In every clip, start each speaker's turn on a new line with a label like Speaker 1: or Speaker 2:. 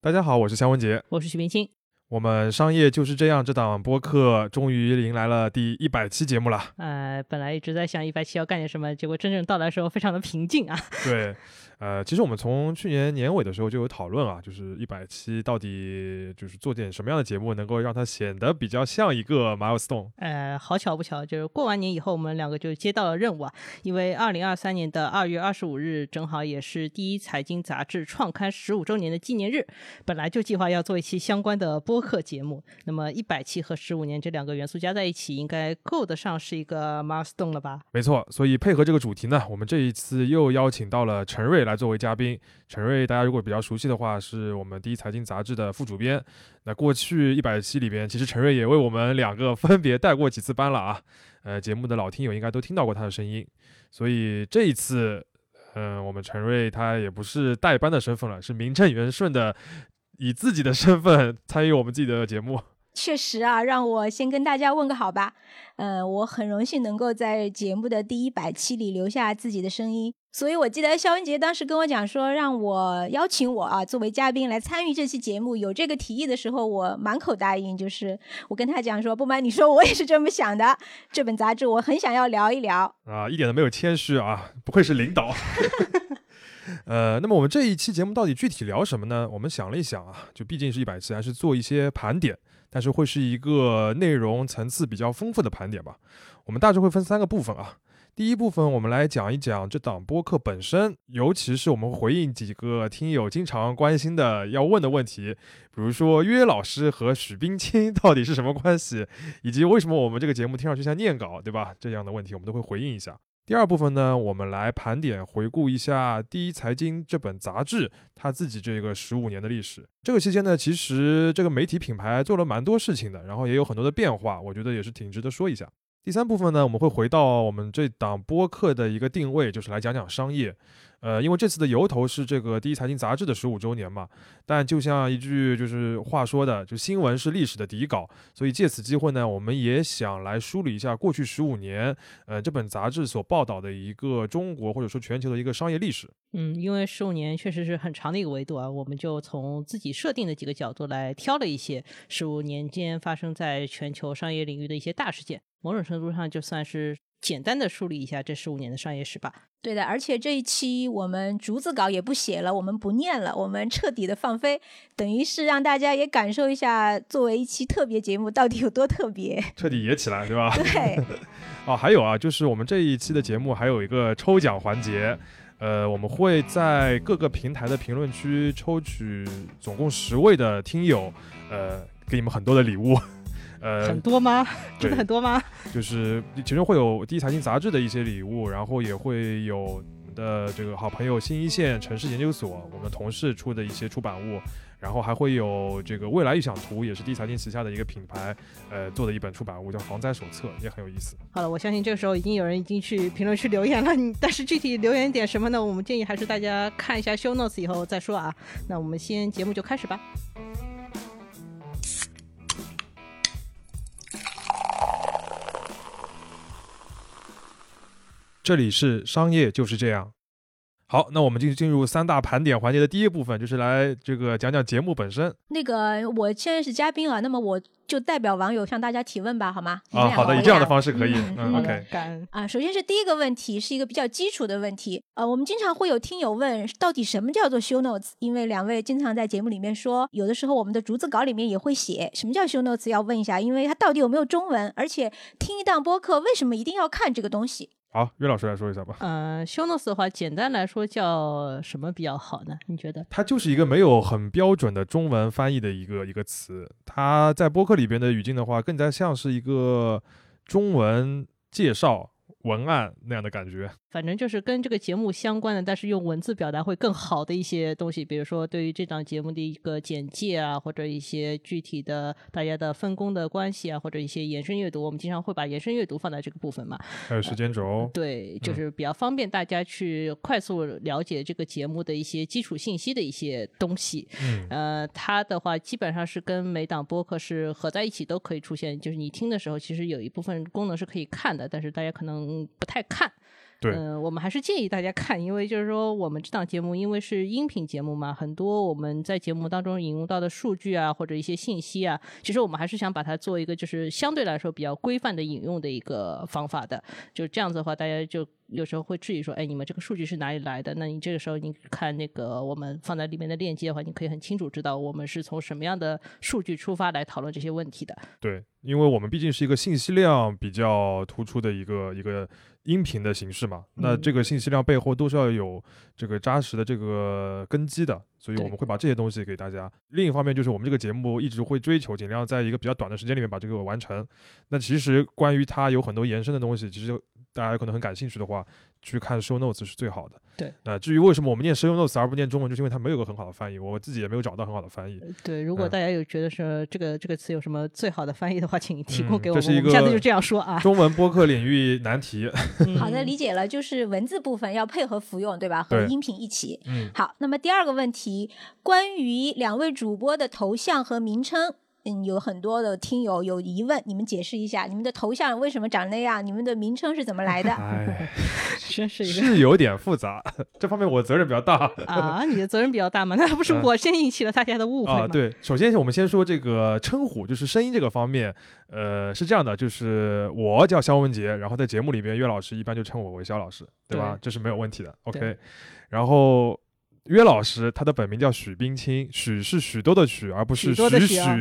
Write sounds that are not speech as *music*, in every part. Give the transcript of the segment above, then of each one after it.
Speaker 1: 大家好，我是夏文杰。
Speaker 2: 我是许冰清。
Speaker 1: 我们商业就是这样这档播客终于迎来了第一百期节目了。
Speaker 2: 呃，本来一直在想一百期要干点什么，结果真正到来的时候非常的平静啊。
Speaker 1: 对，呃，其实我们从去年年尾的时候就有讨论啊，就是一百期到底就是做点什么样的节目，能够让它显得比较像一个 milestone。
Speaker 2: 呃，好巧不巧，就是过完年以后，我们两个就接到了任务啊，因为二零二三年的二月二十五日正好也是第一财经杂志创刊十五周年的纪念日，本来就计划要做一期相关的播客节目，那么一百期和十五年这两个元素加在一起，应该够得上是一个 milestone 了吧？
Speaker 1: 没错，所以配合这个主题呢，我们这一次又邀请到了陈瑞来作为嘉宾。陈瑞，大家如果比较熟悉的话，是我们第一财经杂志的副主编。那过去一百期里边，其实陈瑞也为我们两个分别带过几次班了啊。呃，节目的老听友应该都听到过他的声音，所以这一次，嗯、我们陈瑞他也不是代班的身份了，是名正言顺的以自己的身份参与我们自己的节目。
Speaker 3: 确实啊，让我先跟大家问个好吧。呃，我很荣幸能够在节目的第一百期里留下自己的声音，所以我记得肖恩杰当时跟我讲说，让我邀请我啊作为嘉宾来参与这期节目，有这个提议的时候，我满口答应。就是我跟他讲说，不瞒你说，我也是这么想的。这本杂志我很想要聊一聊。
Speaker 1: 啊，一点都没有谦虚啊，不愧是领导。 *laughs* 呃，那么我们这一期节目到底具体聊什么呢？我们想了一想啊，就毕竟是一百期，还是做一些盘点，但是会是一个内容层次比较丰富的盘点吧。我们大致会分三个部分啊。第一部分，我们来讲一讲这档播客本身，尤其是我们回应几个听友经常关心的要问的问题，比如说约老师和许冰清到底是什么关系，以及为什么我们这个节目听上去像念稿，对吧？这样的问题我们都会回应一下。第二部分呢，我们来盘点回顾一下《第一财经》这本杂志它自己这个十五年的历史。这个期间呢，其实这个媒体品牌做了蛮多事情的，然后也有很多的变化，我觉得也是挺值得说一下。第三部分呢，我们会回到我们这档播客的一个定位，就是来讲讲商业。呃，因为这次的由头是这个《第一财经》杂志的十五周年嘛，但就像一句就是话说的，就新闻是历史的底稿，所以借此机会呢，我们也想来梳理一下过去十五年，呃，这本杂志所报道的一个中国或者说全球的一个商业历史。
Speaker 2: 嗯，因为十五年确实是很长的一个维度啊，我们就从自己设定的几个角度来挑了一些十五年间发生在全球商业领域的一些大事件，某种程度上就算是简单的梳理一下这十五年的商业史吧。
Speaker 3: 对的，而且这一期我们逐字稿也不写了，我们不念了，我们彻底的放飞，等于是让大家也感受一下作为一期特别节目到底有多特别。 *laughs*
Speaker 1: 彻底野起来，对吧？ *laughs*
Speaker 3: 对，
Speaker 1: 哦，还有啊，就是我们这一期的节目还有一个抽奖环节，呃，我们会在各个平台的评论区抽取总共十位的听友，呃，给你们很多的礼物， *laughs* 呃
Speaker 2: 很，多
Speaker 1: *laughs*
Speaker 2: 吗？
Speaker 1: 对
Speaker 2: 真的很多吗？
Speaker 1: 就是其中会有第一财经杂志的一些礼物，然后也会有我们的这个好朋友新一线城市研究所，我们同事出的一些出版物，然后还会有这个未来预想图，也是第一财经旗下的一个品牌，呃，做的一本出版物叫《防灾手册》，也很有意思。
Speaker 2: 好了，我相信这个时候已经有人已经去评论区留言了，你但是具体留言点什么呢？我们建议还是大家看一下 show notes 以后再说啊。那我们先节目就开始吧。
Speaker 1: 这里是商业就是这样。好，那我们就进入三大盘点环节的第一部分，就是来这个讲讲节目本身
Speaker 3: 那个我现在是嘉宾了，那么我就代表网友向大家提问吧，好吗？你
Speaker 1: 啊。
Speaker 3: 们俩
Speaker 1: 好
Speaker 3: 吧
Speaker 1: 的，以
Speaker 3: 我
Speaker 1: 这样的
Speaker 3: 俩
Speaker 1: 方式可以。嗯
Speaker 3: 嗯嗯
Speaker 1: ，OK，
Speaker 2: 感恩
Speaker 3: 啊，首先是第一个问题，是一个比较基础的问题。呃，我们经常会有听友问，到底什么叫做 show notes？因为两位经常在节目里面说，有的时候我们的逐字稿里面也会写什么叫 show notes，要问一下，因为它到底有没有中文？而且听一档播客，为什么一定要看这个东西？
Speaker 1: 好，岳老师来说一下吧。
Speaker 2: 呃，show notes 的话，简单来说叫什么比较好呢？你觉得？
Speaker 1: 它就是一个没有很标准的中文翻译的一个一个词，它在播客里边的语境的话，更加像是一个中文介绍文案那样的感觉。
Speaker 2: 反正就是跟这个节目相关的，但是用文字表达会更好的一些东西，比如说对于这档节目的一个简介啊，或者一些具体的大家的分工的关系啊，或者一些延伸阅读，我们经常会把延伸阅读放在这个部分嘛。
Speaker 1: 还有时间轴，
Speaker 2: 对，
Speaker 1: 嗯
Speaker 2: 就是比较方便大家去快速了解这个节目的一些基础信息的一些东西。
Speaker 1: 嗯，
Speaker 2: 呃，它的话基本上是跟每档播客是合在一起都可以出现，就是你听的时候，其实有一部分功能是可以看的，但是大家可能不太看。
Speaker 1: 对
Speaker 2: 嗯、我们还是建议大家看，因为就是说我们这档节目因为是音频节目嘛，很多我们在节目当中引用到的数据啊，或者一些信息啊，其实我们还是想把它做一个就是相对来说比较规范的引用的一个方法的。就这样子的话，大家就有时候会质疑说，哎，你们这个数据是哪里来的？那你这个时候你看那个我们放在里面的链接的话，你可以很清楚知道我们是从什么样的数据出发来讨论这些问题的。
Speaker 1: 对，因为我们毕竟是一个信息量比较突出的一个一个音频的形式嘛，那
Speaker 2: 嗯
Speaker 1: 这个信息量背后都是要有这个扎实的这个根基的，所以我
Speaker 2: 对
Speaker 1: 们会把这些东西给大家。另一方面就是我们这个节目一直会追求尽量在一个比较短的时间里面把这个完成。那其实关于它有很多延伸的东西，其实大家有可能很感兴趣的话，去看 show notes 是最好的。
Speaker 2: 对，
Speaker 1: 那、至于为什么我们念 show notes 而不念中文，就是因为它没有个很好的翻译，我自己也没有找到很好的翻译。
Speaker 2: 对，如果
Speaker 1: 嗯
Speaker 2: 大家有觉得是这个、这个词有什么最好的翻译的话，请提供
Speaker 1: 嗯
Speaker 2: 给我
Speaker 1: 这是
Speaker 2: 们，
Speaker 1: 一
Speaker 2: 我们下次
Speaker 1: 个
Speaker 2: 就这样说啊。
Speaker 1: 中文播客领域难题， *laughs*
Speaker 3: 好
Speaker 2: *laughs*
Speaker 3: 的，
Speaker 2: 嗯
Speaker 3: 理解了，就是文字部分要配合服用，对吧？和
Speaker 1: 对
Speaker 3: 音频一起。
Speaker 1: 嗯，
Speaker 3: 好，那么第二个问题，关于两位主播的头像和名称。嗯，有很多的听友有疑问，你们解释一下，你们的头像为什么长那样？你们的名称是怎么
Speaker 2: *laughs*
Speaker 3: 来的？
Speaker 1: 哎。
Speaker 2: 真是一个。
Speaker 1: 是有点复杂，这方面我责任比较大
Speaker 2: 啊，你的责任比较大嘛？那不是
Speaker 1: 嗯
Speaker 2: 我先引起了大家的误会吗？
Speaker 1: 啊。对，首先我们先说这个称呼，就是声音这个方面，呃，是这样的，就是我叫肖文杰，然后在节目里边，岳老师一般就称我为肖老师，对吧？
Speaker 2: 对
Speaker 1: 这是没有问题的。OK，
Speaker 2: 对
Speaker 1: 然后。岳老师，他的本名叫许冰清，许是许多的许，而不是
Speaker 2: 许多的
Speaker 1: 许
Speaker 2: 许啊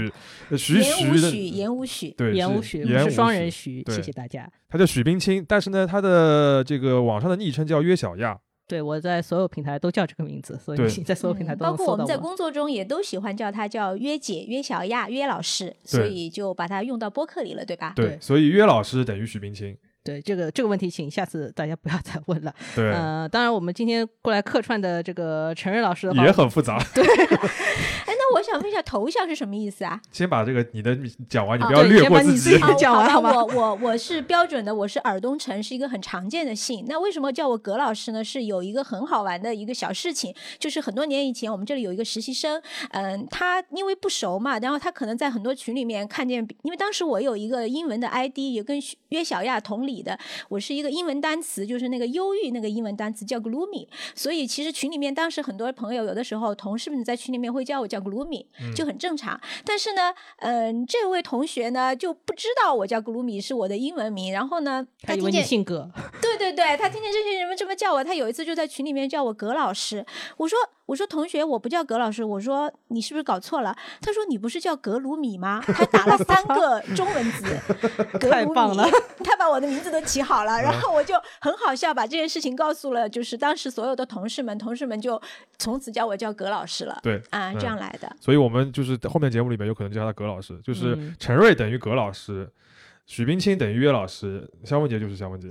Speaker 1: 许，呃许
Speaker 3: 言
Speaker 1: 许
Speaker 3: 无
Speaker 1: 的
Speaker 3: 许，言无许。
Speaker 1: 对，
Speaker 2: 言无
Speaker 1: 许
Speaker 2: 许，我是双人
Speaker 1: 许，
Speaker 2: 许，
Speaker 1: 对
Speaker 2: 谢谢大家。
Speaker 1: 他叫许冰清，但是呢，他的这个网上的昵称叫约小亚，
Speaker 2: 对我在所有平台都叫这个名字，所以
Speaker 1: 对
Speaker 2: 你在所有平台
Speaker 3: 嗯
Speaker 2: 都
Speaker 3: 包
Speaker 2: 能
Speaker 3: 括我
Speaker 2: 搜到
Speaker 3: 们在工作中也都喜欢叫他叫约姐、约小亚、约老师，所
Speaker 1: 对
Speaker 3: 以就把它用到播客里了，对吧？
Speaker 1: 对，
Speaker 2: 对
Speaker 1: 所以约老师等于许冰清，
Speaker 2: 对这个这个问题，请下次大家不要 *laughs* 再问了。
Speaker 1: 对，
Speaker 2: 呃，当然我们今天过来客串的这个陈瑞老师的话
Speaker 1: 也，很复杂。 *laughs*
Speaker 3: 哎，那我想问一下，头像是什么意思啊？
Speaker 1: 先把这个你的讲完，你
Speaker 3: 啊
Speaker 1: 不要
Speaker 2: 哦对
Speaker 1: 略
Speaker 2: 先
Speaker 1: 过
Speaker 2: 把你自
Speaker 1: 己
Speaker 2: 己。 *laughs* 的讲完好
Speaker 3: 好吧
Speaker 2: 吗
Speaker 3: 我我我是标准的，我是尔东城，是一个很常见的姓。那为什么叫我葛老师呢？是有一个很好玩的一个小事情，就是很多年以前我们这里有一个实习生，嗯，他因为不熟嘛，然后他可能在很多群里面看见，因为当时我有一个英文的 ID，也跟约小亚同理的，我是一个英文单词，就是那个忧郁那个英文单词叫 gloomy，所以其实群里面当时很多朋友有的时候同事们在群里面会叫我叫 gloomy，就很正常。但是呢，嗯、这位同学呢就不知道我叫 gloomy 是我的英文名，然后呢，
Speaker 2: 他以
Speaker 3: 听
Speaker 2: 为你
Speaker 3: 见
Speaker 2: 性格，
Speaker 3: 对对对，他听见这些人们这么叫我，他有一次就在群里面叫我葛老师。我说我说同学，我不叫葛老师，我说你是不是搞错了？他说你不是叫格鲁米吗？他打了三个中文字，
Speaker 1: *laughs*
Speaker 3: 格
Speaker 2: 太
Speaker 3: 鲁
Speaker 2: 棒
Speaker 3: 米
Speaker 2: 了，
Speaker 3: 他把我的名字都起好了，
Speaker 1: 嗯
Speaker 3: 然后我就很好笑，把这件事情告诉了就是当时所有的同事们，同事们就从此叫我叫葛老师了。
Speaker 1: *laughs* 对，
Speaker 3: 啊，
Speaker 1: 嗯
Speaker 3: 这样来的。
Speaker 1: 所以我们就是后面节目里面有可能叫他葛老师，就是
Speaker 2: 嗯
Speaker 1: 陈瑞等于葛老师，许冰清等于岳老师，肖文杰就是肖文
Speaker 2: *laughs*
Speaker 1: 杰。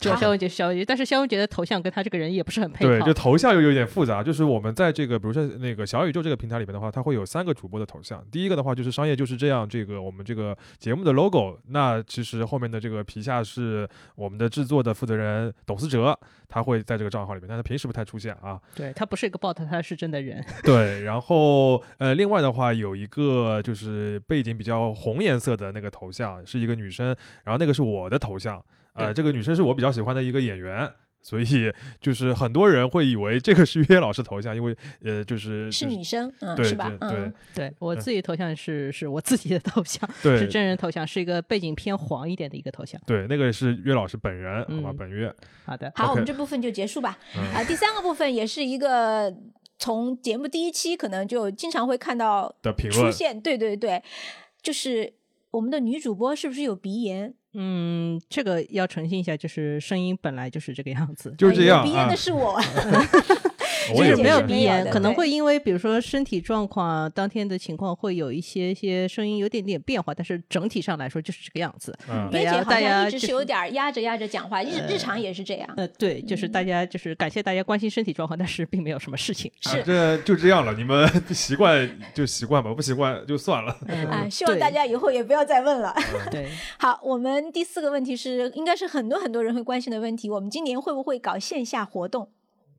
Speaker 2: 只有肖文杰是肖文杰，但是肖文杰的头像跟他这个人也不是很配
Speaker 1: 对，
Speaker 2: 套
Speaker 1: 就。头像又有点复杂。就是我们在这个，比如说那个小宇宙这个平台里面的话，它会有三个主播的头像。第一个的话就是商业就是这样，这个我们这个节目的 logo。那其实后面的这个皮下是我们的制作的负责人董思哲，他会在这个账号里面，但他平时不太出现啊。
Speaker 2: 对他不是一个 bot，他是真的人。
Speaker 1: 对，然后呃，另外的话有一个就是背景比较红颜色的那个头像，是一个女生，然后那个是我的头像，呃，
Speaker 2: 对
Speaker 1: 这个女生是我比较喜欢的一个演员。所以就是很多人会以为这个是约老师头像，因为呃，就是
Speaker 3: 是
Speaker 1: 就是
Speaker 3: 女生，嗯，
Speaker 1: 对
Speaker 3: 是吧？
Speaker 1: 对对
Speaker 3: 嗯，
Speaker 2: 对我自己头像是是我自己的头像，
Speaker 1: 对
Speaker 2: 是真人头像，是一个背景偏黄一点的一个头像。
Speaker 1: 对，那个是约老师本人，好吧，
Speaker 2: 嗯
Speaker 1: 本约。
Speaker 2: 好的，
Speaker 3: 好
Speaker 1: OK
Speaker 3: 我们这部分就结束吧。
Speaker 1: 嗯
Speaker 3: 啊，第三个部分也是一个从节目第一期可能就经常会看到
Speaker 1: 的评
Speaker 3: 出
Speaker 1: 论，
Speaker 3: 现，对对对，就是我们的女主播是不是有鼻炎？
Speaker 2: 嗯，这个要澄清一下，就是声音本来就是这个样子，
Speaker 1: 就是
Speaker 3: 哎
Speaker 1: 这样
Speaker 3: 有鼻炎
Speaker 1: 啊
Speaker 3: 的。是
Speaker 2: *laughs*
Speaker 3: 我，
Speaker 1: 我
Speaker 2: 就
Speaker 1: 也
Speaker 2: 是
Speaker 1: 不
Speaker 2: 没有
Speaker 1: 是
Speaker 2: 鼻
Speaker 3: 没有
Speaker 2: 炎，
Speaker 3: 的
Speaker 2: 可能
Speaker 3: 啊对
Speaker 2: 会因为比如说身体状况、当天的情况会有一些些声音有点点变化，但是整体上来说就是这个样子。
Speaker 1: 嗯
Speaker 2: 对
Speaker 3: 月姐
Speaker 2: 呀
Speaker 3: 好
Speaker 2: 大
Speaker 3: 像
Speaker 2: 家
Speaker 3: 一直
Speaker 2: 就是是
Speaker 3: 有点压着压着讲话，日日常也是这样。
Speaker 2: 呃，对，就是
Speaker 3: 嗯
Speaker 2: 大家就是感谢大家关心身体状况，但是并没有什么事情。 *laughs*
Speaker 1: 啊
Speaker 3: 是
Speaker 1: 这就这样了，你们 *laughs* 习惯就习惯吧，不习惯就算了。
Speaker 3: 啊，
Speaker 2: 嗯
Speaker 3: 希望大家以后也不要再问了。 *laughs*
Speaker 2: 对，
Speaker 3: 好，我们第四个问题是，应该是很多很多人会关心的问题，我们今年会不会搞线下活动？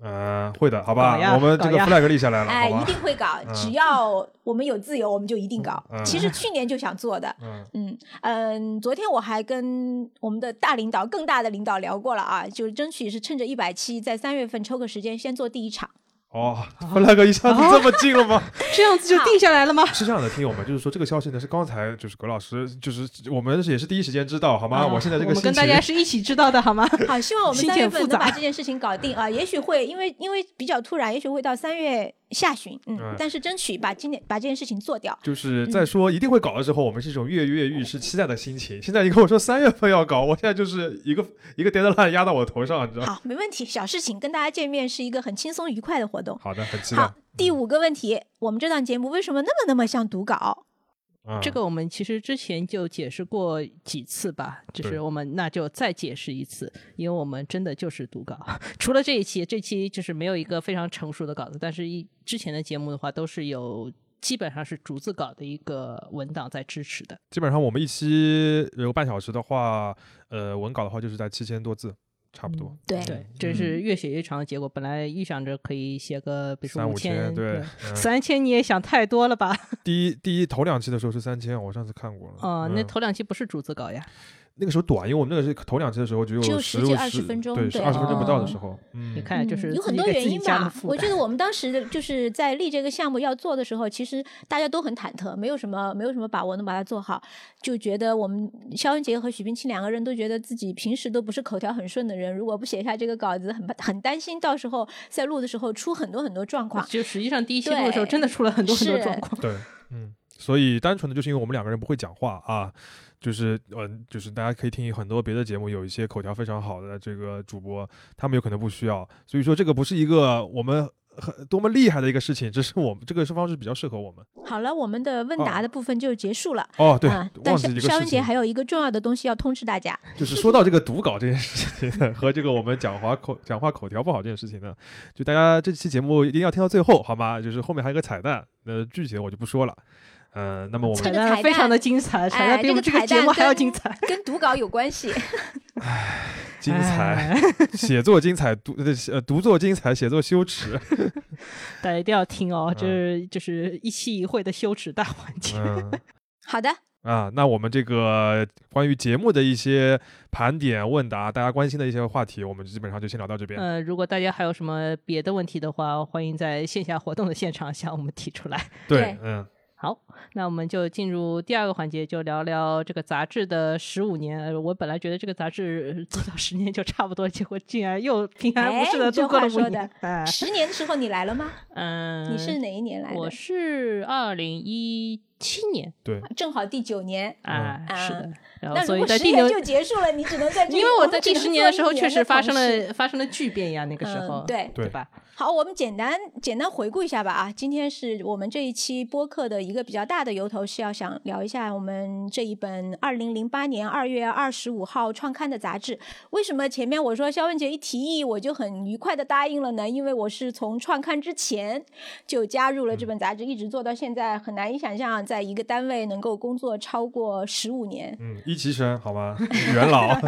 Speaker 1: 嗯，会的，好吧
Speaker 2: 搞呀，
Speaker 1: 我们这个
Speaker 2: 搞呀
Speaker 1: flag 立下来了，
Speaker 3: 哎，
Speaker 1: 好
Speaker 3: 一
Speaker 1: 吧，
Speaker 3: 定会搞，
Speaker 1: *laughs* 嗯
Speaker 3: 只要我们有自由，我们就一定搞
Speaker 1: 嗯。
Speaker 3: 其实去年就想做的，
Speaker 1: 嗯
Speaker 3: 嗯嗯，昨天我还跟我们的大领导、更大的领导聊过了啊，就是争取是趁着一百期，在三月份抽个时间先做第一场。
Speaker 1: 哦，flag 一下子这么近了吗？
Speaker 2: 这样子就定下来了吗？
Speaker 1: 哦 *laughs* 是这样的，听友们，就是说这个消息呢是刚才就是葛老师，就是我们也是第一时间知道，好吗？
Speaker 2: 啊
Speaker 1: 我现在这
Speaker 2: 我
Speaker 1: 个
Speaker 2: 们
Speaker 1: 心
Speaker 2: 跟大
Speaker 1: 情
Speaker 2: 家是一起知道的好吗？
Speaker 3: 好，希望我们
Speaker 2: 心
Speaker 3: 三月
Speaker 2: 情
Speaker 3: 份
Speaker 2: 复
Speaker 3: 能把
Speaker 2: 杂
Speaker 3: 这件事情搞定啊，也许会因为因为比较突然，也许会到三月下旬，嗯，
Speaker 1: 嗯
Speaker 3: 但是争取把今年把这件事情做掉。
Speaker 1: 就是在说一定会搞的时候，我们是一种跃跃欲试、期待的心情。现在你跟我说三月份要搞，我现在就是一个一个 *laughs* deadline 压到我头上，你知道吗？
Speaker 3: 好，没问题，小事情，跟大家见面是一个很轻松愉快的活动。
Speaker 1: 好的，很期待
Speaker 3: 好。，第五个问题，我们这档节目为什么那么那么像读稿？
Speaker 1: 嗯、
Speaker 2: 这个我们其实之前就解释过几次吧，就
Speaker 1: 对
Speaker 2: 是我们那就再解释一次，因为我们真的就是读稿， *laughs* 除了这一期，这期就是没有一个非常成熟的稿子，但是一之前的节目的话都是有。基本上是逐字稿的一个文档在支持的，
Speaker 1: 基本上我们一期有个半小时的话，呃，文稿的话就是在七千多字，差不多。嗯
Speaker 3: 对
Speaker 2: 嗯对，这是越写越长的结果。本来预想着可以写个，比如说
Speaker 1: 三五
Speaker 2: 千，
Speaker 1: 对
Speaker 2: 对，，
Speaker 1: 嗯
Speaker 2: 三千你也想太多了吧？
Speaker 1: 第一第一头两期的时候是三千，我上次看过了。
Speaker 2: 哦、那
Speaker 1: 嗯
Speaker 2: 头两期不是逐字稿呀？
Speaker 1: 那个时候短，因为我们那个是头两期的时候只有
Speaker 3: 只有
Speaker 1: 十
Speaker 3: 十几20分钟
Speaker 1: 对，
Speaker 3: 对
Speaker 1: 二十分钟不到的
Speaker 2: 哦
Speaker 1: 时候。嗯，
Speaker 2: 你看，就是
Speaker 3: 嗯、有
Speaker 2: 自
Speaker 3: 很
Speaker 2: 己
Speaker 3: 多
Speaker 2: 给
Speaker 3: 原
Speaker 2: 自己
Speaker 3: 因
Speaker 2: 加了
Speaker 3: 吧。
Speaker 2: 负
Speaker 3: 我觉
Speaker 2: 担
Speaker 3: 得我们当时的就是在立这个项目要做的时候，其实大家都很忐忑，没有什么没有什么把握能把它做好，就觉得我们肖恩杰和许冰清两个人都觉得自己平时都不是口条很顺的人，如果不写下这个稿子，很很担心到时候在录的时候出很多很多状况。
Speaker 2: 就实际上第一期录的时候，
Speaker 3: 对
Speaker 2: 真的出了很多很多
Speaker 3: 是
Speaker 2: 状况。
Speaker 1: 对，嗯，所以单纯的就是因为我们两个人不会讲话啊，就是嗯、呃就是大家可以听很多别的节目，有一些口条非常好的这个主播，他们有可能不需要，所以说这个不是一个我们很多么厉害的一个事情，只是我们这个方式比较适合我们。
Speaker 3: 好了，我们的问答的部分就结束了。
Speaker 1: 哦，对，
Speaker 3: 啊，
Speaker 1: 忘
Speaker 3: 但
Speaker 1: 记
Speaker 3: 是
Speaker 1: 一个
Speaker 3: 肖
Speaker 1: 事
Speaker 3: 恩杰
Speaker 1: 情，
Speaker 3: 还有一个重要的东西要通知大家，
Speaker 1: 就是说到这个读稿这件事情呢， *laughs* 和这个我们讲话口讲话口条不好这件事情呢，就大家这期节目一定要听到最后，好吗？就是后面还有一个彩蛋，那具体的我就不说了。嗯、那么我们
Speaker 3: 这
Speaker 2: 彩
Speaker 3: 个彩
Speaker 2: 蛋非常的
Speaker 3: 蛋
Speaker 2: 精彩，彩蛋
Speaker 3: 哎
Speaker 2: 比
Speaker 3: 这
Speaker 2: 我
Speaker 3: 个
Speaker 2: 们这个
Speaker 3: 彩
Speaker 2: 节
Speaker 3: 蛋
Speaker 2: 目还要
Speaker 3: 跟
Speaker 2: 精彩，
Speaker 3: 跟读稿有关系。 *laughs*
Speaker 1: 精彩。 *laughs*
Speaker 2: 哎
Speaker 1: 写作精彩，读呃写呃读作精彩，写作羞耻。
Speaker 2: 大家一定要听哦，就
Speaker 1: 嗯
Speaker 2: 是就是一期一会的羞耻大环节。
Speaker 1: 嗯
Speaker 3: 好的，
Speaker 1: 啊，那我们这个关于节目的一些盘点、问答，大家关心的一些话题，我们基本上就先聊到这边。
Speaker 2: 呃，如果大家还有什么别的问题的话，欢迎在线下活动的现场向我们提出来。 *laughs*
Speaker 1: 对
Speaker 3: 对，
Speaker 1: 嗯，
Speaker 2: 好，那我们就进入第二个环节，就聊聊这个杂志的十五年。呃我本来觉得这个杂志呃做到十年就差不多，结果竟然又平安无
Speaker 3: 哎
Speaker 2: 事的
Speaker 3: 你这
Speaker 2: 度过
Speaker 3: 话
Speaker 2: 了五
Speaker 3: 说
Speaker 2: 年
Speaker 3: 的。
Speaker 2: 哎
Speaker 3: 十年的时候你来了吗？
Speaker 2: 嗯，
Speaker 3: 你是哪一年来的？
Speaker 2: 我是二零一七年
Speaker 1: 对，
Speaker 3: 正好第九年。
Speaker 2: 啊，是的
Speaker 3: 啊，
Speaker 2: 然后
Speaker 3: 那
Speaker 2: 所
Speaker 3: 如
Speaker 2: 以
Speaker 3: 果
Speaker 2: 在
Speaker 3: 十
Speaker 2: 第
Speaker 3: 年
Speaker 2: 六，
Speaker 3: 就结束了，你只能
Speaker 2: *laughs*
Speaker 3: 在这里。
Speaker 2: 因为
Speaker 3: 我
Speaker 2: 我
Speaker 3: 们
Speaker 2: 在
Speaker 3: 只
Speaker 2: 第
Speaker 3: 能
Speaker 2: 十
Speaker 3: 做
Speaker 2: 年的时候
Speaker 3: 一
Speaker 2: 确实
Speaker 3: 的
Speaker 2: 发
Speaker 3: 同
Speaker 2: 生
Speaker 3: 事
Speaker 2: 了发生了巨变呀，那个时候
Speaker 3: 嗯，对
Speaker 1: 对
Speaker 2: 吧？
Speaker 3: 好，我们简单简单回顾一下吧啊，今天是我们这一期播客的一个比较大的由头，是要想聊一下我们这一本二零零八年二月二十五号创刊的杂志。为什么前面我说肖文杰一提议我就很愉快的答应了呢？因为我是从创刊之前就加入了
Speaker 2: 嗯
Speaker 3: 这本杂志，一直做到现在，很难以想象在一个单位能够工作超过十五年。
Speaker 1: 嗯，一级神，好吗？元老，
Speaker 3: *laughs*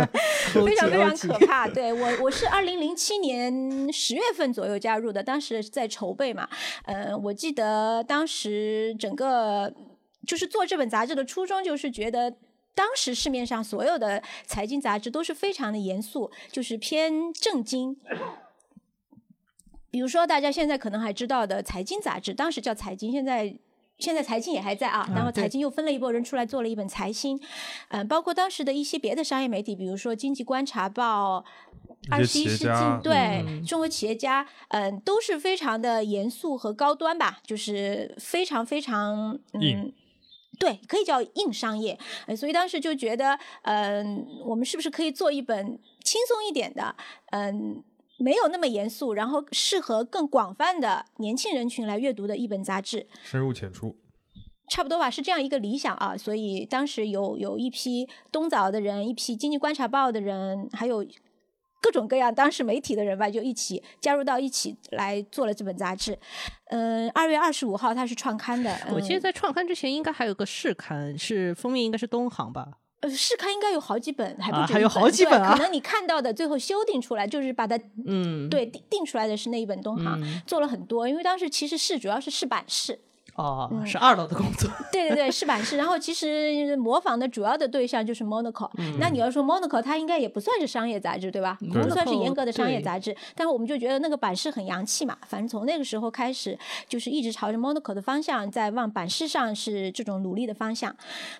Speaker 3: 非常非常
Speaker 2: 级
Speaker 3: 可怕。对我，我是二零零七年十月份左右加入的，当时在筹备嘛。呃，我记得当时整个就是做这本杂志的初衷，就是觉得。当时市面上所有的财经杂志都是非常的严肃，就是偏正经。比如说大家现在可能还知道的财经杂志，当时叫财经，现在现在财经也还在啊。然后
Speaker 2: 对
Speaker 3: 财经又分了一拨人出来做了一本财新，嗯，包括当时的一些别的商业媒体，比如说《经济观察报》。
Speaker 1: 一
Speaker 3: 二十
Speaker 1: 些
Speaker 3: 一世
Speaker 1: 企业家
Speaker 3: 纪，对、
Speaker 2: 嗯
Speaker 3: 中国企业家，嗯、都是非常的严肃和高端吧，就是非常非常
Speaker 1: 硬
Speaker 3: 嗯，对，可以叫硬商业。呃，所以当时就觉得，嗯、我们是不是可以做一本轻松一点的，嗯、没有那么严肃，然后适合更广泛的年轻人群来阅读的一本杂志。
Speaker 1: 深入浅出。
Speaker 3: 差不多吧，是这样一个理想啊，所以当时有有一批东早的人，一批经济观察报的人，还有各种各样当时媒体的人吧，就一起加入到一起来做了这本杂志。嗯，二月二十五号它是创刊的，嗯
Speaker 2: 我记得在
Speaker 3: 在
Speaker 2: 创刊之前应该还有个试刊，是封面应该是东航吧？
Speaker 3: 呃，试刊应该有好几本，还不止
Speaker 2: 啊
Speaker 3: 一、
Speaker 2: 还有好几
Speaker 3: 对
Speaker 2: 本啊
Speaker 3: 可能你看到的最后修订出来，就是把它
Speaker 2: 嗯，
Speaker 3: 对定定出来的是那一本东航。
Speaker 2: 嗯
Speaker 3: 做了很多，因为当时其实试主要是试版试，
Speaker 2: 哦，
Speaker 3: 嗯
Speaker 2: 是二楼的工作，
Speaker 3: 对对对，试版试。然后其实模仿的主要的对象就是 Monaco，、那你要说 Monaco，它应该也不算是商业杂志，对吧？不算是严格的商业杂志。但是我们就觉得那个版式很洋气嘛，反正从那个时候开始，就是一直朝着 Monaco 的方向在往版式上是这种努力的方向。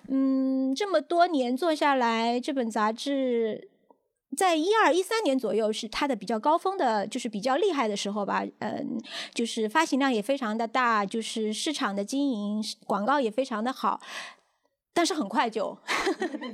Speaker 3: 嗯，这么多年做下来，这本杂志。在一二一三年左右是它的比较高峰的，就是比较厉害的时候吧。嗯，就是发行量也非常的大，就是市场的经营广告也非常的好，但是很快就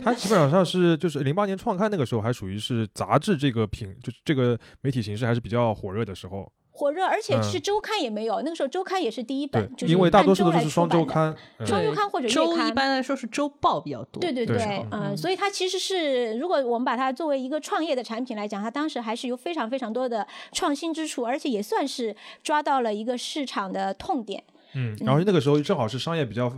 Speaker 1: 它基本上是就是零八年创刊那个时候，还属于是杂志这个品，就是这个媒体形式还是比较火热的时候。
Speaker 3: 火热，而且
Speaker 1: 嗯
Speaker 3: 是周刊也没有，那个时候周刊也是第一
Speaker 1: 对
Speaker 3: 本，，就是
Speaker 1: 因为大多数都
Speaker 3: 按周来
Speaker 1: 是双周
Speaker 3: 出版
Speaker 1: 刊。
Speaker 3: 的，
Speaker 1: 嗯
Speaker 3: *laughs* 双周刊或者
Speaker 2: 周
Speaker 3: 月
Speaker 2: 一
Speaker 3: 刊。
Speaker 2: 般来说是周报比较多，
Speaker 3: 对对
Speaker 1: 对
Speaker 3: 对
Speaker 1: 嗯，
Speaker 3: 嗯、
Speaker 2: 嗯
Speaker 3: 所以它其实是，如果我们把它作为一个创业的产品来讲，它当时还是有非常非常多的创新之处，而且也算是抓到了一个市场的痛点。
Speaker 1: 嗯，然后那个时候正好是商业比较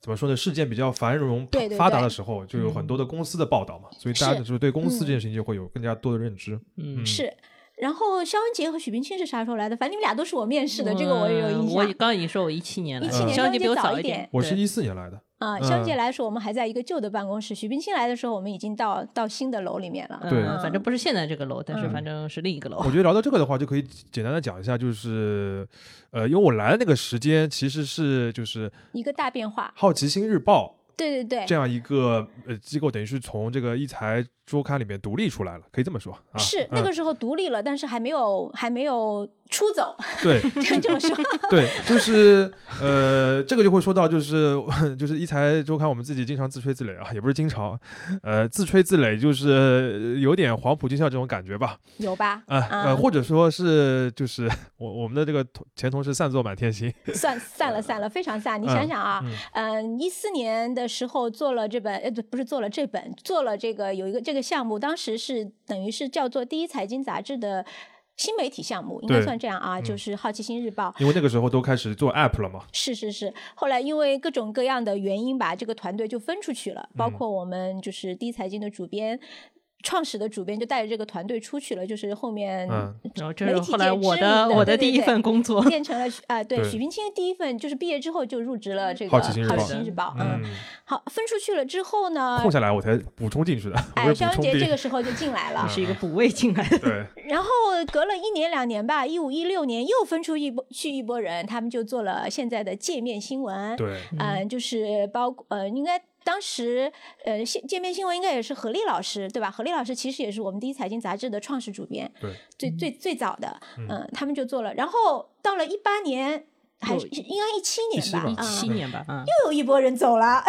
Speaker 1: 怎么说呢，事件比较繁荣
Speaker 3: 对对
Speaker 1: 发达
Speaker 3: 对嗯
Speaker 1: 的时候，就有很多的公司的报道嘛，所以大家
Speaker 3: 是
Speaker 1: 就是对公司这
Speaker 3: 嗯
Speaker 1: 件事情就会有更加多的认知。
Speaker 2: 嗯，
Speaker 3: 是。然后肖恩杰和许冰清是啥时候来的？反正你们俩都是我面试的，这个我也有印
Speaker 2: 嗯我
Speaker 3: 象。
Speaker 2: 刚刚已经说我一七年了，
Speaker 3: 17
Speaker 1: 年
Speaker 2: 肖
Speaker 3: 张
Speaker 2: 姐
Speaker 3: 姐
Speaker 2: 比我
Speaker 3: 早
Speaker 2: 早
Speaker 3: 一
Speaker 2: 点
Speaker 3: 点，
Speaker 1: 我是
Speaker 2: 对
Speaker 1: 一四年来的，
Speaker 3: 啊，
Speaker 1: 嗯
Speaker 3: 肖恩杰来的时候，我们还在一个旧的办公室；许冰清来的时候，我们已经到到新的楼里面了。
Speaker 1: 对
Speaker 2: 嗯，反正不是现在这个楼，但是
Speaker 3: 嗯
Speaker 2: 反正是另一个楼
Speaker 1: 我，觉得聊到这个的话，就可以简单的讲一下，就是，呃，因为我来的那个时间其实是就是《
Speaker 3: 一个大变化。
Speaker 1: 好奇心日报
Speaker 3: 对对》对
Speaker 1: 这，样一个呃机构，等于是从这个一财周刊里面独立出来了，可以这么说啊。
Speaker 3: 是那
Speaker 1: 嗯
Speaker 3: 个时候独立了，但是还没有还没有出走， *laughs*
Speaker 1: 对
Speaker 3: 这
Speaker 1: *laughs*
Speaker 3: 么说。
Speaker 1: 对，就是呃，这个就会说到就是呃就是一财周刊，我们自己经常自吹自擂啊，也不是经常，呃，自吹自擂就是呃有点黄埔军校这种感觉吧。
Speaker 3: 有吧？
Speaker 1: 啊呃，或者说是就是我我们的这个同前同事散作满天星，
Speaker 3: 算散了，散了，非常散。你
Speaker 1: 嗯
Speaker 3: 想想啊，嗯，一四年的时候做了这本，呃，不不是做了这本，做了这个有一个这个项目，当时是等于是叫做第一财经杂志的新媒体项目，应该
Speaker 1: 对嗯
Speaker 3: 算这样啊，就是好奇心日报。
Speaker 1: 因为那个时候都开始做 app 了嘛。
Speaker 3: 是是是，后来因为各种各样的原因吧，这个团队就分出去了，包
Speaker 1: 嗯
Speaker 3: 括我们就是第一财经的主编。创始的主编就带着这个团队出去了，就是后面
Speaker 1: 嗯
Speaker 2: 然后这
Speaker 3: 媒
Speaker 2: 是
Speaker 3: 体
Speaker 2: 后来
Speaker 3: 界
Speaker 2: 我
Speaker 3: 知
Speaker 2: 的
Speaker 3: 名的
Speaker 2: 我
Speaker 3: 对
Speaker 2: 的
Speaker 3: 对
Speaker 2: 第一
Speaker 3: 对
Speaker 2: 份工作，
Speaker 3: 变成了啊，对，
Speaker 1: 对
Speaker 3: 许冰清第一份就是毕业之后就入职了这个
Speaker 1: 好奇心日报
Speaker 3: 日报，嗯，
Speaker 1: 嗯，
Speaker 3: 好，分出去了之后呢
Speaker 1: 空，下来我才补充进去的，我
Speaker 3: 哎，
Speaker 1: 是
Speaker 3: 肖
Speaker 1: *laughs* 补
Speaker 3: 恩
Speaker 1: 充嗯
Speaker 3: 杰这个
Speaker 1: 的。
Speaker 3: 时候就进来了
Speaker 1: 啊
Speaker 2: 也，是一个补位进来的，
Speaker 1: 对，
Speaker 3: 然后隔了一年两年吧，一五一六年又分出一波去一波人，他们就做了现在的界面新闻， *laughs*
Speaker 1: 对，
Speaker 3: 嗯、就是包括呃，应该当时呃，界界面新闻应该也是何丽老师对吧？何丽老师其实也是我们第一财经杂志的创始主编，
Speaker 1: 对，
Speaker 3: 最最最早的，嗯、他们就做了。然后到了一八年，还是应该一七年吧，
Speaker 1: 17吧
Speaker 3: 啊、
Speaker 2: 七年吧，啊，
Speaker 3: 又有一波人走 *laughs* 了，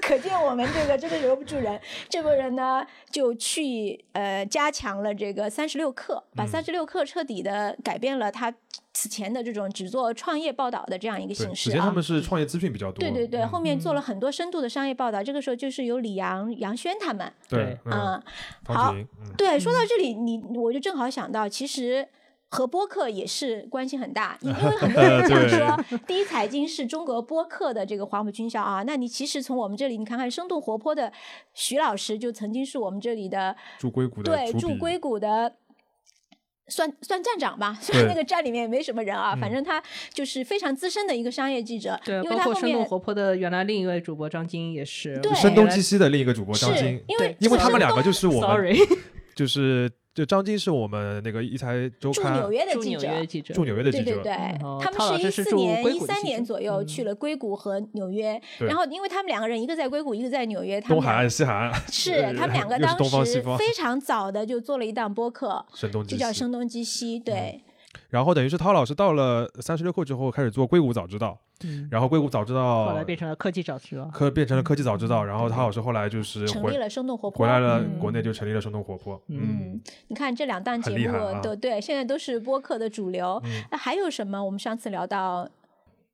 Speaker 3: 可见我们这个真的留不住人。这波人呢，就去呃加强了这个三十六氪，把三十六氪彻底的改变了他此前的这种只做创业报道的这样一个
Speaker 1: 对，
Speaker 3: 形
Speaker 1: 此
Speaker 3: 式
Speaker 1: 前他
Speaker 3: 啊。
Speaker 1: 们是创业资讯比较多。
Speaker 3: 对对对，
Speaker 1: 嗯
Speaker 3: 后面做了很多深度的商业报道，这个时候就是有李阳、杨轩他们，
Speaker 1: 对，嗯，
Speaker 3: 嗯，
Speaker 1: 唐启莹，嗯，
Speaker 3: 对，说到这里，你我就正好想到，其实和播客也是关系
Speaker 1: *laughs*
Speaker 3: 很大，因因为很多人
Speaker 1: 呃对
Speaker 3: 讲说，第一财经是中国播客的这个黄埔军校啊。那你其实从我们这里，你看看生动活泼的徐老师，就曾经是我们这里的
Speaker 1: 驻硅谷的
Speaker 3: 对
Speaker 1: 主
Speaker 3: 驻
Speaker 1: 笔
Speaker 3: 硅谷的。算算站长吧，虽
Speaker 1: 对嗯
Speaker 3: 然那个站里面也没什么人啊，反正他就是非常资深的一个商业记者，
Speaker 2: 对，
Speaker 3: 因为
Speaker 2: 包
Speaker 3: 他
Speaker 2: 括
Speaker 3: 后
Speaker 2: 生动
Speaker 3: 面
Speaker 2: 活泼的原来另一位主播张晶也是，
Speaker 3: 对
Speaker 1: 声东击西的另一个主播张
Speaker 3: 是
Speaker 1: 晶，
Speaker 3: 因为
Speaker 2: 对
Speaker 1: 因为他们两
Speaker 3: 个
Speaker 1: 个就是我们，
Speaker 2: ，sorry，
Speaker 3: *laughs*
Speaker 1: 就是就张晶是我们那个一财周
Speaker 3: 驻
Speaker 1: 刊
Speaker 3: 纽约的
Speaker 2: 驻
Speaker 3: 记
Speaker 2: 纽
Speaker 3: 者，
Speaker 2: 约记者，
Speaker 1: 驻纽约的记
Speaker 3: 对对
Speaker 1: 者，
Speaker 3: 对
Speaker 2: 后，
Speaker 3: 他
Speaker 2: 汤老
Speaker 3: 们
Speaker 2: 师
Speaker 3: 一
Speaker 2: 是
Speaker 3: 四
Speaker 2: 住
Speaker 3: 年、
Speaker 2: 硅
Speaker 3: 一
Speaker 2: 谷的嗯
Speaker 3: 三
Speaker 2: 其
Speaker 3: 年
Speaker 2: 实
Speaker 3: 左右去了硅谷和纽约，
Speaker 1: 对
Speaker 3: 然后因为他们两个人一个在硅谷，一个在纽约，他
Speaker 1: 东
Speaker 3: 们
Speaker 1: 海
Speaker 3: 俩
Speaker 1: 岸、西海岸，
Speaker 3: 是他们两个
Speaker 1: 又是
Speaker 3: 当
Speaker 1: 东方西
Speaker 3: 时
Speaker 1: 方
Speaker 3: 非常早的就做了一档播客，
Speaker 1: 声东击
Speaker 3: 就叫《
Speaker 1: 西。
Speaker 3: 声东击
Speaker 1: 嗯
Speaker 3: 西》。对，
Speaker 1: 然后等于是涛老师到了三十六课之后开始做硅谷早知道，
Speaker 2: 嗯
Speaker 1: 然后硅谷早知
Speaker 2: 后
Speaker 1: 道
Speaker 2: 来变成了科技找知了，
Speaker 1: 科变成了科技早知道，然后涛老师后来就是
Speaker 3: 嗯成立
Speaker 1: 回
Speaker 3: 了生动活泼。
Speaker 1: 回来了
Speaker 3: 嗯
Speaker 1: 国内就成立了生动活泼，嗯，
Speaker 3: 嗯，你看这两档节
Speaker 1: 很厉
Speaker 3: 目
Speaker 1: 害啊嗯
Speaker 3: 都对，现在都是播客的主流。那还有什么？我们上次聊到，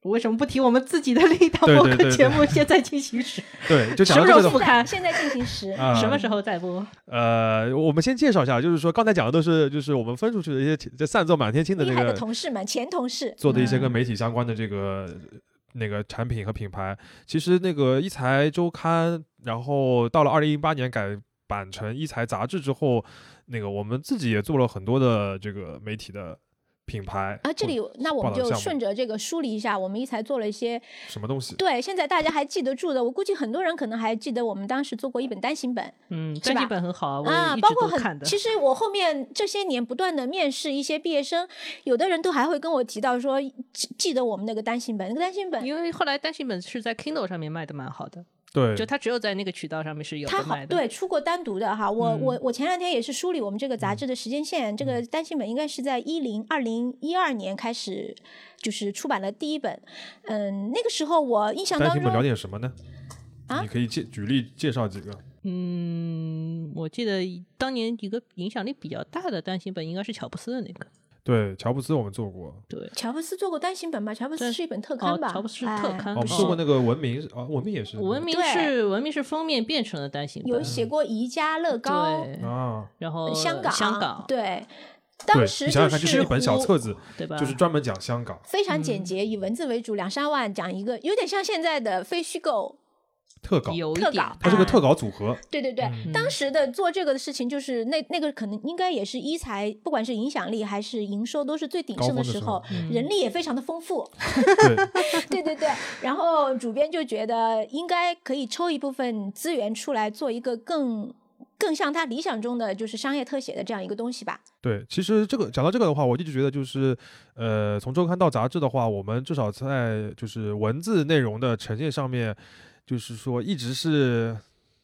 Speaker 2: 为什么不提我们自己的另一档
Speaker 1: 对
Speaker 2: 播
Speaker 1: 对
Speaker 2: 客
Speaker 1: 对
Speaker 2: 节
Speaker 1: 对
Speaker 2: 目现在进行时？
Speaker 1: 对，就讲到
Speaker 2: 什
Speaker 1: 这
Speaker 2: 么
Speaker 1: 个
Speaker 2: 时
Speaker 1: 的话
Speaker 2: 候不堪
Speaker 3: 现在进行时，
Speaker 1: 啊，
Speaker 2: 什么时候再播？
Speaker 1: 呃，我们先介绍一下，就是说刚才讲的都是就是我们分出去的一些这散作满天星的
Speaker 3: 厉
Speaker 1: 这
Speaker 3: 害的嗯
Speaker 1: 个
Speaker 3: 同事们，前同事，
Speaker 1: 做的一些跟媒体相关的这个那个产品和品牌。其实那个一财周刊，然后到了二零一八年改版成一财杂志之后，那个我们自己也做了很多的这个媒体的品牌
Speaker 3: 啊，这里那我
Speaker 1: 报
Speaker 3: 们
Speaker 1: 道
Speaker 3: 就
Speaker 1: 项目
Speaker 3: 顺着这个梳理一下，我们一才做了一些
Speaker 1: 什么东西？
Speaker 3: 对，现在大家还记得住的，我估计很多人可能还记得我们当时做过一本单行本
Speaker 2: 嗯，
Speaker 3: 是
Speaker 2: 单
Speaker 3: 吧
Speaker 2: 行本很好啊，我
Speaker 3: 啊，
Speaker 2: 也一
Speaker 3: 包
Speaker 2: 直
Speaker 3: 括
Speaker 2: 都看
Speaker 3: 很，
Speaker 2: 的。
Speaker 3: 其实我后面这些年不断的面试一些毕业生，有的人都还会跟我提到说记记得我们那个单行本，那个单行本
Speaker 2: 因为后来单行本是在 Kindle 上面卖的蛮好的，
Speaker 1: 对，
Speaker 2: 就它只有在那个渠道上面是有
Speaker 3: 它
Speaker 2: 的
Speaker 3: 好
Speaker 2: 卖的。
Speaker 3: 对出过单独的哈，我、
Speaker 2: 嗯
Speaker 3: 我我前两天也是梳理我们这个杂志的时间线，这个单行本应该是在一零二零一二年开始就是出版了第一本，嗯，那个时候我印象
Speaker 1: 单
Speaker 3: 当
Speaker 1: 行本聊
Speaker 3: 中
Speaker 1: 点什么呢？
Speaker 3: 啊
Speaker 1: 你可以介举例介绍几个。
Speaker 2: 嗯，我记得当年一个影响力比较大的单行本应该是乔布斯的那个，
Speaker 1: 对，乔布斯我们做过，哦
Speaker 2: 对，
Speaker 3: 乔布斯做过单行本吧？乔布斯
Speaker 2: 对
Speaker 3: 是一本特
Speaker 2: 哦
Speaker 3: 刊吧？，
Speaker 2: 乔布斯是特
Speaker 3: 哎
Speaker 2: 刊，
Speaker 1: 哦，我们
Speaker 2: 哦
Speaker 1: 做过那个文明啊，文明也是
Speaker 2: 文明
Speaker 3: 对
Speaker 2: 是文明是封面变成了单行
Speaker 3: 有
Speaker 2: 本，
Speaker 3: 写过宜家、乐高、呃
Speaker 2: 对，
Speaker 1: 啊，
Speaker 2: 然后
Speaker 3: 香港、啊
Speaker 2: 香港
Speaker 3: 对，
Speaker 1: 对
Speaker 3: 当
Speaker 1: 你
Speaker 3: 时
Speaker 1: 想
Speaker 3: 就
Speaker 1: 想看，这是嗯
Speaker 3: 是
Speaker 1: 一本小册子，
Speaker 2: 对吧？
Speaker 1: 就是专门讲香港
Speaker 3: 非常
Speaker 2: 嗯
Speaker 3: 简洁，以文字为主，两三万讲一个，有点像现在的非虚构
Speaker 1: 特稿，
Speaker 2: 有一
Speaker 3: 特
Speaker 2: 点
Speaker 3: 稿
Speaker 1: 它是个
Speaker 3: 啊
Speaker 1: 特稿组合，
Speaker 3: 对对对，
Speaker 1: 嗯
Speaker 3: 当时的做这个的事情，就是那那个可能应该也是一财，不管是影响力还是营收，都是最鼎
Speaker 1: 高峰
Speaker 3: 盛的
Speaker 1: 的
Speaker 3: 时
Speaker 1: 时
Speaker 3: 候
Speaker 1: 候，
Speaker 2: 嗯
Speaker 3: 人力也非常的丰
Speaker 2: *laughs*
Speaker 3: 富。
Speaker 1: 对，
Speaker 3: 对对对，然后主编就觉得应该可以抽一部分资源出来做一个更更像他理想中的就是商业特写的这样一个东西吧。
Speaker 1: 对，其实这个讲到这个的话，我一直觉得就是，呃，从周刊到杂志的话，我们至少在就是文字内容的呈现上面，就是说一直是，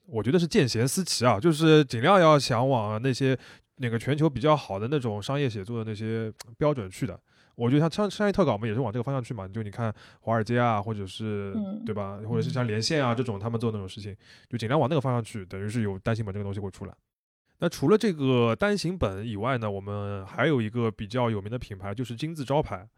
Speaker 1: 我觉得是见贤思齐啊，就是尽量要想往那些那个全球比较好的那种商业写作的那些呃标准去的。我觉得像商商业特稿，我们也是往这个方向去嘛。就你看华尔街啊，或者是、
Speaker 3: 嗯
Speaker 1: 对吧，或者是像连线啊这种，他们做那种事情，就尽量往那个方向去，等于是有单行本这个东西会出来。那除了这个单行本以外呢，我们还有一个比较有名的品牌就是金字招牌。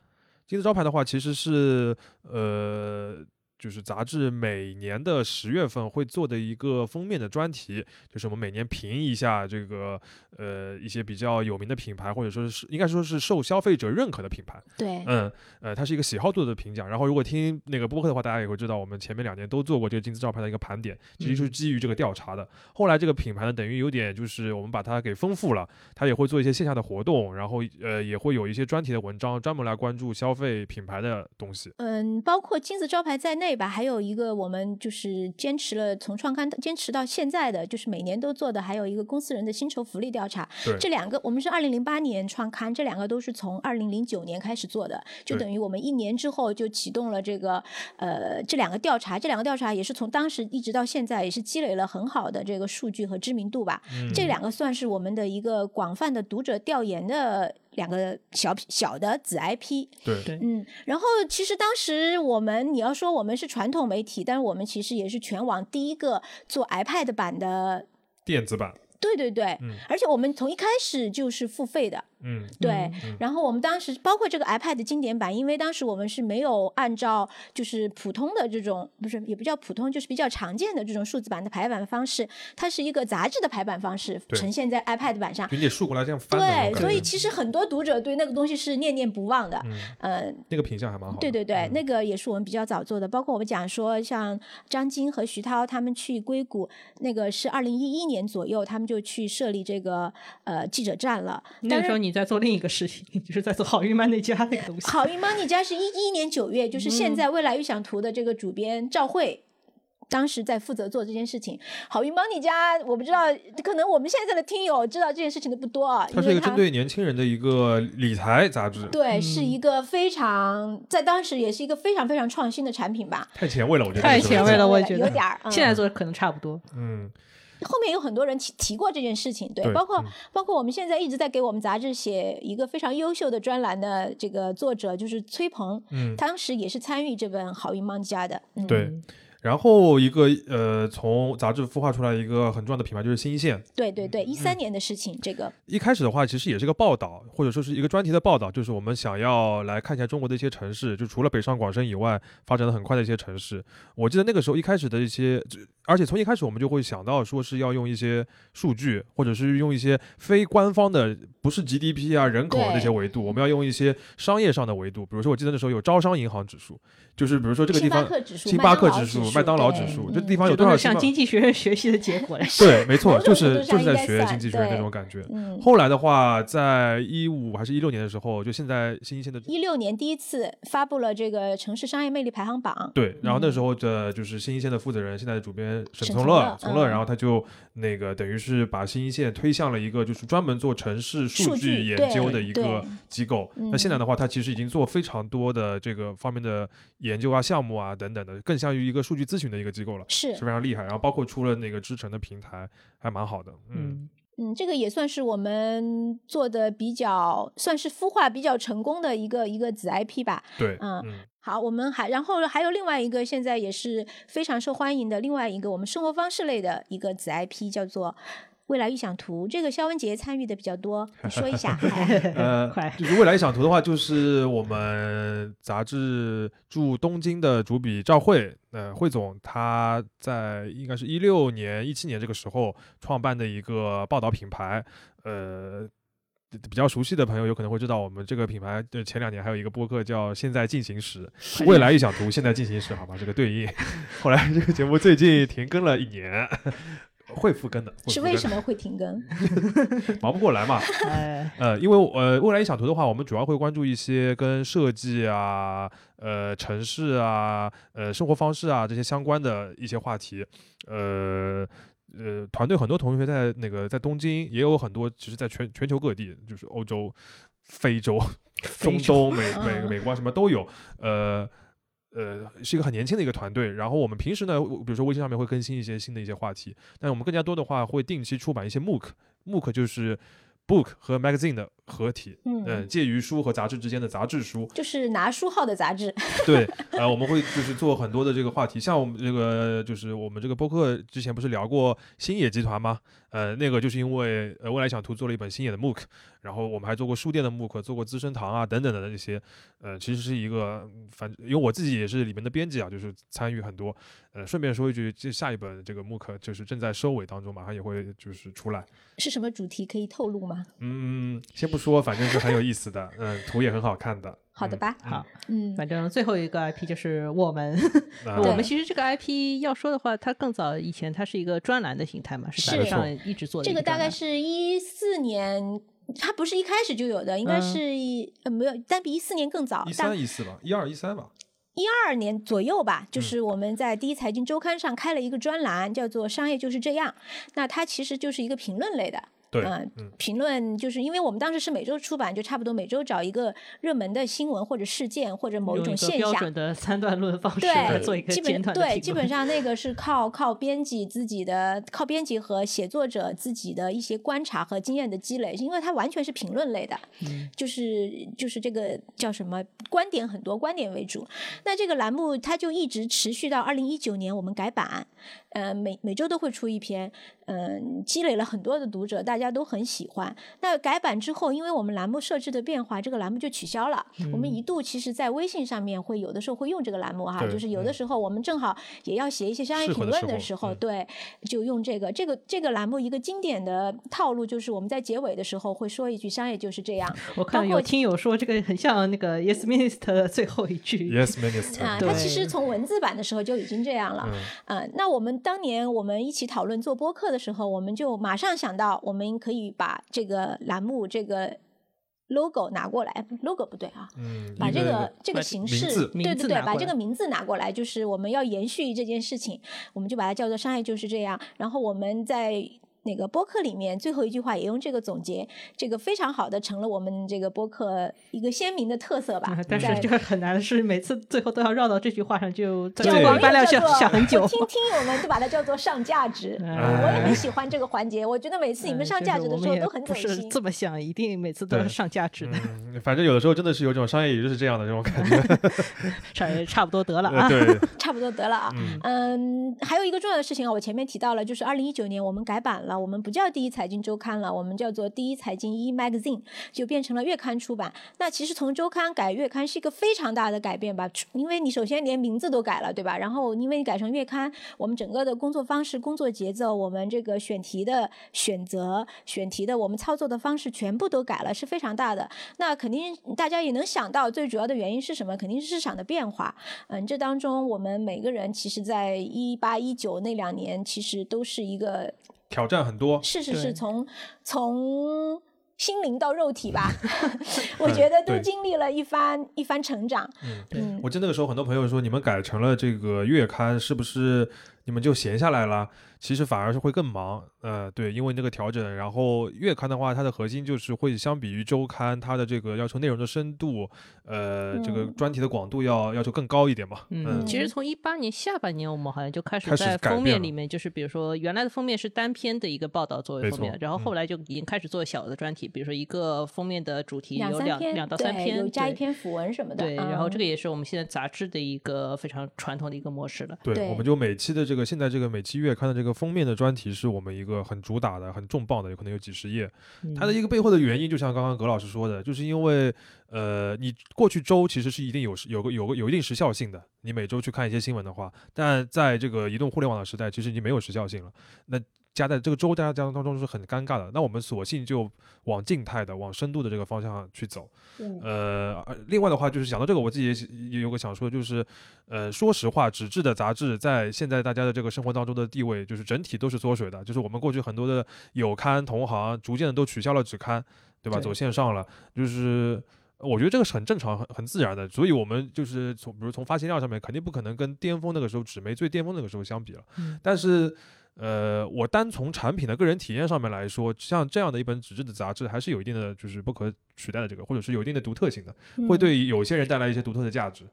Speaker 1: 金字招牌的话，其实是呃，就是杂志每年的十月份会做的一个封面的专题，就是我们每年评一下这个呃一些比较有名的品牌，或者说是应该说是受消费者认可的品牌。
Speaker 3: 对
Speaker 1: 嗯，呃，它是一个喜好度的评价。然后，如果听那个播客的话，大家也会知道，我们前面两年都做过这个金字招牌的一个盘点，其实就是基于这个调查的。后来这个品牌呢，等于有点就是我们把它给丰富了，它也会做一些线下的活动，然后呃也会有一些专题的文章，专门来关注消费品牌的东西。
Speaker 3: 嗯，包括金字招牌在内吧，还有一个我们就是坚持了从创刊到坚持到现在的，就是每年都做的，还有一个公司人的薪酬福利调查。
Speaker 1: 对
Speaker 3: 这两个我们是二零零八年创刊，这两个都是从二零零九年开始做的，就
Speaker 1: 对
Speaker 3: 等于我们一年之后就启动了这个呃这两个调查，这两个调查也是从当时一直到现在也是积累了很好的这个数据和知名度吧。
Speaker 1: 嗯
Speaker 3: 这两个算是我们的一个广泛的读者调研的两个小小的子 IP。
Speaker 1: 对
Speaker 2: 对
Speaker 3: 嗯，然后其实当时我们，你要说我们是传统媒体，但是我们其实也是全网第一个做 iPad 版的，
Speaker 1: 电子版，
Speaker 3: 对对对，
Speaker 1: 嗯
Speaker 3: 而且我们从一开始就是付费的，
Speaker 1: 嗯，
Speaker 3: 对。
Speaker 1: 嗯
Speaker 3: 然后我们当时包括这个 iPad 经典版，因为当时我们是没有按照就是普通的这种，不是也不叫普通，就是比较常见的这种数字版的排版方式，它是一个杂志的排版方式
Speaker 1: 对
Speaker 3: 呈现在 iPad 版上。
Speaker 1: 就你得竖过来这样翻的那种
Speaker 3: 对，
Speaker 1: 感觉，
Speaker 3: 所以其实很多读者对那个东西是念念不忘的。
Speaker 1: 嗯
Speaker 3: 嗯，
Speaker 1: 那个品相还蛮好的。
Speaker 3: 对对对，
Speaker 1: 嗯
Speaker 3: 那个也是我们比较早做的，包括我们讲说，像张晶和徐涛他们去硅谷，那个是二零一一年左右，他们就去设立这个呃记者站了。
Speaker 2: 那
Speaker 3: 当
Speaker 2: 个时候
Speaker 3: 然，
Speaker 2: 你在做另一个事情，就是在做好运曼那家那个东西。
Speaker 3: 好运 Money 家是一一年九月，就是现在未来预想图的这个主编赵慧。当时在负责做这件事情，好运 Money 家，我不知道，可能我们现在的听友知道这件事情的不多啊，因
Speaker 1: 它是一
Speaker 3: 为
Speaker 1: 个
Speaker 3: 它
Speaker 1: 针对年轻人的一个理财杂志，
Speaker 3: 对，是一个非常在当时也是一个非常非常创新的产品吧，
Speaker 1: 太前卫了，我觉得
Speaker 2: 太
Speaker 1: 这个
Speaker 2: 前
Speaker 1: 东西
Speaker 2: 卫了我也觉得
Speaker 3: 有点儿。嗯
Speaker 2: 现在做的可能差不多，
Speaker 1: 嗯，
Speaker 3: 后面有很多人提提过这件事情，对，
Speaker 1: 对
Speaker 3: 包括、
Speaker 1: 嗯
Speaker 3: 包括我们现在一直在给我们杂志写一个非常优秀的专栏的这个作者就是崔鹏，
Speaker 1: 嗯
Speaker 3: 当时也是参与这本《好运邦家》的，嗯，
Speaker 1: 对
Speaker 2: 嗯，
Speaker 1: 然后一个呃，从杂志孵化出来一个很重要的品牌就是新一线。
Speaker 3: 对对对，一三年的事情，这个
Speaker 1: 一开始的话，其实也是个报道，或者说是一个专题的报道，就是我们想要来看一下中国的一些城市，就除了北上广深以外，发展的很快的一些城市。我记得那个时候一开始的一些，而且从一开始我们就会想到，说是要用一些数据，或者是用一些非官方的，不是 GDP 啊、人口啊
Speaker 3: 对
Speaker 1: 这些维度，我们要用一些商业上的维度。比如说，我记得那时候有招商银行指数，就是比如说这个地方
Speaker 3: 星巴克指数、
Speaker 1: 星巴克指
Speaker 3: 麦当
Speaker 1: 数
Speaker 3: 劳、
Speaker 1: 麦当劳指
Speaker 3: 对
Speaker 1: 数，
Speaker 3: 嗯
Speaker 1: 这地方有
Speaker 2: 这
Speaker 1: 多
Speaker 2: 都
Speaker 1: 少
Speaker 2: 是
Speaker 1: 星
Speaker 2: 向
Speaker 1: 巴
Speaker 2: 经济学院学习的结果了。
Speaker 3: *laughs*
Speaker 1: 对，没错，
Speaker 3: 某种
Speaker 1: 就
Speaker 3: 程
Speaker 1: 是
Speaker 3: 度
Speaker 1: 就
Speaker 3: 上
Speaker 1: 是在
Speaker 3: 应该
Speaker 1: 学
Speaker 3: 算
Speaker 1: 经济学那
Speaker 3: 对
Speaker 1: 种感觉。
Speaker 3: 嗯，
Speaker 1: 后来的话，在一五还是一六年的时候，就现在新一线的
Speaker 3: 一六年第一次发布了这个城市商业魅力排行榜，
Speaker 1: 对，然后那
Speaker 3: 嗯
Speaker 1: 时候的就是新一线的负责人，现在的主编沈
Speaker 3: 沈
Speaker 1: 从
Speaker 3: 从
Speaker 1: 乐
Speaker 3: 乐，
Speaker 1: 从乐，
Speaker 3: 嗯
Speaker 1: 然后他就那个等于是把新一线推向了一个就是专门做城市数
Speaker 3: 数
Speaker 1: 据
Speaker 3: 据
Speaker 1: 研
Speaker 3: 对
Speaker 1: 究的一个
Speaker 3: 对
Speaker 1: 机构。那现在的话，它其实已经做非常多的这个方面的研究啊、项目啊等等的，更像于一个数据咨询的一个机构了，
Speaker 3: 是
Speaker 1: 是非常厉害。然后包括出了那个知城的平台，还蛮好的。 *laughs* 嗯，
Speaker 2: 嗯，
Speaker 3: 嗯，这个也算是我们做的比较算是孵化比较成功的一个一个子 IP 吧。
Speaker 1: 对，
Speaker 3: 嗯
Speaker 1: 嗯，
Speaker 3: 好，我们还然后还有另外一个现在也是非常受欢迎的另外一个我们生活方式类的一个子 IP 叫做。未来预想图，这个肖文杰参与的比较多，你说一下。 *laughs*
Speaker 1: 呃
Speaker 2: 快，
Speaker 1: 就是未来一想图的话，就是我们杂志驻东京的主笔赵慧，呃，汇总他在应该是一六年、一七年这个时候创办的一个报道品牌，呃。比较熟悉的朋友有可能会知道，我们这个品牌呃前两年还有一个播客叫《现在进行
Speaker 3: *laughs*
Speaker 1: 时》，未来预想图，现在进行时，好吧，这个对应。 *laughs* 后来这个节目最近停更了一年， *laughs* 会复更的，会
Speaker 3: 是
Speaker 1: 复更
Speaker 3: 为
Speaker 1: 的
Speaker 3: 什么会停更？
Speaker 1: 忙不过来嘛？
Speaker 2: 哎，
Speaker 1: 呃，因为我呃，未来一想图的话，我们主要会关注一些跟设计啊、呃、城市啊、呃、生活方式啊这些相关的一些话题。呃呃，团队很多同学在那个在东京，也有很多其实在全全球各地，就是欧洲、非洲、中东、美美
Speaker 3: 嗯
Speaker 1: 美国啊什么都有。呃。呃，是一个很年轻的一个团队。然后我们平时呢，比如说微信上面会更新一些新的一些话题，但我们更加多的话会定期出版一些 MOOC，MOOC 就是 book 和 magazine 的合体，嗯，
Speaker 3: 嗯，。
Speaker 1: 介于书和杂志之间的杂志书
Speaker 3: 就是拿书号的杂志。
Speaker 1: *laughs* 对，呃，我们会就是做很多的这个话题，像我们这个就是我们这个播客之前不是聊过星野集团吗？呃，那个就是因为呃未来想图做了一本星野的 MOOC，然后我们还做过书店的 MOOC，做过资生堂啊等等的这些，呃，其实是一个嗯反，因为我自己也是里面的编辑啊，就是参与很多。呃，顺便说一句，这下一本这个 MOOC 就是正在收尾当中，马上也会就是出来。
Speaker 3: 是什么主题可以透露吗？
Speaker 1: 嗯，先不说，反正是很有意思的，嗯，图也很好看的。
Speaker 3: 好的
Speaker 1: 嗯？
Speaker 3: 吧，
Speaker 2: 好，
Speaker 3: 嗯，
Speaker 2: 反正最后一个 IP 就是我们，
Speaker 1: 那
Speaker 2: 我
Speaker 3: 对
Speaker 2: 们其实这个 IP 要说的话，它更早以前它是一个专栏的形态嘛，是杂志
Speaker 3: 是
Speaker 2: 上一直做的
Speaker 3: 这
Speaker 2: 一
Speaker 3: 个大
Speaker 2: 专
Speaker 3: 概
Speaker 2: 栏
Speaker 3: 是一四年，它不是一开始就有的，应该
Speaker 2: 嗯
Speaker 3: 是一、呃没有，但比一四年更早
Speaker 1: 一，
Speaker 3: 大
Speaker 1: 三一四吧，一二一三吧。
Speaker 3: 二年左右吧。就
Speaker 1: 嗯
Speaker 3: 是我们在第一财经周刊上开了一个专栏，叫做“商业就是这样”。那它其实就是一个评论类的，
Speaker 1: 对，
Speaker 3: 嗯
Speaker 1: 嗯，
Speaker 3: 评论就是因为我们当时是每周出版，就差不多每周找一个热门的新闻或者事件或者某
Speaker 2: 用
Speaker 3: 种
Speaker 2: 一个
Speaker 3: 现
Speaker 2: 标
Speaker 3: 象，
Speaker 2: 准的三段论方式来
Speaker 3: 对，
Speaker 2: 做一个
Speaker 3: 基
Speaker 2: 简
Speaker 3: 本
Speaker 2: 短的
Speaker 3: 对，
Speaker 2: 评
Speaker 3: 基
Speaker 2: 论
Speaker 3: 本上那个是靠靠编辑自己的，靠编辑和写作者自己的一些观察和经验的积累，因为它完全是评论类的，
Speaker 2: 嗯
Speaker 3: 就是就是这个叫什么观点很多观点为主。那这个栏目它就一直持续到二零一九年我们改版，呃，每每周都会出一篇，嗯、积累了很多的读者，大家都很喜欢。那改版之后，因为我们栏目设置的变化，这个栏目就取消了。
Speaker 1: 嗯
Speaker 3: 我们一度其实，在微信上面会有的时候会用这个栏目哈，
Speaker 1: 对
Speaker 3: 就是有的
Speaker 1: 嗯
Speaker 3: 时候我们正好也要写一些商业
Speaker 1: 适合的
Speaker 3: 评论
Speaker 1: 时
Speaker 3: 的
Speaker 1: 候
Speaker 3: 时候，
Speaker 1: 嗯
Speaker 3: 对，就用这个这个这个栏目一个经典的套路，就是我们在结尾的时候会说一句“商业就是这样”，
Speaker 2: 我看
Speaker 3: 包
Speaker 2: 有
Speaker 3: 括
Speaker 2: 听友说这个很像那个 Yes Minister 的最后一句，
Speaker 1: Yes, Minister。
Speaker 3: 啊，
Speaker 2: 对
Speaker 3: 它其实从文字版的时候就已经这样了。
Speaker 1: 嗯，
Speaker 3: 呃，那我们当年我们一起讨论做播客的时候，我们就马上想到，我们可以把这个栏目这个 logo 拿过来哎不，logo 不对啊。
Speaker 1: 嗯，
Speaker 3: 把
Speaker 1: 一
Speaker 3: 这个这个
Speaker 2: 把
Speaker 3: 形
Speaker 1: 名
Speaker 3: 式
Speaker 1: 字，
Speaker 2: 名
Speaker 3: 对
Speaker 2: 字
Speaker 3: 对
Speaker 2: 拿
Speaker 3: 对，
Speaker 2: 过
Speaker 3: 把这
Speaker 2: 来
Speaker 3: 个名字拿过来，就是我们要延续这件事情，我们就把它叫做“商业就是这样”。然后我们在那个播客里面最后一句话也用这个总结，这个非常好的成了我们这个播客一个鲜明的特色吧
Speaker 2: 啊。但是
Speaker 3: 在
Speaker 2: 这个很难的是，每次最后都要绕到这句话上，就在
Speaker 1: 这
Speaker 3: 叫
Speaker 1: 个
Speaker 3: 网友
Speaker 2: 白料想
Speaker 3: 叫做
Speaker 2: 想很久
Speaker 3: 我。 *laughs* 听听友们就把它叫做上价值。
Speaker 2: 哎
Speaker 3: 我也很喜欢这个环节，我觉得每次你们上价值的时候都很走
Speaker 2: 不嗯是
Speaker 3: 心。
Speaker 2: 这么想，一定每次都是
Speaker 1: 对
Speaker 2: 上价值的，
Speaker 1: 嗯反正有的时候真的是有种商业也就是这样的这种感觉。
Speaker 2: 差差不多得了
Speaker 1: 呃
Speaker 3: *laughs*
Speaker 2: 啊。
Speaker 1: 对，
Speaker 3: 差不多得了啊。
Speaker 1: 嗯
Speaker 3: *laughs* 嗯，还有一个重要的事情啊，我前面提到了，就是二零一九年我们改版了，我们不叫第一财经周刊了，我们叫做第一财经 e magazine，就变成了月刊出版。那其实从周刊改月刊是一个非常大的改变吧，因为你首先连名字都改了，对吧？然后因为你改成月刊，我们整个的工作方式、工作节奏，我们这个选题的选择、选题的我们操作的方式全部都改了，是非常大的。那肯定大家也能想到，最主要的原因是什么？肯定是市场的变化。嗯，这当中我们每个人其实，在一八一九那两年，其实都是一个
Speaker 1: 挑战很多，
Speaker 3: 是是
Speaker 2: 哦对
Speaker 3: 是从从心灵到肉
Speaker 2: *laughs*
Speaker 3: 体吧，我觉得都
Speaker 1: 对
Speaker 3: 经历了一番一番成长。
Speaker 1: 嗯。
Speaker 2: 对
Speaker 3: 嗯，
Speaker 1: 我记得那个时候，很多朋友说你们改成了这个月刊，是不是你们就闲下来了？其实反而是会更忙。呃，对，因为那个调整，然后月刊的话，它的核心就是会相比于周刊，它的这个要求内容的深度，呃，这个
Speaker 3: 嗯
Speaker 1: 专题的广度要要求更高一点嘛。
Speaker 2: 嗯，
Speaker 1: 嗯，
Speaker 2: 其实从一八年下半年，我们好像就开始
Speaker 1: 开始
Speaker 2: 在
Speaker 1: 改
Speaker 2: 封
Speaker 1: 变
Speaker 2: 面
Speaker 1: 了
Speaker 2: 里面，就是比如说原来的封面是单篇的一个报道作为
Speaker 1: 没
Speaker 2: 封面
Speaker 1: 错，
Speaker 2: 然后
Speaker 1: 嗯
Speaker 2: 后来就已经开始做小的专题，比如说一个封面的主题有
Speaker 3: 三
Speaker 2: 两
Speaker 3: 篇，
Speaker 2: 两到三
Speaker 3: 对
Speaker 2: 篇，
Speaker 3: 有加一
Speaker 2: 对
Speaker 3: 篇符文什么的。嗯
Speaker 2: 对，然后这
Speaker 3: 个
Speaker 2: 个也是我们现在杂志的一个非常传统的一个模式了。
Speaker 1: 对，
Speaker 3: 对
Speaker 1: 我们就每期的这个现在这个每期月刊的这个封面的专题，是我们一个很主打的、很重磅的，有可能有几十页。
Speaker 3: 嗯
Speaker 2: 嗯
Speaker 1: 它的一个背后的原因，就像刚刚葛老师说的，就是因为呃，你过去周其实是一定有时有个有个有一定时效性的，你每周去看一些新闻的话，但在这个移动互联网的时代，其实已经没有时效性了。那加在这个周加加当中是很尴尬的，那我们索性就往静态的、往深度的这个方向去走。呃，而另外的话就是想到这个，我自己也是也有个想说，就是，呃，说实话，纸质的杂志在现在大家的这个生活当中的地位，就是整体都是缩水的。就是我们过去很多的有刊同行，逐渐的都取消了纸刊，对吧？
Speaker 2: 对
Speaker 1: 走线上了，就是呃我觉得这个是很正常、很很自然的。所以我们就是从，比如从发行量上面，肯定不可能跟巅峰那个时候纸媒最巅峰那个时候相比了。
Speaker 2: 嗯
Speaker 1: 但是，呃，我单从产品的个人体验上面来说，像这样的一本纸质的杂志，还是有一定的就是不可取代的这个，或者是有一定的独特性的，
Speaker 2: 嗯
Speaker 1: 会对有些人带来一些独特的价值。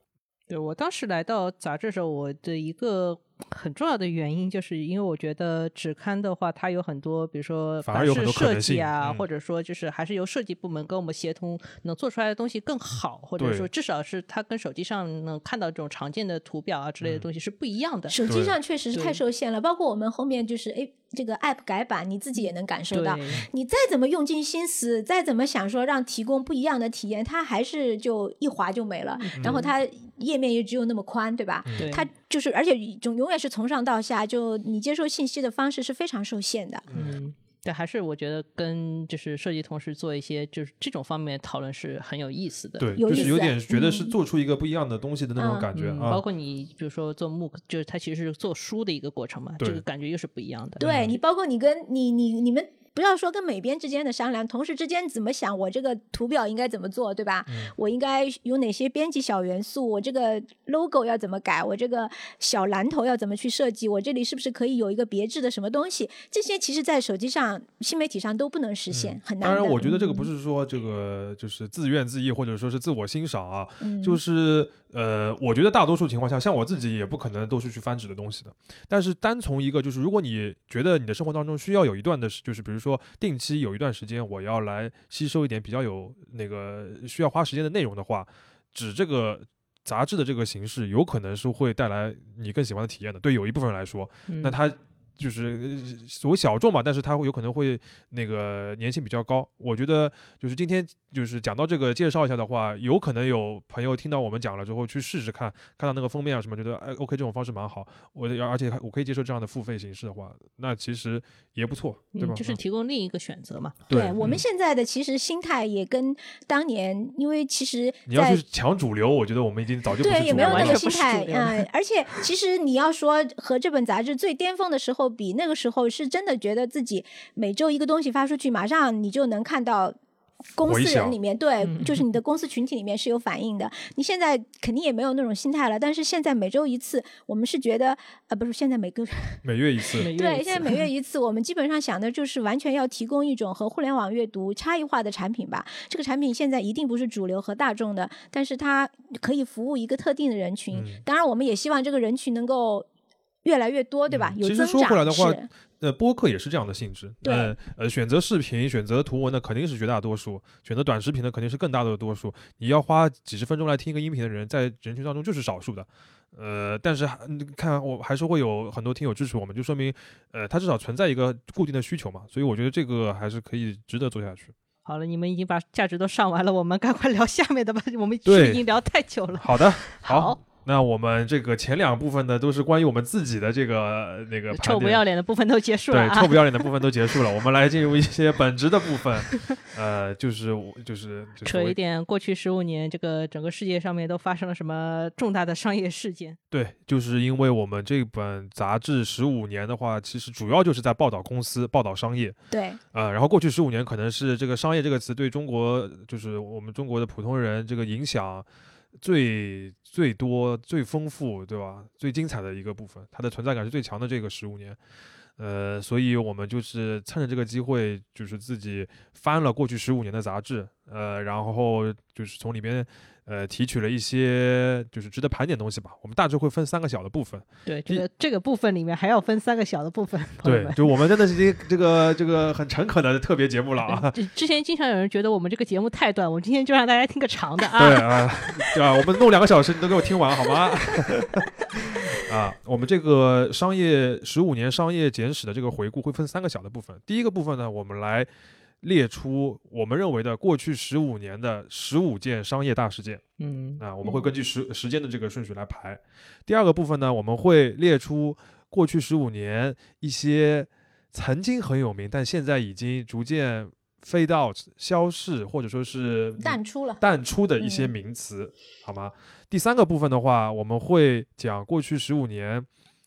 Speaker 2: 对我当时来到杂志的时候，我的一个很重要的原因，就是因为我觉得纸刊的话，它有很多，比如说
Speaker 1: 反而有很
Speaker 2: 版
Speaker 1: 多
Speaker 2: 式
Speaker 1: 可能
Speaker 2: 设计
Speaker 1: 性
Speaker 2: 啊，
Speaker 1: 嗯
Speaker 2: 或者说就是还是由设计部门跟我们协同，能做出来的东西更好，或者
Speaker 1: 对
Speaker 2: 说至少是它跟手机上能看到这种常见的图表啊之类
Speaker 1: 嗯
Speaker 2: 的东西是不一样的。
Speaker 3: 手机
Speaker 1: 对
Speaker 3: 上确实是太
Speaker 2: 对
Speaker 3: 受限了，包括我们后面就是哎，这个 app 改版，你自己也能感受
Speaker 2: 对
Speaker 3: 到。你再怎么用尽心思，再怎么想说让提供不一样的体验，它还是就一划就没了。然后它页面也只有那么宽，对吧？
Speaker 2: 对，
Speaker 3: 它就是，而且永永远是从上到下，就你接受信息的方式是非常受限的。
Speaker 2: 嗯，对，还是我觉得跟就是设计同事做一些就是这种方面的讨论是很有意思的。
Speaker 1: 对，
Speaker 3: 有
Speaker 1: 就
Speaker 3: 意
Speaker 1: 是有
Speaker 3: 思
Speaker 1: 点觉得是
Speaker 3: 嗯
Speaker 1: 做出一个不一样的东西的那种
Speaker 3: 嗯
Speaker 1: 感觉
Speaker 2: 嗯，
Speaker 1: 啊
Speaker 2: 包。括你比如说做木，就是它其实是做书的一个过程嘛，这
Speaker 1: 对
Speaker 2: 个感觉又是不一样的。
Speaker 3: 对
Speaker 1: 嗯
Speaker 3: 你，包括你跟你你你们不要说跟美编之间的商量，同事之间怎么想，我这个图表应该怎么做，对吧？
Speaker 1: 嗯
Speaker 3: 我应该有哪些编辑小元素？我这个 logo 要怎么改？我这个小蓝头要怎么去设计？我这里是不是可以有一个别致的什么东西？这些其实，在手机上、新媒体上都不能实现，很难
Speaker 1: 嗯当
Speaker 3: 的。嗯
Speaker 1: 然，我觉得这个不
Speaker 3: 是，
Speaker 1: 是说这个就是自怨自艾，或者说是自我欣赏啊，
Speaker 3: 嗯、
Speaker 1: 就是呃，我觉得大多数情况下，像我自己也不可能都是去翻纸的东西的。但是单从一个就是，如果你觉得你的生活当中需要有一段的时，就是比如说定期有一段时间，我要来吸收一点比较有那个需要花时间的内容的话，纸这个。杂志的这个形式有可能是会带来你更喜欢的体验的，对有一部分人来说，
Speaker 2: 嗯、
Speaker 1: 那它就是呃所谓小众嘛，但是它会有可能会那个粘性比较高。我觉得就是今天就是讲到这个介绍一下的话，有可能有朋友听到我们讲了之后去试试看，看到那个封面啊什么，觉得哎 OK 这种方式蛮好，我而且还我可以接受这样的付费形式的话，那其实也不错，对吧？
Speaker 2: 嗯，就是提供另一个选择嘛。
Speaker 1: 对
Speaker 3: 我们
Speaker 1: 嗯
Speaker 3: 现在的其实心态也跟当年，因为其实
Speaker 1: 你要
Speaker 3: 在
Speaker 1: 去抢主流，我觉得我们已经早就不
Speaker 3: 对，
Speaker 1: 是
Speaker 3: 也
Speaker 1: 主
Speaker 3: 没
Speaker 1: 流
Speaker 3: 有那
Speaker 1: 了
Speaker 2: 完全
Speaker 3: 个。心
Speaker 2: 不是
Speaker 3: 态
Speaker 2: 主，流 *laughs*
Speaker 3: 嗯，而且其实你要说和这本杂志最巅峰的时候比，那个时候是真的觉得自己每周一个东西发出去，马上你就能看到。公
Speaker 1: 回
Speaker 3: 司
Speaker 1: 响
Speaker 3: 人里面，对，
Speaker 2: 嗯
Speaker 3: 就是
Speaker 2: *laughs*
Speaker 3: 你的公司群体里面是有反应的。你现在肯定也没有那种心态了，但是现在每周一次，我们是觉得，呃，不是现在每个
Speaker 1: 每月一次，
Speaker 2: 每月
Speaker 3: 对，
Speaker 2: 一
Speaker 3: 现在
Speaker 2: 次
Speaker 3: 每月一次，我们基本上想的就是完全要提供一种和互联网阅读差异化的产品吧。这个产品现在一定不是主流和大众的，但是它可以服务一个特定的人群。
Speaker 1: 嗯
Speaker 3: 当然，我们也希望这个人群能够越来越多，对吧？
Speaker 1: 嗯
Speaker 3: 有
Speaker 1: 其
Speaker 3: 增
Speaker 1: 实
Speaker 3: 长。
Speaker 1: 说回来的话
Speaker 3: 是
Speaker 1: 呃，播客也是这样的性质。
Speaker 3: 对
Speaker 1: 呃，呃，选择视频、选择图文的肯定是绝大多数，选择短视频的肯定是更大的多数。你要花几十分钟来听一个音频的人，在人群当中就是少数的。呃，但是还嗯看我还是会有很多听友支持我们，就说明呃，它至少存在一个固定的需求嘛，所以我觉得这个还是可以值得做下去。
Speaker 2: 好了，你们已经把价值都上完了，我们赶快聊下面的吧。我们是不
Speaker 1: 对
Speaker 2: 是已经聊太久了。
Speaker 1: 好的，好。
Speaker 2: 好
Speaker 1: 那我们这个前两部分呢，都是关于我们自己的这个呃那个盘
Speaker 2: 臭不
Speaker 1: 点
Speaker 2: 要脸的部分都结束了
Speaker 1: 对，
Speaker 2: 啊
Speaker 1: 臭！不要脸的部分都结束了，我们来进入一些本职的部
Speaker 2: *laughs*
Speaker 1: 分。呃，就是我就是就是
Speaker 2: 扯
Speaker 1: 我
Speaker 2: 一点，过去十五年，这个整个世界上面都发生了什么重大的商业事件？
Speaker 1: 对，就是因为我们这本杂志十五年的话，其实主要就是在报道公司、报道商业。
Speaker 3: 对，
Speaker 1: 呃，然后过去十五年可能是这个商业这个词对中国，就是我们中国的普通人这个影响最最多、最丰富，对吧？最精彩的一个部分，它的存在感是最强的这个十五年。呃，所以我们就是趁着这个机会，就是自己翻了过去十五年的杂志，呃，然后就是从里面呃提取了一些就是值得盘点的东西吧。我们大致会分三个小的部分。
Speaker 2: 对，这个这个部分里面还要分三个小的部分，朋友
Speaker 1: 对
Speaker 2: 们，。 *laughs*
Speaker 1: 就我们真的是这这个这个很诚恳的特别节目了啊。
Speaker 2: 嗯之之前经常有人觉得我们这个节目太短，我们今天就让大家听个长的
Speaker 1: 对
Speaker 2: 啊。
Speaker 1: 啊，对啊，我们弄两个小时，你都给我听完好
Speaker 2: *laughs*
Speaker 1: 吗？啊，我们这个商业十五年商业简史的这个回顾会分三个小的部分。第一个部分呢，我们来列出我们认为的过去十五年的十五件商业大事件
Speaker 2: 嗯，
Speaker 1: 啊，我们会根据时时间的这个顺序来排。第二个部分呢，我们会列出过去十五年一些曾经很有名，但现在已经逐渐 fade out 消逝，或者说是
Speaker 3: 淡出了。
Speaker 1: 淡出的一些
Speaker 3: 嗯
Speaker 1: 名词，好吗？第三个部分的话，我们会讲过去十五年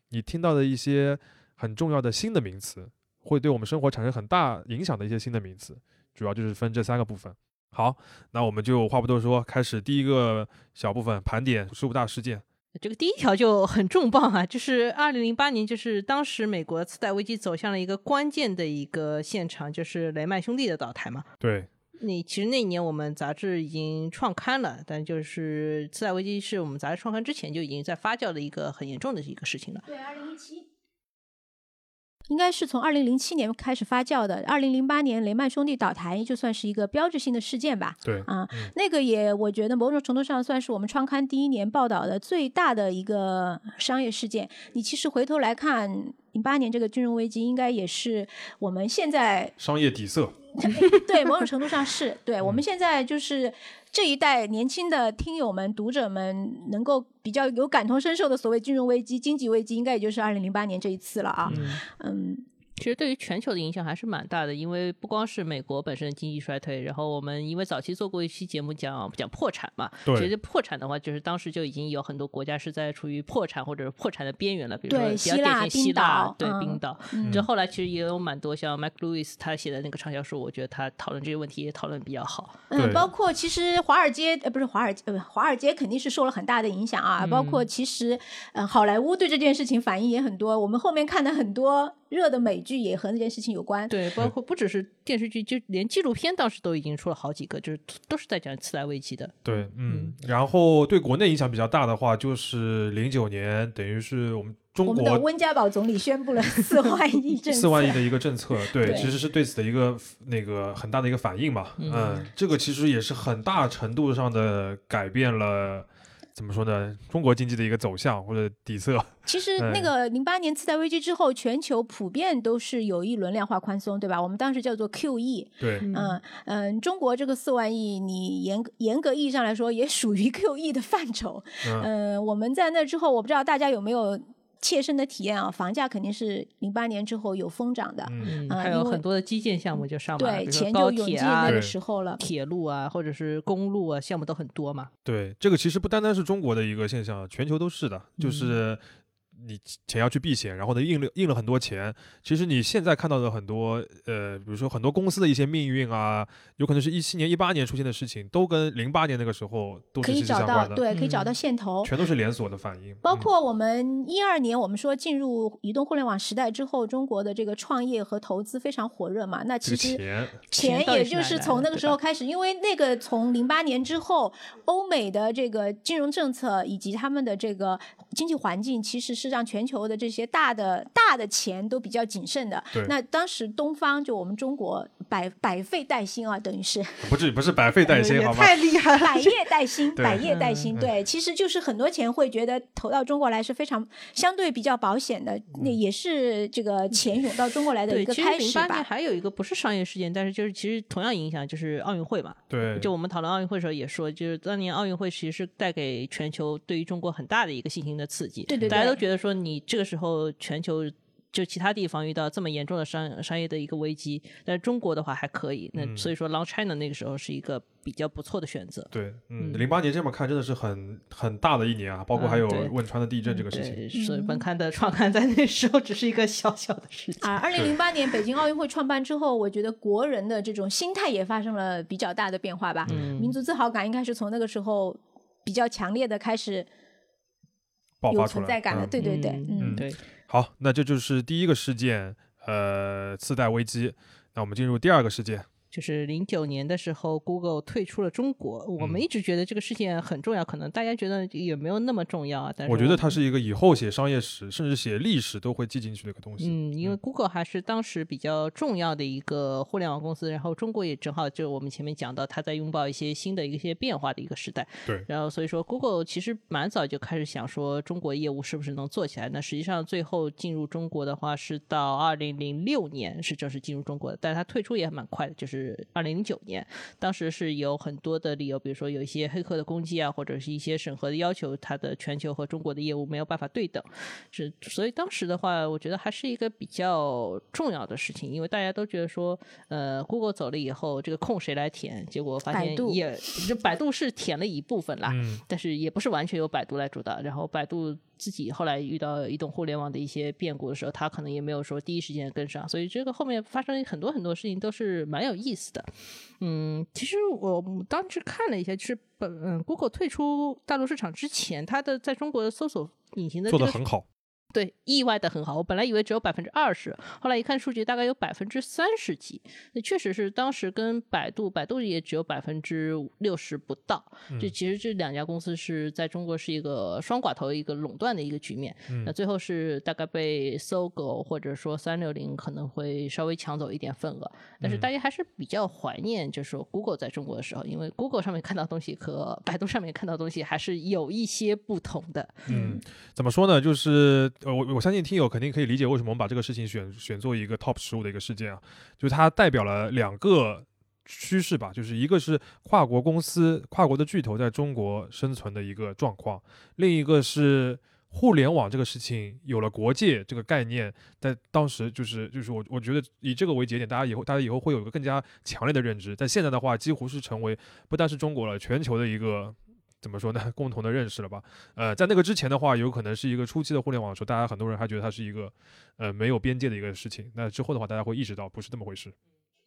Speaker 1: 你听到的一些很重要的新的名词，会对我们生活产生很大影响的一些新的名词，主要就是分这三个部分。好，那我们就话不多说，开始第一个小部分盘点十五大事件。
Speaker 2: 这个第一条就很重磅啊，就是二零零八年，就是当时美国次贷危机走向了一个关键的一个现场，就是雷曼兄弟的倒台嘛。
Speaker 1: 对，
Speaker 2: 那其实那一年我们杂志已经创刊了，但就是次贷危机是我们杂志创刊之前就已经在发酵的一个很严重的一个事情了。
Speaker 3: 对，二零一七。应该是从二零零七年开始发酵的，二零零八年雷曼兄弟倒台就算是一个标志性的事件吧。
Speaker 1: 对
Speaker 3: 啊
Speaker 1: 嗯，
Speaker 3: 那个也我觉得某种程度上算是我们创刊第一年报道的最大的一个商业事件。你其实回头来看，零八年这个金融危机应该也是我们现在
Speaker 1: 商业底色，
Speaker 3: 对，某种程度上是对。我们现在就是这一代年轻的听友们、读者们，能够比较有感同身受的所谓金融危机、经济危机，应该也就是二零零八年这一次了啊。
Speaker 2: 嗯，
Speaker 3: 嗯，
Speaker 2: 其实对于全球的影响还是蛮大的，因为不光是美国本身的经济衰退，然后我们因为早期做过一期节目讲讲破产嘛，
Speaker 1: 对
Speaker 2: 其实破产的话，就是当时就已经有很多国家是在处于破产或者是破产的边缘了，比如说
Speaker 3: 对
Speaker 2: 比较
Speaker 3: 希
Speaker 2: 典
Speaker 3: 腊
Speaker 2: 型
Speaker 3: 冰
Speaker 2: 希腊
Speaker 3: 岛，
Speaker 2: 对
Speaker 3: 嗯
Speaker 2: 冰岛，
Speaker 3: 嗯
Speaker 2: 这后来其实也有蛮多像 Mike Lewis 他写的那个畅销书，我觉得他讨论这些问题也讨论得比较好。
Speaker 1: 对
Speaker 3: 嗯，包括其实华尔街呃不是华尔街呃华尔街肯定是受了很大的影响
Speaker 1: 嗯
Speaker 3: 啊，包括其实呃好莱坞对这件事情反应也很多，我们后面看的很多热的美剧也和这件事情有关。
Speaker 2: 对，包括不只是电视剧，就连纪录片当时都已经出了好几个，就是都是在讲次贷危机的。
Speaker 1: 对，嗯，然后对国内影响比较大的话，就是零九年，等于是我们中
Speaker 3: 我
Speaker 1: 国
Speaker 3: 们的温家宝总理宣布了四
Speaker 1: *laughs*
Speaker 3: 万亿政策，
Speaker 1: 四万亿的一个政
Speaker 3: *laughs*
Speaker 1: 策，对，
Speaker 3: 对
Speaker 1: 其实是对此的一个那个很大的一个反应嘛，嗯
Speaker 2: 嗯
Speaker 1: 这个其实也是很大程度上的改变了。怎么说呢？中国经济的一个走向或者底色，
Speaker 3: 其实那
Speaker 1: 嗯
Speaker 3: 个零八年次贷危机之后，全球普遍都是有一轮量化宽松，对吧？我们当时叫做 QE，
Speaker 1: 对，
Speaker 3: 嗯嗯，中国这个四万亿，你严格严格意义上来说也属于 QE 的范畴。
Speaker 1: *laughs* 嗯，
Speaker 3: 嗯，我们在那之后，我不知道大家有没有切身的体验啊？房价肯定是零八年之后有疯涨的，
Speaker 1: 嗯，
Speaker 2: 嗯，
Speaker 3: 啊
Speaker 2: 还
Speaker 3: 因
Speaker 2: 有
Speaker 3: 为
Speaker 2: 很多的基建项目就上马了，比
Speaker 3: 对，
Speaker 2: 如说
Speaker 3: 钱
Speaker 2: 高
Speaker 3: 就涌
Speaker 2: 铁
Speaker 3: 进
Speaker 2: 啊
Speaker 3: 那、
Speaker 1: 对
Speaker 3: 个时候了。
Speaker 2: 铁路啊，或者是公路啊，项目都很多嘛。
Speaker 1: 对，这个其实不单单是中国的一个现象，啊全球都是的，
Speaker 3: 嗯
Speaker 1: 就是你钱要去避险，然后呢印了印了很多钱，其实你现在看到的很多呃，比如说很多公司的一些命运啊，有可能是一七年、一八年出现的事情，都跟零八年那个时候都
Speaker 3: 可
Speaker 1: 是息
Speaker 3: 以
Speaker 1: 息
Speaker 3: 找
Speaker 1: 相
Speaker 3: 到，
Speaker 1: 关的，
Speaker 3: 对，可以找到
Speaker 2: 嗯
Speaker 3: 线头，
Speaker 1: 全都是连锁的反应，
Speaker 3: 包
Speaker 1: 嗯
Speaker 3: 括我们一二年，我们说进入移动互联网时代之后，中国的这个创业和投资非常火热嘛。那
Speaker 1: 这个
Speaker 3: 其实
Speaker 1: 钱，
Speaker 3: 钱
Speaker 2: 钱到
Speaker 3: 也
Speaker 2: 底是
Speaker 3: 就
Speaker 2: 哪
Speaker 3: 是
Speaker 2: 来的
Speaker 3: 从那个
Speaker 2: 对
Speaker 3: 时候
Speaker 2: 吧
Speaker 3: 开始，因为那个从零八年之后，欧美的这个金融政策以及他们的这个经济环境其实实上全球的这些大的大的钱都比较谨慎的
Speaker 1: 对。
Speaker 3: 那当时东方就我们中国百百废待兴啊，等于是
Speaker 1: 不至于不是百废待兴，
Speaker 2: 嗯也
Speaker 1: 好吧？
Speaker 2: 太厉
Speaker 1: *laughs*
Speaker 2: 害了，
Speaker 3: 百业
Speaker 2: *laughs*
Speaker 3: 待兴，
Speaker 1: 对
Speaker 3: 百业待兴。
Speaker 1: 嗯
Speaker 3: 对，其实就是很多钱会觉得投到中国来是非常相对比较保险的，那也是这个钱涌到中国来的
Speaker 2: 嗯对，
Speaker 3: 一个
Speaker 2: 其实
Speaker 3: 开
Speaker 2: 零
Speaker 3: 始
Speaker 2: 八年
Speaker 3: 吧。
Speaker 2: 还有一个不是商业事件，但是就是其实同样影响就是奥运会嘛。
Speaker 1: 对，
Speaker 2: 就我们讨论奥运会的时候也说，就是当年奥运会其实是带给全球对于中国很大的一个信心的刺激。
Speaker 3: 对对对
Speaker 2: 大家都觉得说你这个时候全球。就其他地方遇到这么严重的商商业的一个危机，但是中国的话还可以。那
Speaker 1: 嗯
Speaker 2: 所以说，Long China 那个时候是一个比较不错的选择。
Speaker 1: 对，嗯，
Speaker 2: 嗯
Speaker 1: 零八年这么看真的是很很大的一年啊，包括
Speaker 2: 嗯
Speaker 1: 还有
Speaker 2: 对
Speaker 1: 汶川的地震这个事情。
Speaker 2: 对，所以
Speaker 3: 嗯
Speaker 2: 本刊的创刊在那时候只是一个小小的事情。
Speaker 3: 啊，二零零八年北京奥运会创办之后，我觉得国人的这种心态也发生了比较大的变化吧。
Speaker 2: 嗯
Speaker 3: 民，族自豪感应该是从那个时候比较强烈的开始
Speaker 1: 爆发
Speaker 3: 有
Speaker 1: 出来，
Speaker 3: 存在感了。
Speaker 1: 嗯
Speaker 3: 对对对，
Speaker 2: 嗯，
Speaker 1: 嗯
Speaker 2: 对，
Speaker 1: 好，那这就是第一个事件，呃，次贷危机。那我们进入第二个事件，
Speaker 2: 就是零九年的时候，Google 退出了中国。我们
Speaker 1: 嗯
Speaker 2: 一直觉得这个事件很重要，可能大家觉得也没有那么重要啊。但是
Speaker 1: 我觉得
Speaker 2: 们
Speaker 1: 它是一个以后写商业史，甚至写历史都会记进去的一个东西。
Speaker 2: 嗯，因为
Speaker 1: 嗯
Speaker 2: Google 还是当时比较重要的一个互联网公司，然后中国也正好就我们前面讲到，它在拥抱一些新的一些变化的一个时代。
Speaker 1: 对
Speaker 2: 然后所以说 Google 其实蛮早就开始想说中国业务是不是能做起来。那实际上最后进入中国的话是到二零零六年是正式进入中国的，但是它退出也蛮快的，就是二零零九年。当时是有很多的理由，比如说有一些黑客的攻击啊，或者是一些审核的要求，它的全球和中国的业务没有办法对等。是，所以当时的话，我觉得还是一个比较重要的事情，因为大家都觉得说，呃，Google 走了以后，这个空谁来填？结果发现
Speaker 3: 百度
Speaker 2: 也，就百度是填了一部分啦，
Speaker 1: 嗯
Speaker 2: 但是也不是完全由百度来主导。然后百度自己后来遇到移动互联网的一些变故的时候，它可能也没有说第一时间跟上，所以这个后面发生很多很多事情都是蛮有意思的。嗯，其实我当时看了一下，就是本嗯，Google 退出大陆市场之前，它的在中国的搜索引擎的这
Speaker 1: 做得
Speaker 2: 个
Speaker 1: 很好，
Speaker 2: 对，意外的很好。我本来以为只有百分之二十，后来一看数据，大概有百分之三十几。那确实是当时跟百度，百度也只有百分之六十不到。这、其实这两家公司是在中国是一个双寡头、一个垄断的一个局面。那最后是大概被搜狗或者说三六零可能会稍微抢走一点份额，但是大家还是比较怀念，就是说 Google 在中国的时候，因为 Google 上面看到东西和百度上面看到东西还是有一些不同的。
Speaker 1: 嗯，怎么说呢？就是呃，我我相信听友肯定可以理解为什么我们把这个事情选选做一个 top 十五的一个事件啊，就是它代表了两个趋势吧，就是一个是跨国公司、跨国的巨头在中国生存的一个状况，另一个是。互联网这个事情有了国界这个概念，在当时就是就是我我觉得以这个为节点，大家以后大家以后会有一个更加强烈的认知。但现在的话，几乎是成为不单是中国了，全球的一个怎么说呢，共同的认识了吧？呃，在那个之前的话，有可能是一个初期的互联网的时候，大家很多人还觉得它是一个呃没有边界的一个事情。那之后的话，大家会意识到不是这么回事。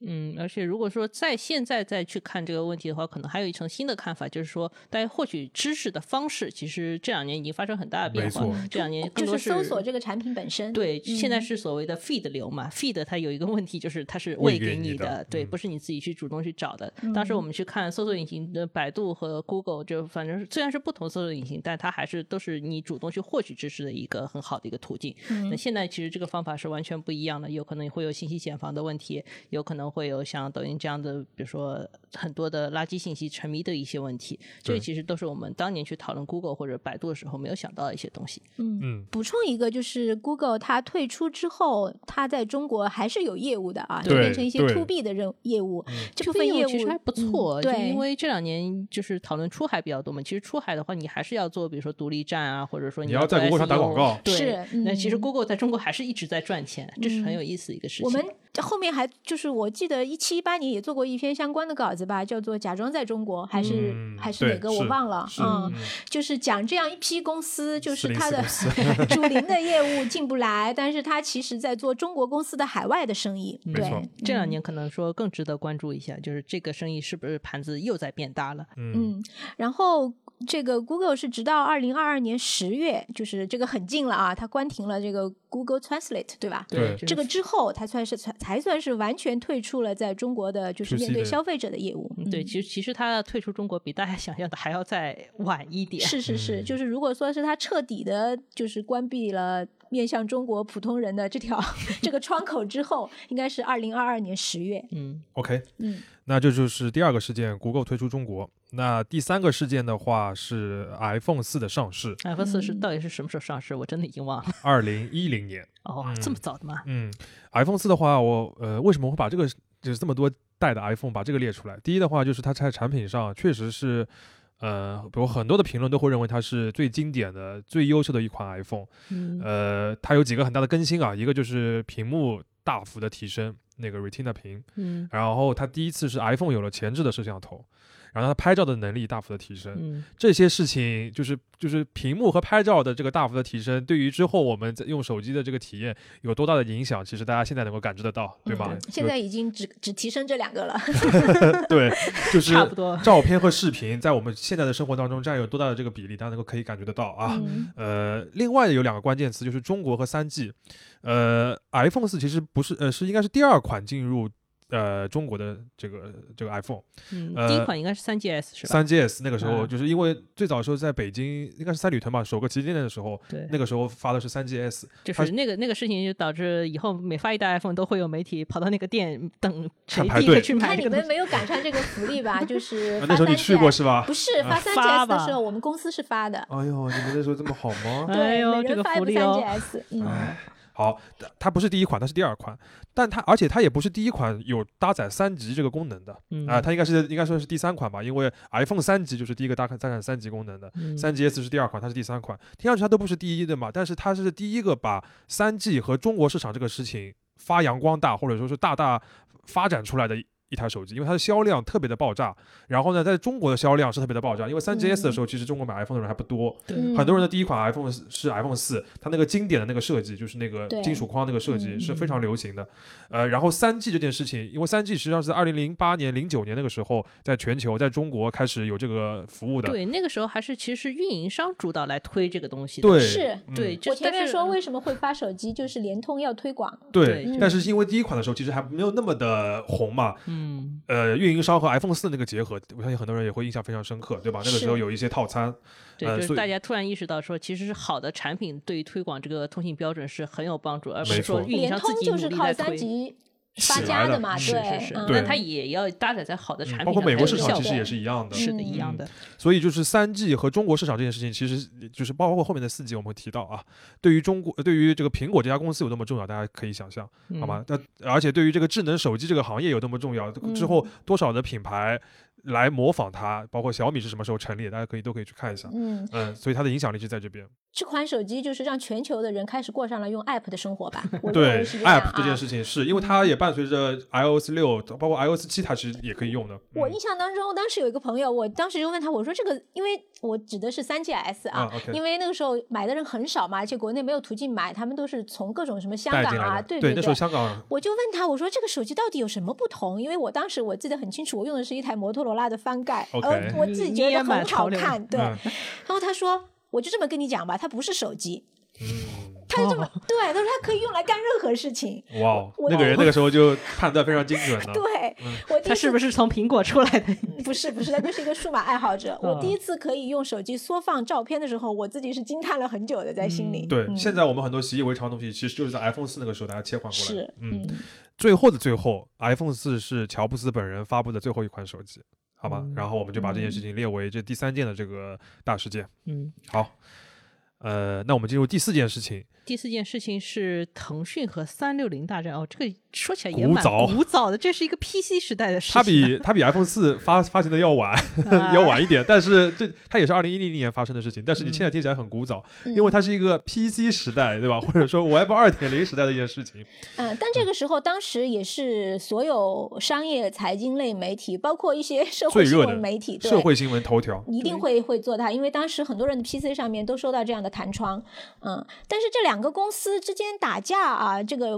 Speaker 2: 嗯，而且如果说在现在再去看这个问题的话，可能还有一层新的看法，就是说大家获取知识的方式，其实这两年已经发生很大的变化
Speaker 1: 没错。
Speaker 2: 这两年更
Speaker 3: 就
Speaker 2: 多
Speaker 3: 是搜索
Speaker 2: 这
Speaker 3: 这个产品本身。
Speaker 2: 对，
Speaker 3: 嗯
Speaker 2: 现在是所谓的 feed 流嘛，feed 它有一个问题就是它是
Speaker 1: 喂
Speaker 2: 喂
Speaker 1: 给
Speaker 2: 给
Speaker 1: 你的
Speaker 2: 的，对，
Speaker 1: 嗯
Speaker 2: 不是你自己去主动去找的。当
Speaker 3: 嗯
Speaker 2: 时我们去看搜索引擎的百度和 Google，就反正是虽然是不同搜索引擎，但它还是都是你主动去获取知识的一个很好的一个途径。
Speaker 3: 嗯
Speaker 2: 那现在其实这个方法是完全不一样的，有可能会有信息茧房的问题，有可能会有像抖音这样的，比如说很多的垃圾信息沉迷的一些问题，这
Speaker 1: 对
Speaker 2: 其实都是我们当年去讨论 Google 或者百度的时候没有想到的一些东西。
Speaker 1: 嗯，
Speaker 3: 补充一个，就是 Google 它退出之后，它在中国还是有业务的啊，就
Speaker 1: 对
Speaker 3: 变成一些
Speaker 1: 对
Speaker 3: to B 的任业务
Speaker 1: 嗯。
Speaker 3: 这部分业务
Speaker 2: 其实还不错，
Speaker 3: 嗯
Speaker 2: 就
Speaker 3: 对，
Speaker 2: 因为这两年就是讨论出海比较多嘛。其实出海的话，你还是要做，比如说独立站啊，或者说
Speaker 1: 你
Speaker 2: 要
Speaker 1: 要在
Speaker 2: 做
Speaker 1: Google 上打
Speaker 2: SEO
Speaker 1: 广告
Speaker 2: 对
Speaker 3: 是
Speaker 2: 那其实
Speaker 3: 嗯
Speaker 2: Google 在中国还是一直在赚钱，这是很有意思的一个事情。
Speaker 3: 我们后面还就是我记得一七一八年也做过一篇相关的稿子吧，叫做《假装在中国》，还是、
Speaker 1: 嗯
Speaker 3: 还是
Speaker 1: 对
Speaker 3: 哪个我
Speaker 1: 是
Speaker 3: 忘了，
Speaker 1: 是
Speaker 3: 嗯
Speaker 1: 嗯，，
Speaker 3: 就是讲这样一批公司，就是它的
Speaker 1: 404
Speaker 3: *laughs* 主营的业务进不来，但是它其实在做中国公司的海外的生意，
Speaker 1: 没
Speaker 3: 对
Speaker 1: 错，
Speaker 2: 这
Speaker 3: 嗯
Speaker 2: 两年可能说更值得关注一下，就是这个生意是不是盘子又在变大了？
Speaker 1: 嗯
Speaker 3: 嗯，然后这个 Google 是直到二零二二年十月，就是这个很近了啊，它关停了这个 Google Translate，对吧？
Speaker 1: 对
Speaker 2: 就
Speaker 3: 这
Speaker 2: 是
Speaker 3: 个之后，它算是才才算是完全退出了在中国的，就是
Speaker 1: 2C
Speaker 3: 面对
Speaker 1: 的
Speaker 3: 消费者的业务。
Speaker 2: 嗯对，
Speaker 3: 嗯
Speaker 2: 其实其实它退出中国比大家想象的还要再晚一点。
Speaker 3: 是是是，
Speaker 1: 嗯
Speaker 3: 就是如果说是它彻底的，就是关闭了面向中国普通人的
Speaker 2: *laughs*
Speaker 3: 这条这个窗口之后，应该是二零二二年十月。
Speaker 2: 嗯，
Speaker 1: OK，
Speaker 3: 嗯，
Speaker 1: 那这就是第二个事件，Google 退出中国。那第三个事件的话是 iPhone 四的上市，
Speaker 2: iPhone 四是
Speaker 3: 嗯
Speaker 2: 到底是什么时候上市？我真的已经忘了。
Speaker 1: 二零一零年。
Speaker 2: 哦，
Speaker 1: 嗯
Speaker 2: 这么早的吗？
Speaker 1: 嗯，iPhone 四的话，我呃为什么会把这个就是这么多代的 iPhone 把这个列出来？第一的话就是它在产品上确实是，呃，比如很多的评论都会认为它是最经典的、最优秀的一款 iPhone。
Speaker 2: 嗯，
Speaker 1: 呃，它有几个很大的更新啊，一个就是屏幕大幅的提升，那个 Retina 屏，
Speaker 2: 嗯
Speaker 1: 然后它第一次是 iPhone 有了前置的摄像头，然后它拍照的能力大幅的提升。
Speaker 2: 嗯，
Speaker 1: 这些事情就是就是屏幕和拍照的这个大幅的提升，对于之后我们在用手机的这个体验有多大的影响，其实大家现在能够感知得到，
Speaker 2: 嗯
Speaker 1: 对吧？就
Speaker 3: 现在已经只只提升这
Speaker 2: *laughs*
Speaker 3: 两个了。
Speaker 1: 对，就是
Speaker 2: 差不多。
Speaker 1: 照片和视频在我们现在的生活当中占有多大的这个比例，大家能够可以感觉得到啊。
Speaker 3: 嗯
Speaker 1: 呃，另外有两个关键词就是中国和三 G，呃，iPhone 四其实不是呃是应该是第二款进入呃中国的这个这个 iPhone。
Speaker 2: 嗯，
Speaker 1: 呃
Speaker 2: 第一款应该是三 GS 是吧？
Speaker 1: 三 GS 那个时候，
Speaker 2: 嗯
Speaker 1: 就是因为最早的时候在北京，应该是三里屯吧，首个旗舰店的时候，
Speaker 2: 对
Speaker 1: 那个时候发的是三 GS，
Speaker 2: 就
Speaker 1: 它
Speaker 2: 是那个那个事情，就导致以后每发一代 iPhone 都会有媒体跑到那个店等谁
Speaker 1: 看排
Speaker 2: 第一个
Speaker 1: 队
Speaker 2: 去买
Speaker 3: 看
Speaker 2: 这个
Speaker 3: 你
Speaker 2: 东
Speaker 3: 们
Speaker 2: 西。
Speaker 3: 没有赶上这个福利
Speaker 2: *laughs*
Speaker 3: 吧？就是
Speaker 1: 啊
Speaker 3: 发
Speaker 1: 那时候你
Speaker 3: 三
Speaker 1: 去过
Speaker 3: GS
Speaker 1: 是吧
Speaker 3: 不？是
Speaker 1: 啊
Speaker 3: 发三
Speaker 2: 发
Speaker 3: GS 的
Speaker 2: 吧
Speaker 3: 时候，我们公司是发的。
Speaker 1: 哎呦，你们那时候这么好吗？
Speaker 2: 哎
Speaker 3: 对
Speaker 2: 呦，
Speaker 3: 每
Speaker 2: 这
Speaker 3: 人
Speaker 2: 个
Speaker 3: 发一
Speaker 2: 福
Speaker 3: 部
Speaker 2: 利
Speaker 3: 三
Speaker 2: 哦！
Speaker 3: GS，嗯，
Speaker 1: 哎， *laughs* 好，它它不是第一款，它是第二款，但它而且它也不是第一款有搭载三级这个功能的啊、
Speaker 2: 嗯
Speaker 1: 它应该是应该说是第三款吧，因为 iPhone 三级就是第一个搭搭载三级功能的。
Speaker 2: 嗯
Speaker 1: 三 GS 是第二款，它是第三款，听上去它都不是第一的嘛，但是它是第一个把三 G 和中国市场这个事情发扬光大，或者说是大大发展出来的一一台手机，因为它的销量特别的爆炸，然后呢，在中国的销量是特别的爆炸，因为三 GS 的时
Speaker 2: 嗯
Speaker 1: 候，其实中国买 iPhone 的人还不多，
Speaker 2: 对
Speaker 3: 嗯
Speaker 1: 很多人的第一款 iPhone 是是 iPhone 四，它那个经典的那个设计，就是那个
Speaker 3: 对
Speaker 1: 金属框那个设计
Speaker 3: 嗯
Speaker 1: 是非常流行的。呃，然后三 G 这件事情，因为三 G 实际上是在二零零八年、零九年那个时候，在全球在中国开始有这个服务的。
Speaker 2: 对，那个时候还是其实运营商主导来推这个东西的。
Speaker 1: 对，
Speaker 3: 是
Speaker 1: 嗯
Speaker 2: 对，就
Speaker 3: 我前
Speaker 2: 但
Speaker 3: 面
Speaker 2: 是
Speaker 3: 说为什么会发手机，就是联通要推广，
Speaker 1: 对
Speaker 2: 对，
Speaker 1: 但
Speaker 3: 就是
Speaker 1: 因为第一款的时候其实还没有那么的红嘛，
Speaker 2: 嗯
Speaker 1: 呃，运营商和 iPhone 四那个结合，我相信很多人也会印象非常深刻，对吧？那个时候
Speaker 3: 是
Speaker 1: 有一些套餐，
Speaker 2: 对，
Speaker 1: 呃
Speaker 2: 就是
Speaker 1: 所以
Speaker 2: 大家突然意识到说，其实是好的产品对于推广这个通信标准是很有帮助，而不
Speaker 1: 没
Speaker 2: 是说
Speaker 1: 错
Speaker 2: 运营
Speaker 3: 联
Speaker 2: 商
Speaker 3: 通
Speaker 2: 自己
Speaker 3: 就
Speaker 2: 努
Speaker 3: 是
Speaker 2: 力
Speaker 3: 靠
Speaker 2: 来
Speaker 3: 三
Speaker 2: 推。
Speaker 3: 级
Speaker 1: 是
Speaker 3: 发家
Speaker 1: 来的
Speaker 3: 的嘛，
Speaker 2: 是是是，
Speaker 3: 嗯
Speaker 1: 对
Speaker 2: 那它也要搭载在好的产
Speaker 1: 嗯
Speaker 2: 品，
Speaker 1: 包括美国市
Speaker 3: 有效
Speaker 1: 场其
Speaker 3: 果
Speaker 1: 实也是一样的。
Speaker 2: 是的
Speaker 3: 嗯
Speaker 2: 一样的。
Speaker 1: 所以就是三 G 和中国市场这件事情，其实就是包括后面的四 G，我们会提到啊。对于中国，对于这个苹果这家公司有多么重要，大家可以想象，嗯
Speaker 2: 嗯
Speaker 1: 好吗？
Speaker 3: 嗯
Speaker 1: 那、而且对于这个智能手机这个行业有多么重要，之
Speaker 3: 嗯
Speaker 1: 后多少的品牌来模仿它，包括小米是什么时候成立的，大家可以都可以去看一下。
Speaker 3: 嗯，
Speaker 1: 嗯，所以它的影响力是在这边。
Speaker 3: 这款手机就是让全球的人开始过上了用 app 的生活
Speaker 1: *laughs*
Speaker 3: 吧，我认
Speaker 1: 对
Speaker 3: 为是这样
Speaker 1: App 这件
Speaker 3: 啊。
Speaker 1: 事情是，因为它也伴随着 iOS 六，包括 iOS 七，它其实也可以用的。
Speaker 3: 我
Speaker 1: 嗯
Speaker 3: 印象当中，当时有一个朋友，我当时就问他，我说这个，因为我指的是三 GS 啊
Speaker 1: 啊，，OK
Speaker 3: 因为那个时候买的人很少嘛，而且国内没有途径买，他们都是从各种什么香
Speaker 1: 带
Speaker 3: 港
Speaker 1: 进来
Speaker 3: 啊，
Speaker 1: 的，
Speaker 3: 对
Speaker 1: 对，那
Speaker 3: 对
Speaker 1: 时候。香港
Speaker 3: 我就问他，我说这个手机到底有什么不同？因为我当时我记得很清楚，我用的是一台摩托罗拉的翻盖
Speaker 1: OK
Speaker 3: 呃，我自己
Speaker 2: 你
Speaker 3: 觉
Speaker 2: 也
Speaker 3: 得
Speaker 2: 蛮
Speaker 3: 很
Speaker 2: 潮
Speaker 3: 好
Speaker 2: 流的
Speaker 3: 看，对。
Speaker 1: 嗯
Speaker 3: 然后他说，我就这么跟你讲吧，它不是手机，
Speaker 1: 嗯，
Speaker 3: 他
Speaker 1: *laughs*
Speaker 3: 就这么、对，他说它可以用来干任何事情。
Speaker 1: 哇哦，
Speaker 3: 我
Speaker 1: 那个人那个时候就判断非常精
Speaker 3: 啊
Speaker 1: 准了。
Speaker 3: *laughs* 对，我第
Speaker 2: 它
Speaker 3: 一
Speaker 2: 是
Speaker 3: 次
Speaker 2: 不是从苹果出来
Speaker 1: *laughs*
Speaker 2: 的？
Speaker 3: 嗯不是嗯不是，他就是一个数码爱好者。我第一次可以用手机缩放照片的时候，我自己是惊叹了很久的，在心里。
Speaker 1: 对，
Speaker 3: 嗯
Speaker 1: 现在我们很多习以为常的东西，其实就是在 iPhone 四那个时候大家切换过来的。
Speaker 3: 是
Speaker 1: 嗯，最后的最后，iPhone 四是乔布斯本人发布的最后一款手机，好
Speaker 3: 哦
Speaker 1: 吧？然后我们就把这件事情列为这第三件的这个大事件。
Speaker 2: 嗯，
Speaker 1: 好，呃，那我们进入第四件事情，
Speaker 2: 第四件事情是腾讯和三六零大战哦，这个说起来也
Speaker 1: 古
Speaker 2: 蛮
Speaker 1: 早
Speaker 2: 古早的，这是一个 PC 时代的事情。
Speaker 1: 它比它比 iPhone 四发发行的要
Speaker 3: *laughs*
Speaker 1: 晚，
Speaker 3: 啊
Speaker 1: 要晚一点，但是这它也是二零一零年发生的事情，但是
Speaker 3: 嗯
Speaker 1: 你现在听起来很古早，因为它是一个 PC 时代，对吧？或者说 Web 二点零时代的一件事情。
Speaker 3: 嗯，但这个时候，当时也是所有商业财经类媒体，包括一些社
Speaker 1: 最
Speaker 3: 会新
Speaker 1: 热的
Speaker 3: 闻媒体，对
Speaker 1: 社会新闻头条，
Speaker 3: 一定会会做它，因为当时很多人的 PC 上面都收到这样的弹窗，嗯，但是这两个公司之间打架啊，这个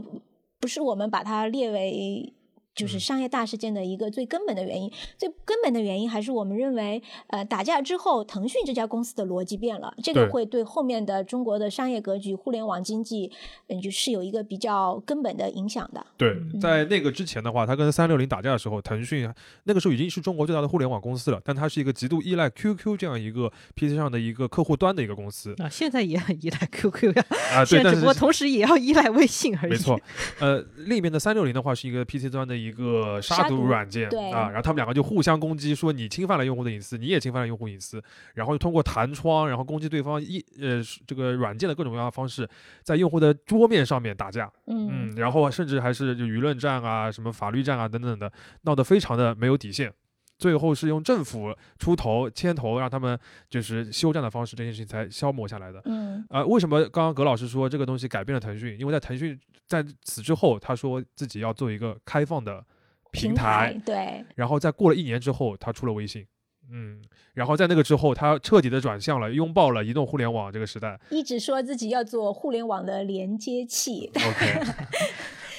Speaker 3: 不是我们把它列为就是
Speaker 1: 嗯
Speaker 3: 商业大事件的一个最根本的原因。最根本的原因还是我们认为，呃，打架之后，腾讯这家公司的逻辑变了，这个
Speaker 1: 对
Speaker 3: 会对后面的中国的商业格局、互联网经济，嗯，就是有一个比较根本的影响的。
Speaker 1: 对
Speaker 2: 嗯，
Speaker 1: 在那个之前的话，他跟三六零打架的时候，腾讯啊那个时候已经是中国最大的互联网公司了，但它是一个极度依赖 QQ 这样一个 PC 上的一个客户端的一个公司
Speaker 2: 啊，现在也很依赖 QQ 呀、
Speaker 1: 啊。对，
Speaker 2: 现在
Speaker 1: 但
Speaker 2: 只
Speaker 1: 是
Speaker 2: 不过同时也要依赖微信而已。
Speaker 1: 没错，呃，另一边的三六零的话是一个 PC 端的一个杀
Speaker 3: 杀毒
Speaker 1: 软件
Speaker 3: 对
Speaker 1: 啊，然后他们两个就互相攻击，说你侵犯了用户的隐私，你也侵犯了用户隐私，然后通过弹窗，然后攻击对方一呃是这个软件的各种各样的方式，在用户的桌面上面打架，
Speaker 3: 嗯
Speaker 1: 嗯，然后甚至还是就舆论战啊、什么法律战啊等等的，闹得非常的没有底线。最后是用政府出头牵头，让他们就是休战的方式，这件事情才消磨下来的。
Speaker 3: 嗯
Speaker 1: 呃，为什么刚刚葛老师说这个东西改变了腾讯？因为在腾讯在此之后，他说自己要做一个开放的平台，
Speaker 3: 对，
Speaker 1: 然后在过了一年之后，他出了微信。嗯，然后在那个之后，他彻底的转向了，拥抱了移动互联网这个时代。
Speaker 3: 一直说自己要做互联网的连接器。
Speaker 1: OK，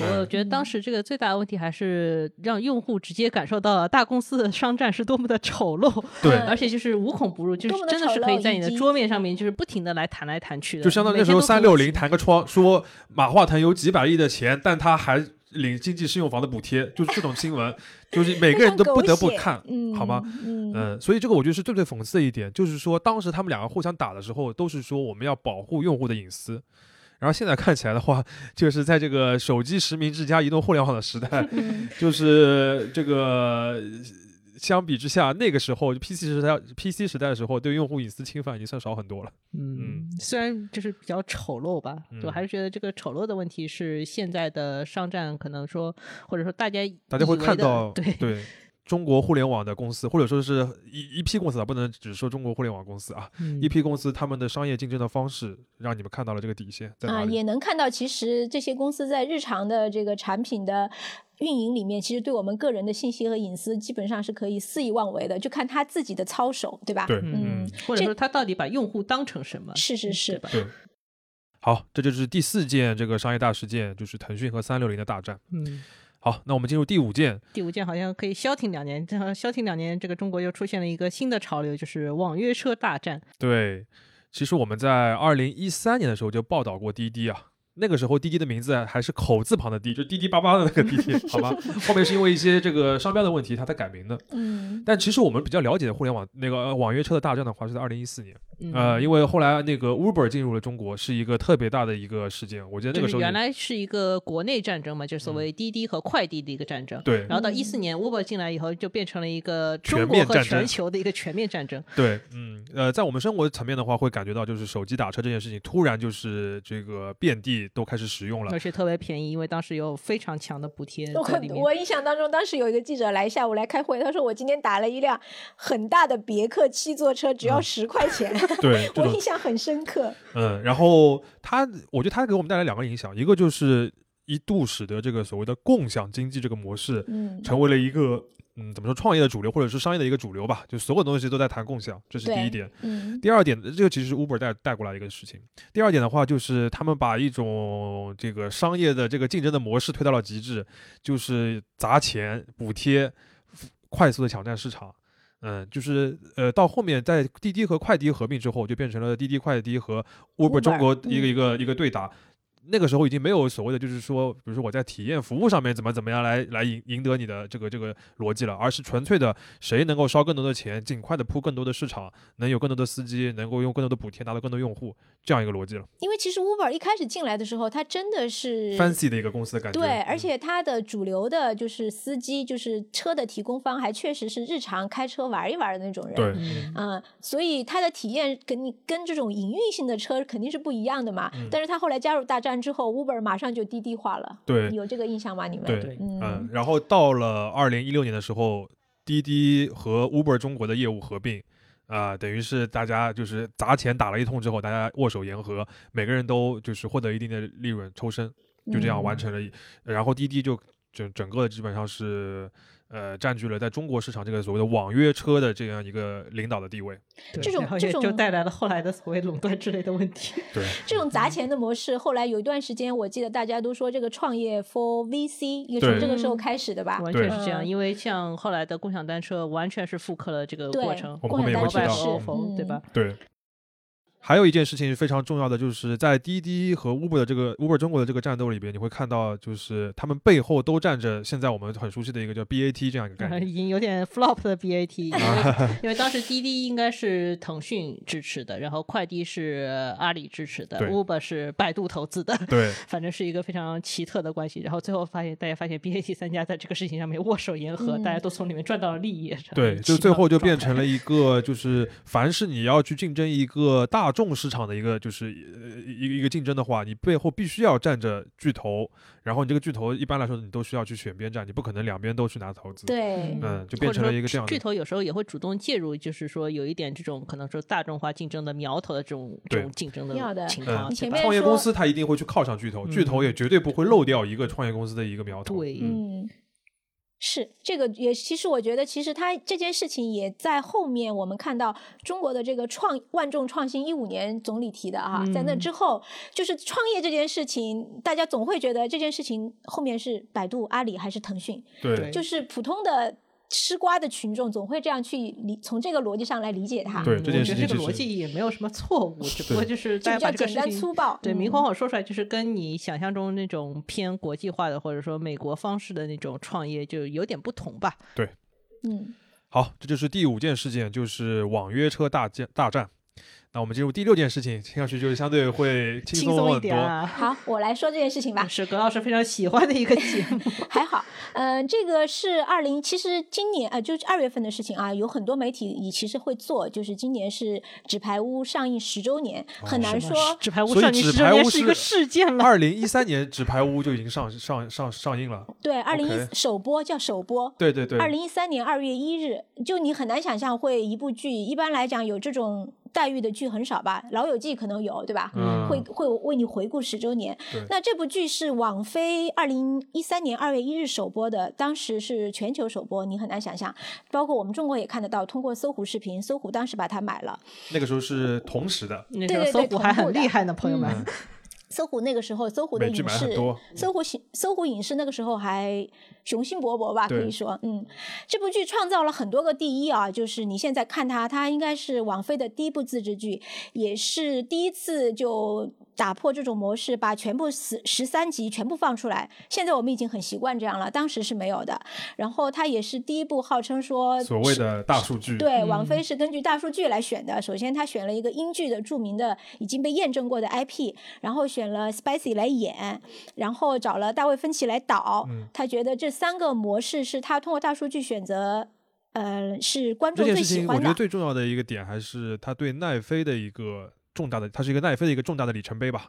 Speaker 2: 我觉
Speaker 3: 嗯
Speaker 2: 得当时这个最大的问题还是让用户直接感受到了大公司的商战是多么的丑陋，
Speaker 1: 对，
Speaker 2: 而且就是无孔不入，就
Speaker 3: 多
Speaker 2: 是
Speaker 3: 么的
Speaker 2: 真的是可以在你的
Speaker 3: 丑陋以及
Speaker 2: 桌面上面就是不停的来弹来弹去的，
Speaker 1: 就相当于那时候三六零弹个窗，说马化腾有几百亿的钱，但他还领经济适用房的补贴，就是这种新闻，就是每个人都不得不看，
Speaker 3: 嗯，
Speaker 1: 好吗？？
Speaker 3: 嗯
Speaker 1: 嗯，所以这个我觉得是最最讽刺的一点，就是说当时他们两个互相打的时候，都是说我们要保护用户的隐私，然后现在看起来的话，就是在这个手机实名制加移动互联网的时代，
Speaker 3: 嗯
Speaker 1: 就是这个。相比之下，那个时候 PC 时代，PC 时代的时候，对用户隐私侵犯已经算少很多了。
Speaker 2: 嗯，虽然就是比较丑陋吧，我
Speaker 1: 嗯
Speaker 2: 还是觉得这个丑陋的问题是现在的商战可能说，或者说大家
Speaker 1: 大家会
Speaker 2: 以为
Speaker 1: 看
Speaker 2: 的
Speaker 1: 到
Speaker 2: 对
Speaker 1: 中国互联网的公司，或者说是一一批公司啊，不能只说中国互联网公司啊，
Speaker 2: 嗯
Speaker 1: 一批公司他们的商业竞争的方式，让你们看到了这个底线在
Speaker 3: 啊，
Speaker 1: 哪里。
Speaker 3: 也能看到，其实这些公司在日常的这个产品的运营里面，其实对我们个人的信息和隐私基本上是可以肆意妄为的，就看他自己的操守，对吧？
Speaker 1: 对，
Speaker 2: 嗯
Speaker 1: 嗯，
Speaker 2: 或者说他到底把用户当成什么？
Speaker 3: 是是是
Speaker 2: 对吧？
Speaker 1: 对。好，这就是第四件这个商业大事件，就是腾讯和三六零的大战。
Speaker 2: 嗯，
Speaker 1: 好，那我们进入第五件，
Speaker 2: 第五件好像可以消停两年，这样消停两年，这个中国又出现了一个新的潮流，就是网约车大战。
Speaker 1: 对，其实我们在二零一三年的时候就报道过滴滴啊。那个时候，滴滴的名字还是口字旁的滴，就滴滴叭叭的那个滴滴，好
Speaker 2: *laughs*
Speaker 1: 吧？后面是因为一些这个商标的问题，它才改名的。
Speaker 3: 嗯
Speaker 1: 但其实我们比较了解的互联网那个呃网约车的大战的话，是在二零一四年，
Speaker 2: 嗯、
Speaker 1: 呃，因为后来那个 Uber 进入了中国，是一个特别大的一个事件。我觉得那
Speaker 2: 就
Speaker 1: 个
Speaker 2: 是
Speaker 1: 时候
Speaker 2: 原
Speaker 1: 也
Speaker 2: 来是一个国内战争嘛，就是所谓滴滴和快滴的一个 *laughs* 战争。
Speaker 1: 对
Speaker 2: 然后到一四年，Uber 进来以后，就变成了一个中
Speaker 1: 全
Speaker 2: 国
Speaker 1: 面
Speaker 2: 和
Speaker 1: 战争
Speaker 2: 全球的一个全面战
Speaker 1: *laughs*
Speaker 2: 争。
Speaker 1: 对，嗯，呃，在我们生活层面的话，会感觉到就是手机打车这件事情突然就是这个遍地都开始使用了
Speaker 2: 而。且特别便宜，因为当时有非常强的补贴
Speaker 3: 我
Speaker 2: 在里面。
Speaker 3: 我印象当中，当时有一个记者来下午来开会，他说我今天打了一辆很大的别克七座车，只要
Speaker 1: 嗯
Speaker 3: 十块钱，
Speaker 1: *laughs* 对， *laughs*
Speaker 2: *laughs*
Speaker 1: 这
Speaker 3: 我
Speaker 1: 种
Speaker 3: 印象很深刻。
Speaker 1: 嗯，然后它，我觉得它给我们带来两个影响，一个就是一度使得这个所谓的共享经济这个模式
Speaker 3: 嗯，
Speaker 1: 成为了一个嗯怎么说创业的主流，或者是商业的一个主流吧，就所有东西都在谈共享，这是第
Speaker 3: 对
Speaker 1: 一点。
Speaker 3: 嗯
Speaker 1: 第二点，这个其实是 Uber 带带过来一个事情。第二点的话，就是他们把一种这个商业的这个竞争的模式推到了极致，就是砸钱补贴，快速的抢占市场。嗯，就是呃，到后面在滴滴和快滴合并之后，就变成了滴滴、快滴和 Uber
Speaker 3: Uber，
Speaker 1: 中国一个
Speaker 3: 嗯
Speaker 1: 一个一个对打。那个时候已经没有所谓的，就是说，比如说我在体验服务上面怎么怎么样来来赢赢得你的这个这个逻辑了，而是纯粹的谁能够烧更多的钱，尽快的铺更多的市场，能有更多的司机，能够用更多的补贴拿到更多用户，这样一个逻辑了。
Speaker 3: 因为其实 Uber 一开始进来的时候，它真的是
Speaker 1: Fancy 的一个公司的感觉。
Speaker 3: 对，
Speaker 1: 嗯
Speaker 3: 而且它的主流的就是司机，就是车的提供方，还确实是日常开车玩一玩的那种人。
Speaker 1: 对
Speaker 2: 嗯
Speaker 3: 嗯，所以它的体验跟你跟这种营运性的车肯定是不一样的
Speaker 1: 嗯
Speaker 3: 嘛。但是它后来加入大战之后，Uber 马上就滴滴化了，
Speaker 1: 对
Speaker 3: 有这个印象吗？你们？
Speaker 1: 对
Speaker 2: 对
Speaker 3: 嗯
Speaker 1: 嗯，然后到了二零一六年的时候，滴滴和 Uber 中国的业务合并，啊、等于是大家就是砸钱打了一通之后，大家握手言和，每个人都就是获得一定的利润抽身，就这样完成了一。然后滴滴就整整个基本上是呃，占据了在中国市场这个所谓的网约车的这样一个领导的地位。
Speaker 2: 对
Speaker 3: 这种
Speaker 2: 然后
Speaker 3: 这
Speaker 2: 也就
Speaker 3: 种
Speaker 2: 带来了后来的所谓垄断之类的问 *laughs* 题。
Speaker 1: 对，
Speaker 3: 这种
Speaker 1: 嗯
Speaker 3: 砸钱的模式，后来有一段时间，我记得大家都说这个创业 for VC 也从
Speaker 1: 对
Speaker 3: 这个时候开始的吧？
Speaker 2: 完
Speaker 1: 对
Speaker 2: 全是这样，
Speaker 3: 嗯
Speaker 2: 因为像后来的共享单车，完全是复刻了这个
Speaker 3: 对
Speaker 2: 过程，
Speaker 1: 我们后面也会
Speaker 2: 共
Speaker 1: 提到
Speaker 2: 享单
Speaker 1: 是
Speaker 2: 车，ofo，对
Speaker 3: 嗯
Speaker 2: 吧？
Speaker 1: 对。还有一件事情是非常重要的，就是在滴滴和 Uber 的这个 Uber 中国的这个战斗里边，你会看到，就是他们背后都站着现在我们很熟悉的一个叫 BAT 这样一个概
Speaker 3: 哎
Speaker 2: 然后
Speaker 1: 念。
Speaker 2: 已经有点 flop 的 BAT，
Speaker 1: *laughs*
Speaker 2: 因为因为当时滴滴应该是腾讯支持的，然后快滴是阿里支持的
Speaker 1: 对
Speaker 2: ，Uber 是百度投资的，
Speaker 1: *laughs* 对，
Speaker 2: 反正是一个非常奇特的关系。然后最后发现，大家发现 BAT 三家在这个事情上面握手言和，
Speaker 3: 嗯
Speaker 2: 大家都从里面赚到了利益。
Speaker 1: 对，
Speaker 2: 很
Speaker 1: 就
Speaker 2: 奇
Speaker 1: 最
Speaker 2: 妙的
Speaker 1: 后就变
Speaker 2: 状态
Speaker 1: 成了一个，就是凡是你要去竞争一个大众市场的一个，就是呃一个一个竞争的话，你背后必须要站着巨头，然后你这个巨头一般来说你都需要去选边站，你不可能两边都去拿投资。，
Speaker 3: 对，
Speaker 1: 嗯，就
Speaker 2: 或
Speaker 1: 变
Speaker 2: 者
Speaker 1: 成了
Speaker 2: 说
Speaker 1: 一个这样
Speaker 2: 巨
Speaker 1: 的。
Speaker 2: 头有时候也会主动介入，就是说有一点这种可能说大众化竞争的苗头的这种这
Speaker 1: 对
Speaker 2: 种竞争
Speaker 3: 要
Speaker 2: 的
Speaker 3: 的
Speaker 2: 情
Speaker 1: 嗯
Speaker 2: 况，
Speaker 3: 你
Speaker 2: 对
Speaker 3: 前
Speaker 2: 吧
Speaker 3: 面
Speaker 1: 创业
Speaker 3: 说
Speaker 1: 公司它一定会去靠上巨头，巨头也绝对不会漏掉一个创业公司的一个苗头。
Speaker 2: 对，
Speaker 1: 嗯
Speaker 3: 嗯，是这个也，其实我觉得，其实它这件事情也在后面，我们看到中国的这个创万众创新一五年总理提的啊，在那
Speaker 2: 嗯
Speaker 3: 之后，就是创业这件事情，大家总会觉得这件事情后面是百度、阿里还是腾讯，
Speaker 1: 对
Speaker 2: 对
Speaker 3: 就是普通的吃瓜的群众总会这样去理，从这个逻辑上来理解它，
Speaker 1: 对
Speaker 2: 嗯
Speaker 1: 这件
Speaker 2: 我
Speaker 1: 事
Speaker 2: 觉
Speaker 1: 情
Speaker 2: 得这个
Speaker 1: 其
Speaker 2: 逻
Speaker 1: 实
Speaker 2: 辑也没有什么错
Speaker 1: *laughs*
Speaker 2: 误，只不过就是
Speaker 3: 就
Speaker 2: 大
Speaker 3: 比
Speaker 2: 家把
Speaker 3: 较
Speaker 2: 这个
Speaker 3: 简
Speaker 2: 事
Speaker 3: 单
Speaker 2: 情
Speaker 3: 粗暴，
Speaker 2: 对，
Speaker 3: 嗯
Speaker 2: 明晃晃说出来就是跟你想象中那种偏国际化的，或者说美国方式的那种创业，就有点不同吧。
Speaker 3: 嗯，
Speaker 1: 好，这就是第五件事件，就是网约车大战大战。那我们进入第六件事情，听上去就是相对会轻
Speaker 2: 轻
Speaker 1: 松
Speaker 2: 松
Speaker 1: 很
Speaker 2: 一点
Speaker 1: 多。
Speaker 2: 啊，
Speaker 3: 好，我 *laughs* 来说这件事情吧。
Speaker 2: 是葛老师非常喜欢的一个节
Speaker 3: *laughs*
Speaker 2: 目。
Speaker 3: 还好，嗯、这个是二零，其实今年呃，就是二月份的事情啊，有很多媒体也其实会做，就是今年是《纸牌屋》上映十周年，
Speaker 1: 哦
Speaker 3: 很难说。
Speaker 2: 纸牌屋
Speaker 1: 所以
Speaker 2: 少女
Speaker 1: 纸
Speaker 2: 十
Speaker 1: 牌
Speaker 2: 周年
Speaker 1: 屋
Speaker 2: 是一
Speaker 1: 是
Speaker 2: 个事件
Speaker 1: *laughs*
Speaker 2: 了，
Speaker 1: 二零一三年《纸牌屋》就已经上上上上映了。
Speaker 3: 对，二零一
Speaker 1: OK
Speaker 3: 首播叫首播。
Speaker 1: 对对对，
Speaker 3: 二零一三年二月一日，就你很难想象会一部剧，一般来讲有这种待遇的剧很少吧，《老友记》可能有，对吧？
Speaker 1: 嗯
Speaker 3: 会会为你回顾十周年
Speaker 1: 对。
Speaker 3: 那这部剧是网飞二零一三年二月一日首播的，当时是全球首播，你很难想象，包括我们中国也看得到，通过搜狐视频，搜狐当时把它买了。
Speaker 1: 那个时候是同时的，
Speaker 2: 那
Speaker 3: 对
Speaker 2: 时候
Speaker 3: 对
Speaker 2: 搜
Speaker 3: 对
Speaker 2: 狐还
Speaker 3: 同步
Speaker 2: 很
Speaker 3: 的
Speaker 2: 厉害呢，
Speaker 1: 嗯
Speaker 2: 朋友们。
Speaker 3: 搜狐那个时候，搜狐的
Speaker 1: 美剧
Speaker 3: 影
Speaker 1: 买
Speaker 3: 视
Speaker 1: 很多。
Speaker 3: 搜狐影搜狐影视那个时候还雄心勃勃吧，可
Speaker 1: 对
Speaker 3: 以说，嗯，这部剧创造了很多个第一啊，就是你现在看它，它应该是网飞的第一部自制剧，也是第一次就打破这种模式，把全部十十三集全部放出来。现在我们已经很习惯这样了，当时是没有的。然后它也是第一部号称说
Speaker 1: 所谓的大数据。
Speaker 3: 对，王菲是根据大数据来选的。首先，她选了一个英剧的著名的、已经被验证过的 IP，然后选了 Spicy 来演，然后找了大卫芬奇来导
Speaker 1: 嗯。
Speaker 3: 她觉得这三个模式是她通过大数据选择，呃，是观
Speaker 1: 这
Speaker 3: 众
Speaker 1: 件
Speaker 3: 最
Speaker 1: 事
Speaker 3: 喜
Speaker 1: 情，我
Speaker 3: 欢
Speaker 1: 觉得
Speaker 3: 的。
Speaker 1: 最重要的一个点还是他对奈飞的一个重大的，它是一个奈飞的一个重大的里程碑吧。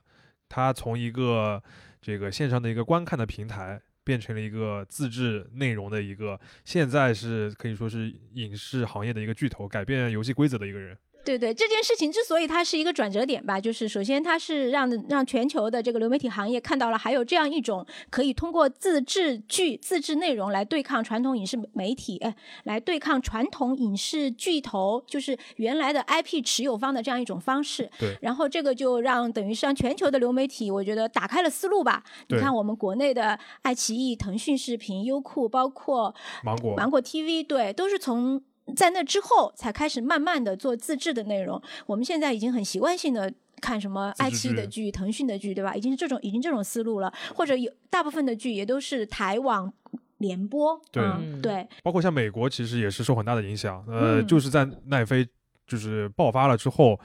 Speaker 1: 他从一个这个线上的一个观看的平台，变成了一个自制内容的一个，现在是可以说是影视行业的一个巨头，改变游戏规则的一个人。
Speaker 3: 对对，这件事情之所以它是一个转折点吧，就是首先它是让让全球的这个流媒体行业看到了还有这样一种可以通过自制剧、自制内容来对抗传统影视媒体，哎，来对抗传统影视巨头，就是原来的 IP 持有方的这样一种方式。
Speaker 1: 对
Speaker 3: 然后这个就让等于是让全球的流媒体，我觉得打开了思路吧。你
Speaker 1: 对
Speaker 3: 看我们国内的爱奇艺、腾讯视频、优酷，包括
Speaker 1: 芒果，
Speaker 3: 芒果 TV 对，都是从在那之后才开始慢慢的做自制的内容。我们现在已经很习惯性的看什么
Speaker 1: 自制
Speaker 3: 爱奇艺的剧、腾讯的剧，对吧？已经是这种已经这种思路了，或者有大部分的剧也都是台网联播，
Speaker 1: 对
Speaker 3: 嗯、对，
Speaker 1: 包括像美国，其实也是受很大的影响。呃，
Speaker 3: 嗯
Speaker 1: 就是在奈飞就是爆发了之后，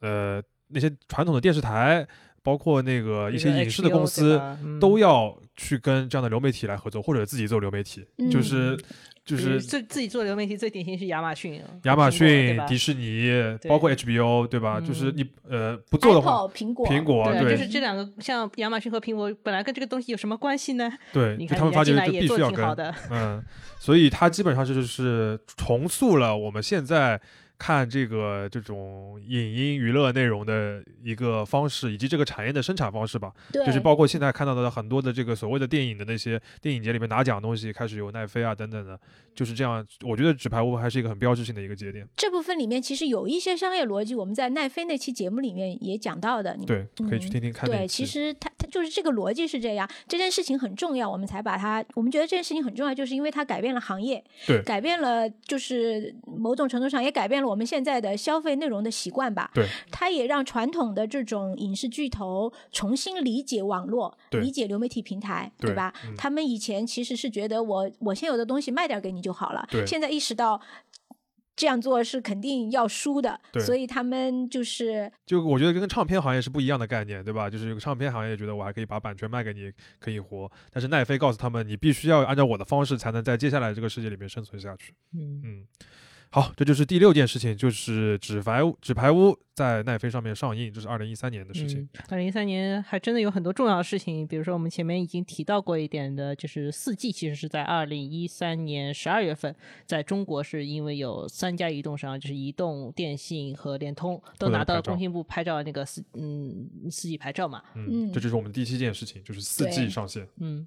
Speaker 1: 呃，那些传统的电视台，包括那个一些影视的公司，都
Speaker 2: 要
Speaker 1: 要去跟这样的流媒体来合作，或者自己做流媒体，
Speaker 2: 嗯
Speaker 1: 就是就是
Speaker 2: 自嗯自己做流媒体最典型是亚马逊，啊
Speaker 1: 亚马
Speaker 2: 苹
Speaker 1: 逊、
Speaker 2: 果
Speaker 1: 迪
Speaker 2: 对吧嗯
Speaker 1: 士尼，包括 HBO，对吧？就是你呃不做的话
Speaker 3: Apple 苹果
Speaker 1: 苹果
Speaker 2: 啊
Speaker 1: 对
Speaker 2: 就是这两个，像亚马逊和苹果本来跟这个东西有什么关系呢？
Speaker 1: 对，
Speaker 2: 你
Speaker 1: 就
Speaker 2: 看
Speaker 1: 他们
Speaker 2: 人家
Speaker 1: 发觉
Speaker 2: 进来
Speaker 1: 就
Speaker 2: 也
Speaker 1: 必
Speaker 2: 做
Speaker 1: 须要
Speaker 2: 挺
Speaker 1: 跟
Speaker 2: 好的，
Speaker 1: 嗯，所以它基本上是就是重塑了我们现在看这个这种影音娱乐内容的一个方式，以及这个产业的生产方式吧。
Speaker 3: 对，
Speaker 1: 就是包括现在看到的很多的这个所谓的电影的那些电影节里面拿奖的东西，开始有奈飞啊等等的，就是这样。我觉得《纸牌屋》还是一个很标志性的一个节点。
Speaker 3: 这部分里面其实有一些商业逻辑，我们在奈飞那期节目里面也讲到的。你
Speaker 1: 对，可以去
Speaker 3: 嗯
Speaker 1: 听听看那
Speaker 3: 对，
Speaker 1: 一期。
Speaker 3: 其实它它就是这个逻辑是这样，这件事情很重要，我们才把它，我们觉得这件事情很重要，就是因为它改变了行业，
Speaker 1: 对
Speaker 3: 改变了就是某种程度上也改变了我们现在的消费内容的习惯吧，
Speaker 1: 对，
Speaker 3: 它也让传统的这种影视巨头重新理解网络，
Speaker 1: 对
Speaker 3: 理解流媒体平台，
Speaker 1: 对
Speaker 3: 吧？
Speaker 1: 嗯
Speaker 3: 他们以前其实是觉得我我现有的东西卖点儿给你就好了
Speaker 1: 对，
Speaker 3: 现在意识到。这样做是肯定要输的
Speaker 1: 对，
Speaker 3: 所以他们就是
Speaker 1: 就我觉得跟唱片行业是不一样的概念，对吧？就是有个唱片行业觉得我还可以把版权卖给你，可以活，但是奈飞告诉他们，你必须要按照我的方式才能在接下来这个世界里面生存下去。
Speaker 2: 嗯，
Speaker 1: 嗯，好，这就是第六件事情，就是《纸牌屋》《纸牌屋》在奈飞上面上映，这是二零一三年的事情。
Speaker 2: 嗯二零一三年还真的有很多重要的事情，比如说我们前面已经提到过一点的，就是四 G 其实是在二零一三年十二月份，在中国是因为有三家移动商，就是移动、电信和联通都
Speaker 1: 获得
Speaker 2: 拿到
Speaker 1: 牌
Speaker 2: 了
Speaker 1: 照
Speaker 2: 工信部拍照那个四嗯四 G 牌照嘛，
Speaker 1: 嗯，
Speaker 3: 嗯
Speaker 1: 这就是我们第七件事情，就是四
Speaker 3: 对
Speaker 1: G 上线。
Speaker 2: 嗯，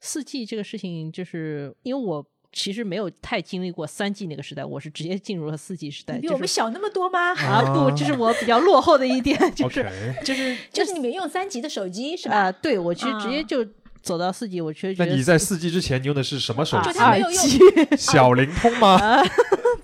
Speaker 2: 四 G 这个事情，就是因为我其实没有太经历过三 G 那个时代，我是直接进入了四 G 时代。
Speaker 3: 你比
Speaker 2: 就是
Speaker 3: 我们小那么多吗？
Speaker 2: 啊，不，这是我比较落后的一点， *laughs* 就是
Speaker 1: 哦 OK，
Speaker 2: 就是
Speaker 3: 就是你们用三级的手机是吧？
Speaker 2: 啊，对我其实直接
Speaker 3: 啊
Speaker 2: 就走到四 G，我其实觉
Speaker 1: 那
Speaker 2: 得
Speaker 1: 你在四 G 之前你用的是什么手
Speaker 2: 啊
Speaker 1: 机
Speaker 3: 就？它
Speaker 2: 二
Speaker 3: 没有用
Speaker 2: G
Speaker 1: 小灵通吗？
Speaker 2: *laughs*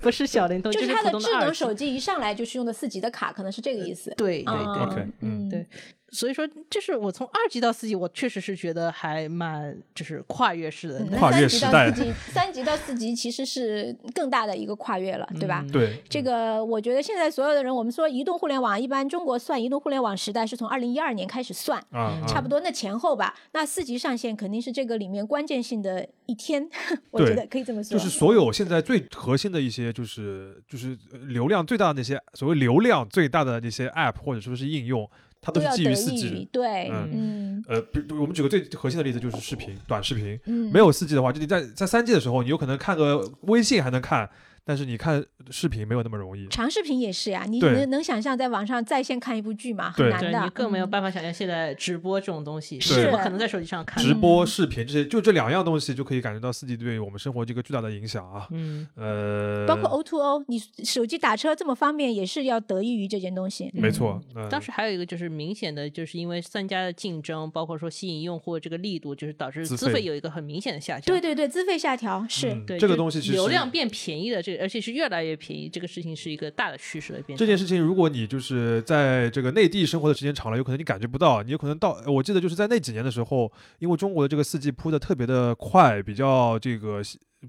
Speaker 2: 不是小灵通，
Speaker 3: 就是
Speaker 2: 呃是
Speaker 3: 它
Speaker 2: 普
Speaker 3: 的
Speaker 2: 通
Speaker 3: 智
Speaker 2: 二
Speaker 3: 能
Speaker 2: G。
Speaker 3: 手机一上来就是用的四级的卡，可能是这个意思。
Speaker 2: 对对对
Speaker 3: 啊
Speaker 1: OK，嗯
Speaker 3: 嗯，
Speaker 2: 对所以说，这是我从二 G 到四 G，我确实是觉得还蛮就是跨越式
Speaker 3: 嗯
Speaker 2: 的。
Speaker 1: 跨越时代
Speaker 3: 三级到四级，三级到四级其实是更大的一个跨越了，对吧？
Speaker 2: 嗯
Speaker 1: 对，
Speaker 3: 这个我觉得现在所有的人，我们说移动互联网，一般中国算移动互联网时代是从二零一二年开始算，
Speaker 1: 啊啊，
Speaker 3: 差不
Speaker 1: 多。
Speaker 3: 多那前后吧。那四级上线肯定是这个里面关键性的一天， *laughs* 我觉得可以这么说。
Speaker 1: 就是所有现在最核心的一些，就是就是呃流量最大的那些所谓流量最大的那些 App 或者说是应用，它
Speaker 3: 都
Speaker 1: 是
Speaker 3: 要
Speaker 1: 基
Speaker 3: 得
Speaker 1: 于四
Speaker 3: 益于
Speaker 1: G。
Speaker 3: 对，
Speaker 1: 嗯
Speaker 3: 嗯
Speaker 1: 呃，比如我们举个最核心的例子就是视频，短视频。
Speaker 3: 嗯，
Speaker 1: 没有四 G 的话，就你在在三 G 的时候，你有可能看个微信还能看，但是你看视频没有那么容易。
Speaker 3: 长视频也是呀、你
Speaker 1: 对
Speaker 3: 能能想象在网上在线看一部剧吗？
Speaker 1: 对
Speaker 3: 很难
Speaker 2: 对
Speaker 3: 的，
Speaker 2: 你更没有
Speaker 3: 嗯
Speaker 2: 办法想象现在直播这种东西，
Speaker 1: 是
Speaker 2: 我可能在手机上看
Speaker 1: 直
Speaker 2: 的。
Speaker 1: 播、视频这些，就这两样东西，就可以感觉到四 G 对我们生活这个巨大的影响啊。
Speaker 2: 嗯，
Speaker 1: 呃，
Speaker 3: 包括 O to O，你手机打车这么方便，也是要得益于这件东西。
Speaker 1: 没错，嗯
Speaker 2: 当时还有一个就是明显的，就是因为三家的竞争，包括说吸引用户的这个力度，就是导致
Speaker 1: 资
Speaker 2: 资
Speaker 1: 费
Speaker 2: 费有一个很明显的下降。
Speaker 3: 对对对，资费下调是、
Speaker 1: 嗯
Speaker 2: 对，
Speaker 1: 这个
Speaker 2: 就
Speaker 1: 东西其实
Speaker 2: 流量变便宜的这，而且是越来越便宜，这个事情是一个大的趋势的变
Speaker 1: 这
Speaker 2: 化。
Speaker 1: 件事情，如果你就是在这个内地生活的时间长了，有可能你感觉不到，你有可能到，呃我记得就是在那几年的时候，因为中国的这个四 G 铺的特别的快，比较这个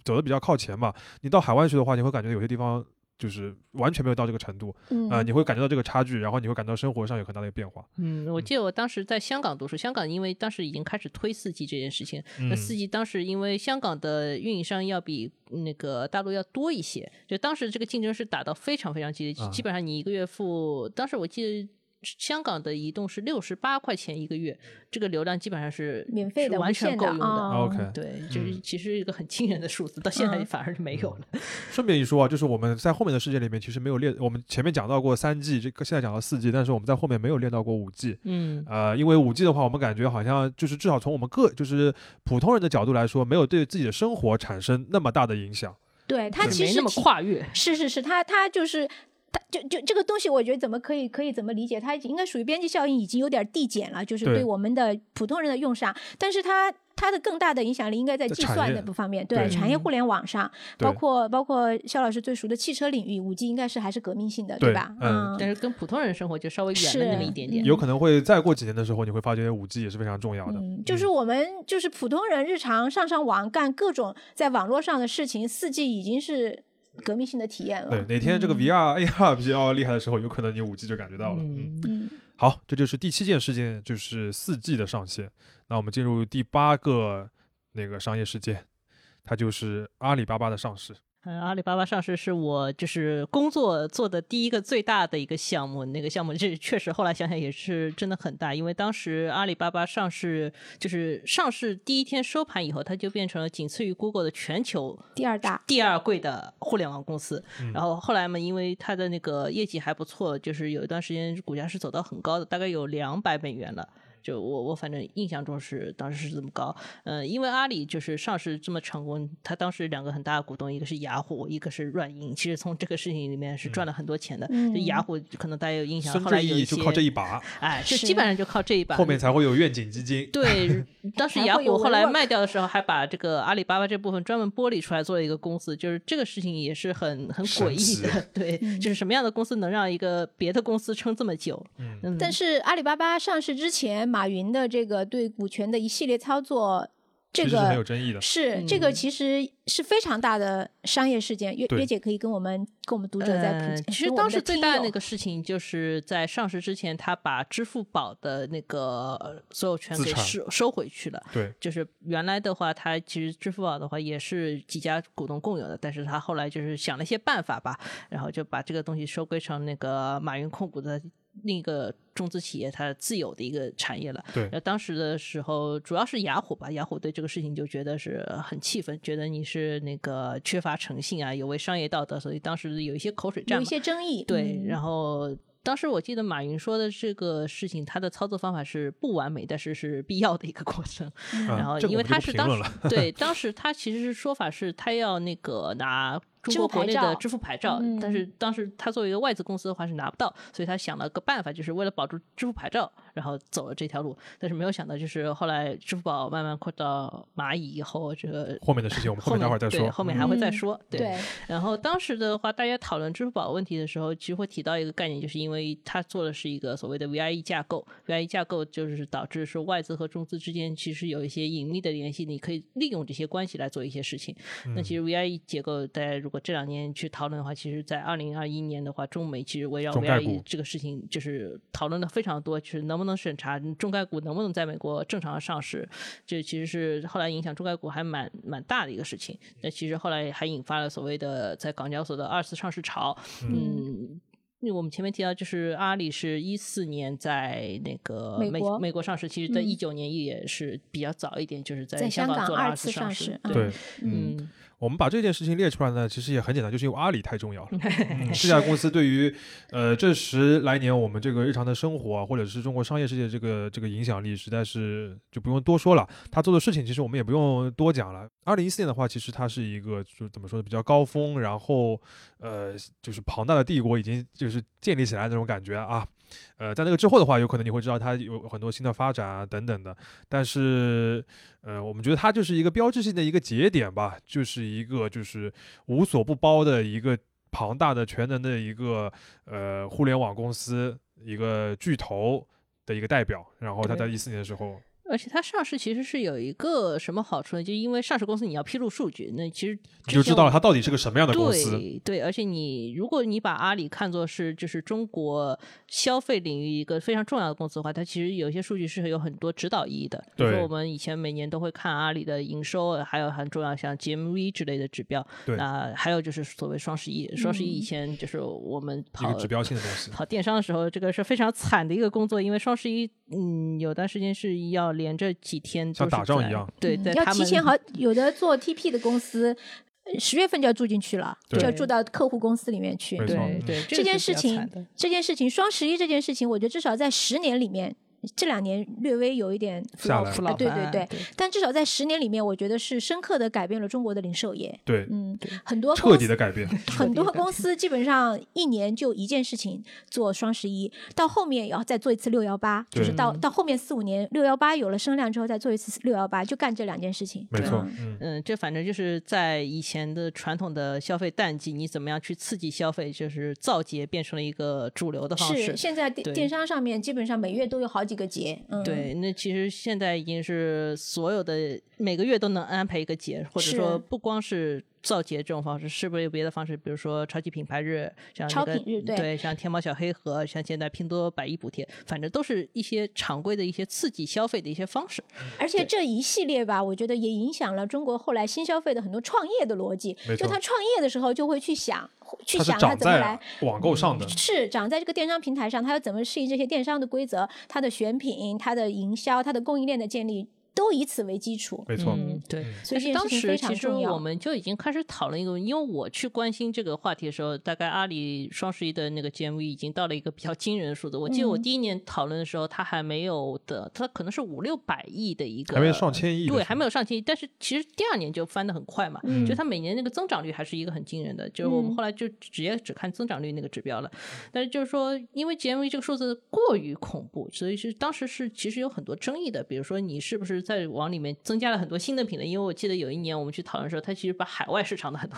Speaker 1: 走的比较靠前嘛，你到海外去的话，你会感觉有些地方就是完全没有到这个程度，
Speaker 3: 嗯
Speaker 1: 啊，你会感觉到这个差距，然后你会感到生活上有很大的一个变化。
Speaker 2: 嗯，我记得我当时在香港读书，香港因为当时已经开始推四 G 这件事情，那
Speaker 1: 嗯
Speaker 2: 四 G 当时因为香港的运营商要比那个大陆要多一些，就当时这个竞争是打到非常非常激烈，
Speaker 1: 啊
Speaker 2: 基本上你一个月付，当时我记得。香港的移动是六十八块钱一个月，这个流量基本上是
Speaker 3: 免费
Speaker 2: 是
Speaker 3: 的、
Speaker 2: 完
Speaker 3: 无
Speaker 2: 全
Speaker 3: 限
Speaker 2: 够
Speaker 3: 的
Speaker 2: 用的。
Speaker 3: 啊。嗯
Speaker 1: OK，
Speaker 2: 对，
Speaker 1: 嗯
Speaker 2: 就是其实一个很惊人的数字，到现在反而是没有了。
Speaker 1: 顺便一说啊，就是我们在后面的世界里面，其实没有列，我们前面讲到过三 G，这个现在讲到四 G，但是我们在后面没有列到过五 G。
Speaker 2: 嗯，
Speaker 1: 呃，因为五 G 的话，我们感觉好像就是至少从我们个就是普通人的角度来说，没有对自己的生活产生那么大的影响。
Speaker 3: 对，它
Speaker 2: 就
Speaker 3: 其嗯
Speaker 2: 没
Speaker 3: 实
Speaker 2: 那么
Speaker 3: 提
Speaker 2: 跨越。
Speaker 3: 是是是，它它就是。它就就这个东西，我觉得怎么可以可以怎么理解？它应该属于边际效应，已经有点递减了，就是
Speaker 1: 对
Speaker 3: 对我们的普通人的用上。但是它它的更大的影响力应该在
Speaker 1: 在
Speaker 3: 计
Speaker 1: 产
Speaker 3: 算
Speaker 1: 业
Speaker 3: 那部方面，
Speaker 1: 对嗯
Speaker 3: 产业互联网上，包
Speaker 1: 对
Speaker 3: 括包括肖老师最熟的汽车领域，五 G 应该是还是革命性的，
Speaker 1: 对
Speaker 3: 吧？
Speaker 1: 嗯
Speaker 2: 但是跟普通人生活就稍微远了那么
Speaker 3: 是
Speaker 2: 一点点。
Speaker 1: 有可能会再过几年的时候，你会发觉五 G 也是非常重要的。
Speaker 3: 嗯，就是我们就是普通人日常上上网干各种在网络上的事情，四 G 已经是革命性的体验了。
Speaker 2: 嗯
Speaker 1: 对，哪天这个 VR、AR 比较厉害的时候，有可能你五 G 就感觉到了。嗯，
Speaker 2: 嗯，
Speaker 3: 嗯，
Speaker 1: 好，这就是第七件事件，就是四 G 的上线。那我们进入第八个那个商业事件，它就是阿里巴巴的上市。
Speaker 2: 嗯，阿里巴巴上市是我就是工作做的第一个最大的一个项目，那个项目这确实后来想想也是真的很大，因为当时阿里巴巴上市就是上市第一天收盘以后，它就变成了仅次于 Google 的全球
Speaker 3: 第二大，
Speaker 2: 第二贵的互联网公司。
Speaker 1: 嗯
Speaker 2: 然后后来嘛，因为它的那个业绩还不错，就是有一段时间股价是走到很高的，大概有两百美元了。就我我反正印象中是当时是这么高，呃，因为阿里就是上市这么成功，它当时两个很大的股东，一个是雅虎，一个是软银，其实从这个事情里面是赚了很多钱的。
Speaker 3: 嗯
Speaker 2: 就雅虎可能大家有印象，
Speaker 1: 深
Speaker 2: 后
Speaker 1: 圳
Speaker 2: 来
Speaker 1: 意
Speaker 2: 有一
Speaker 1: 义
Speaker 2: 些
Speaker 1: 就靠这一把，
Speaker 2: 哎，就是基本上就靠这一把，
Speaker 1: 后面才会有愿景基金。
Speaker 3: *laughs*
Speaker 2: 对，当时
Speaker 3: 还
Speaker 2: 雅
Speaker 3: 会有
Speaker 2: 虎后来
Speaker 3: WeWork
Speaker 2: 卖掉的时候，还把这个阿里巴巴这部分专门剥离出来做了一个公司，就是这个事情也是很很诡
Speaker 1: 神
Speaker 2: 异
Speaker 1: 奇
Speaker 2: 的。对，
Speaker 3: 嗯
Speaker 2: 就是什么样的公司能让一个别的公司撑这么久？
Speaker 1: 嗯
Speaker 2: 嗯，
Speaker 3: 但是阿里巴巴上市之前，马云的这个对股权的一系列操作，这
Speaker 1: 其实是很有
Speaker 3: 个
Speaker 1: 争议的。
Speaker 3: 是
Speaker 2: 嗯
Speaker 3: 这个其实是非常大的商业事件。月
Speaker 1: 对
Speaker 3: 月姐可以跟我们跟我们读者再普
Speaker 2: 呃
Speaker 3: 及。
Speaker 2: 其实
Speaker 3: 跟我们
Speaker 2: 当时
Speaker 3: 的
Speaker 2: 最
Speaker 3: 听
Speaker 2: 大的
Speaker 3: 友
Speaker 2: 那个事情，就是在上市之前，他把支付宝的那个呃所有权
Speaker 1: 资
Speaker 2: 给
Speaker 1: 产
Speaker 2: 收收回去了。
Speaker 1: 对，
Speaker 2: 就是原来的话，它其实支付宝的话也是几家股东共有的，但是他后来就是想了一些办法吧，然后就把这个东西收归成那个马云控股的另一个中资企业它自有的一个产业了。
Speaker 1: 对
Speaker 2: 然后当时的时候，主要是雅虎吧，雅虎对这个事情就觉得是很气愤，觉得你是那个缺乏诚信啊，有违商业道德，所以当时有一些口水战嘛
Speaker 3: 有一。些争议，
Speaker 2: 对，
Speaker 3: 嗯
Speaker 2: 然后当时我记得马云说的这个事情，他的操作方法是不完美，但是是必要的一个过程。
Speaker 3: 嗯
Speaker 1: 啊
Speaker 2: 然后
Speaker 1: 这个
Speaker 2: 因
Speaker 1: 我们就
Speaker 2: 为他
Speaker 1: 不
Speaker 2: 是
Speaker 1: 评
Speaker 2: 当
Speaker 1: 论
Speaker 2: 时
Speaker 1: 了 *laughs*
Speaker 2: 对当时他其实是说法是他要那个拿。中
Speaker 3: 支
Speaker 2: 国
Speaker 3: 付
Speaker 2: 国
Speaker 3: 牌
Speaker 2: 内
Speaker 3: 照
Speaker 2: 的支付牌照，
Speaker 3: 嗯
Speaker 2: 但是当时他作为一个外资公司的话是拿不到，所以他想了个办法，就是为了保住支付牌照，然后走了这条路。但是没有想到，就是后来支付宝慢慢扩到蚂蚁以后，这个
Speaker 1: 后面的事情我们后面待会儿再
Speaker 2: 对
Speaker 1: 说
Speaker 2: 后面还会再
Speaker 3: 嗯
Speaker 2: 说。
Speaker 3: 对，
Speaker 2: 然后当时的话，大家讨论支付宝问题的时候，其实会提到一个概念，就是因为它做的是一个所谓的 VIE 架构，VIE 架构就是导致说外资和中资之间其实有一些隐秘的联系，你可以利用这些关系来做一些事情。
Speaker 1: 嗯
Speaker 2: 那其实 VIE 结构，大家如果这两年去讨论的话，其实在二零二一年的话，中美其实围绕
Speaker 1: 中概股
Speaker 2: VIE 这个事情就是讨论的非常多，就是能不能审查中概股能不能在美国正常上市，这其实是后来影响中概股还蛮蛮大的一个事情。那其实后来还引发了所谓的在港交所的二次上市潮。嗯，那我们前面提到，就是阿里是一四年在那个
Speaker 3: 美
Speaker 2: 美
Speaker 3: 国
Speaker 2: 美国上市，其实在
Speaker 3: 嗯
Speaker 2: 一九年也是比较早一点，就是
Speaker 3: 在
Speaker 2: 香
Speaker 3: 香港
Speaker 2: 做了
Speaker 3: 二
Speaker 2: 二
Speaker 3: 次上
Speaker 2: 上
Speaker 3: 市嗯
Speaker 1: 对，
Speaker 2: 嗯。
Speaker 1: 我们把这件事情列出来呢，其实也很简单，就是因为阿里太重要了。嗯、 *laughs* 这家公司对于呃这十来年我们这个日常的生活啊，或者是中国商业世界这个这个影响力，实在是就不用多说了。他做的事情其实我们也不用多讲了。二零一四年的话，其实它是一个就怎么说呢，比较高峰，然后呃就是庞大的帝国已经就是建立起来的那种感觉啊。呃，在那个之后的话，有可能你会知道它有很多新的发展啊等等的，但是呃，我们觉得它就是一个标志性的一个节点吧，就是一个就是无所不包的一个庞大的全能的一个呃互联网公司一个巨头的一个代表。然后他在
Speaker 2: 对
Speaker 1: 一四年的时候，
Speaker 2: 而且它上市其实是有一个什么好处呢？就因为上市公司你要披露数据，那其实
Speaker 1: 你就
Speaker 2: 之前
Speaker 1: 知道
Speaker 2: 我
Speaker 1: 了它到底是个什么样的公司。
Speaker 2: 对对，而且你如果你把阿里看作是就是中国消费领域一个非常重要的公司的话，它其实有一些数据是有很多指导意义的。比如
Speaker 1: 对
Speaker 2: 说我们以前每年都会看阿里的营收，还有很重要像 GMV 之类的指标。
Speaker 1: 对
Speaker 2: 那还有就是所谓双十一，双十一以
Speaker 3: 嗯
Speaker 2: 前就是我们
Speaker 1: 一
Speaker 2: 跑
Speaker 1: 个指标性的东西，
Speaker 2: 跑电商的时候，这个是非常惨的一个工作，因为双十一，嗯，有段时间是要连着几天都
Speaker 1: 像
Speaker 2: 是
Speaker 1: 打仗
Speaker 2: 在
Speaker 1: 一样，
Speaker 2: 对，
Speaker 3: 嗯
Speaker 2: 在
Speaker 3: 要
Speaker 2: 他
Speaker 3: 提前
Speaker 2: 们
Speaker 3: 好，有的做 TP 的公司，十月份就要住进去了，就
Speaker 1: 对
Speaker 3: 要住到客户公司里面去。
Speaker 1: 没错
Speaker 2: 对
Speaker 1: 嗯
Speaker 2: 对
Speaker 3: 这件
Speaker 2: 是
Speaker 3: 事
Speaker 2: 比较
Speaker 3: 情
Speaker 2: 惨的，
Speaker 3: 这件事情，双十一这件事情，我觉得至少在十年里面，这两年略微有一点
Speaker 1: 下来
Speaker 3: 呃
Speaker 1: 了
Speaker 2: 扶老
Speaker 3: 对
Speaker 2: 伴
Speaker 3: 对对，
Speaker 2: 对
Speaker 3: 但至少在十年里面，我觉得是深刻的改变了中国的零售业。
Speaker 1: 对，
Speaker 3: 嗯，很多公
Speaker 1: 彻底
Speaker 3: 司
Speaker 1: 的改变。
Speaker 3: 很多
Speaker 2: 彻底地
Speaker 3: 公司基本上一年就一件事情做双十一，到后面也要再做一次六幺八，
Speaker 1: 对嗯
Speaker 3: 就是到到后面四五年六幺八有了声量之后再做一次六幺八，就干这两件事情。
Speaker 1: 没错，
Speaker 3: 嗯
Speaker 1: 嗯，
Speaker 2: 嗯，这反正就是在以前的传统的消费淡季，你怎么样去刺激消费，就是造节变成了一个主流的方式
Speaker 3: 是，。现在电
Speaker 2: 对
Speaker 3: 电商上面基本上每月都有好几个节，嗯，，
Speaker 2: 对，那其实现在已经是所有的每个月都能安排一个节，或者
Speaker 3: 是
Speaker 2: 说不光是造节这种方式，是不是有别的方式？比如说超级品牌日，像、那
Speaker 3: 超
Speaker 2: 个嗯
Speaker 3: 品日对
Speaker 2: 对，像天猫小黑盒，像现在拼多多百亿补贴，反正都是一些常规的一些刺激消费的一些方式。
Speaker 3: 而且
Speaker 2: 对
Speaker 3: 这一系列吧，我觉得也影响了中国后来新消费的很多创业的逻辑
Speaker 1: 没。
Speaker 3: 就
Speaker 1: 错
Speaker 3: 他创业的时候就会去想，去
Speaker 1: 它是
Speaker 3: 想他
Speaker 1: 长
Speaker 3: 怎么
Speaker 1: 在、
Speaker 3: 来嗯
Speaker 1: 啊、网购上的，
Speaker 3: 是长在这个电商平台上，它要怎么适应这些电商的规则，它的选品、它的营销、它的供应链的建立，都以此为基础。
Speaker 1: 没错。
Speaker 2: 嗯，对。但
Speaker 3: 所以
Speaker 2: 是
Speaker 3: 这件
Speaker 2: 当
Speaker 3: 事情
Speaker 2: 时
Speaker 3: 非
Speaker 2: 其
Speaker 3: 常
Speaker 2: 实
Speaker 3: 重要。
Speaker 2: 我们就已经开始讨论一个问题，因为我去关心这个话题的时候，大概阿里双十一的那个 GMV 已经到了一个比较惊人的数字。我记得我
Speaker 3: 嗯
Speaker 2: 第一年讨论的时候，它还没有的，它可能是五六百亿的一个，
Speaker 1: 还没有上千亿的时
Speaker 2: 对，
Speaker 1: 候
Speaker 2: 还没有上千亿。但是其实第二年就翻得很快嘛，
Speaker 1: 嗯
Speaker 2: 就它每年那个增长率还是一个很惊人的，就是我们
Speaker 3: 嗯
Speaker 2: 后来就直接只看增长率那个指标了。但是就是说，因为 GMV 这个数字过于恐怖，所以是当时是其实有很多争议的。比如说，你是不是在往里面增加了很多新的品类？因为我记得有一年我们去讨论的时候，它其实把海外市场的很多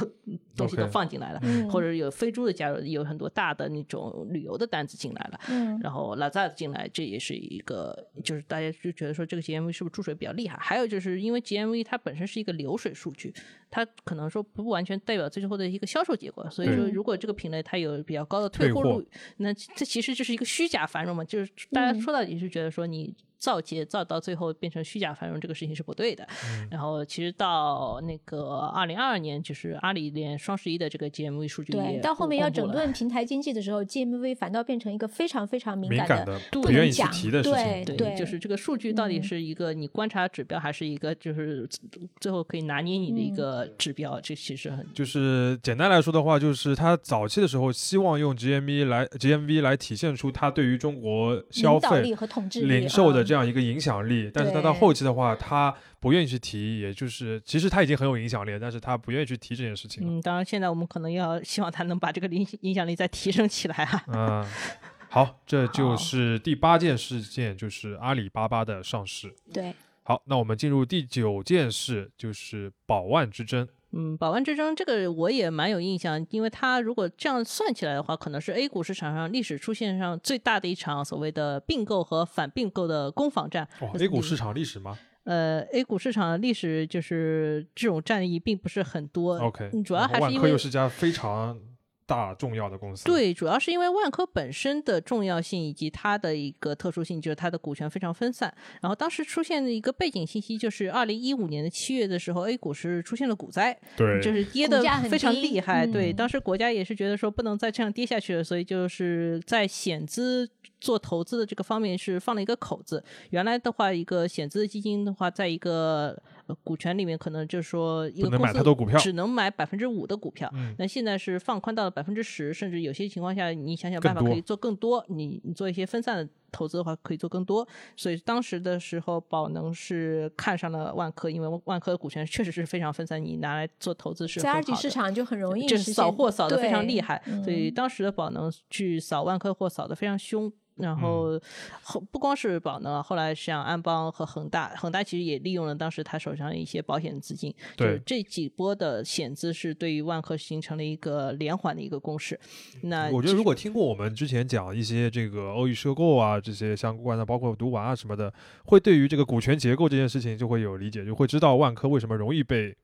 Speaker 2: 东西都
Speaker 1: OK
Speaker 2: 放进来了
Speaker 3: 嗯
Speaker 2: 或者有非洲的加入，有很多大的那种旅游的单子进来了。
Speaker 3: 嗯
Speaker 2: 然后拉扎进来，这也是一个，就是大家就觉得说这个 GMV 是不是注水比较厉害？还有就是因为 GMV 它本身是一个流水数据，它可能说不完全代表最后的一个销售结果，所以说
Speaker 3: 对
Speaker 2: 如果这个品类它有比较高的退货
Speaker 1: 退货
Speaker 2: 率，那这其实就是一个虚假繁荣嘛，就是大家
Speaker 3: 嗯
Speaker 2: 说到底是觉得说你。造节造到最后变成虚假繁荣，这个事情是不对的。
Speaker 3: 嗯
Speaker 2: 然后其实到那个二零二二年，就是阿里连双十一的这个 GMV 数据也
Speaker 3: 对，到后面
Speaker 2: 公
Speaker 3: 要
Speaker 2: 布
Speaker 3: 整
Speaker 2: 了
Speaker 3: 顿平台经济的时候，GMV 反倒变成一个非常非常敏
Speaker 1: 敏
Speaker 3: 感
Speaker 1: 感
Speaker 3: 的。
Speaker 1: 的、
Speaker 2: 不
Speaker 1: 不
Speaker 2: 能
Speaker 1: 愿意去
Speaker 3: 讲
Speaker 1: 提的事情，
Speaker 3: 对
Speaker 2: 就是这个数据到底是一个你观察指标，还是一个就是最后可以拿捏你的一个指标？这其实很
Speaker 1: 就是简单来说的话，就是他早期的时候希望用 GMV 来 GMV 来体现出他对于中国消
Speaker 3: 领导
Speaker 1: 费
Speaker 3: 力和统治力，
Speaker 1: 零售的
Speaker 3: 嗯
Speaker 1: 这样一个影响力，但是他到
Speaker 3: 对
Speaker 1: 后期的话，他不愿意去提，也就是其实他已经很有影响力了，但是他不愿意去提这件事情了。
Speaker 2: 嗯，当然现在我们可能要希望它能把这个影影响力再提升起来啊。
Speaker 1: 嗯，好，
Speaker 3: *laughs*
Speaker 1: 这就
Speaker 2: 好
Speaker 1: 是第八件事件，就是阿里巴巴的上市。
Speaker 3: 对，
Speaker 1: 好，那我们进入第九件事，就是宝万之争。
Speaker 2: 嗯，宝万之争这个我也蛮有印象，因为它如果这样算起来的话，可能是 A 股市场上历史出现上最大的一场所谓的并购和反并购的攻防战。
Speaker 1: 哇，A 股市场历史吗？
Speaker 2: 呃，A 股市场历史就是这种战役并不是很多
Speaker 1: OK，
Speaker 2: 嗯主要
Speaker 1: 然后
Speaker 2: 还是
Speaker 1: 万
Speaker 2: 因
Speaker 1: 科
Speaker 2: 为
Speaker 1: 又是家非常大重要的公司，，
Speaker 2: 对，主要是因为万科本身的重要性以及它的一个特殊性，就是它的股权非常分散。然后当时出现的一个背景信息就是，二零一五年的七月的时候，A 股是出现了股灾，
Speaker 1: 对
Speaker 2: 就是跌
Speaker 3: 股
Speaker 2: 的
Speaker 3: 价很
Speaker 2: 非常
Speaker 3: 低
Speaker 2: 厉害。对，
Speaker 1: 嗯
Speaker 2: 当时国家也是觉得说不能再这样跌下去了，所以就是在险资做投资的这个方面是放了一个口子。原来的话，一个险资基金的话，在一个呃股权里面，可能就是说一
Speaker 1: 不
Speaker 2: 个
Speaker 1: 能
Speaker 2: 公
Speaker 1: 买
Speaker 2: 司
Speaker 1: 太多股票
Speaker 2: 只能买百分之五的股票。
Speaker 1: 嗯，
Speaker 2: 那现在是放宽到了百分之十，甚至有些情况下，你想想
Speaker 1: 更
Speaker 2: 办法可
Speaker 1: 多
Speaker 2: 以做更多。你你做一些分散的投资的话，可以做更多。所以当时的时候，宝能是看上了万科，因为万科股权确实是非常分散，你拿来做投资是
Speaker 3: 在
Speaker 2: 很
Speaker 3: 二级
Speaker 2: 好
Speaker 3: 市
Speaker 2: 的
Speaker 3: 场就很容易
Speaker 2: 就是
Speaker 3: 实现
Speaker 2: 扫货扫的非常
Speaker 3: 对
Speaker 2: 厉害，所以
Speaker 3: 嗯
Speaker 2: 当时的宝能去扫万科货扫的非常凶。然后
Speaker 1: 嗯
Speaker 2: 后不光是宝能啊，后来像安邦和恒大，恒大其实也利用了当时他手上一些保险资金，就是
Speaker 1: 对
Speaker 2: 这几波的险资是对于万科形成了一个连环的一个攻势。那
Speaker 1: 嗯我觉
Speaker 2: 呃其
Speaker 1: 得
Speaker 2: 实
Speaker 1: 如果听过我们之前讲一些这个欧易收购啊这些相关的，包括毒丸啊什么的，会对于这个股权结构这件事情就会有理解，就会知道万科为什么容易被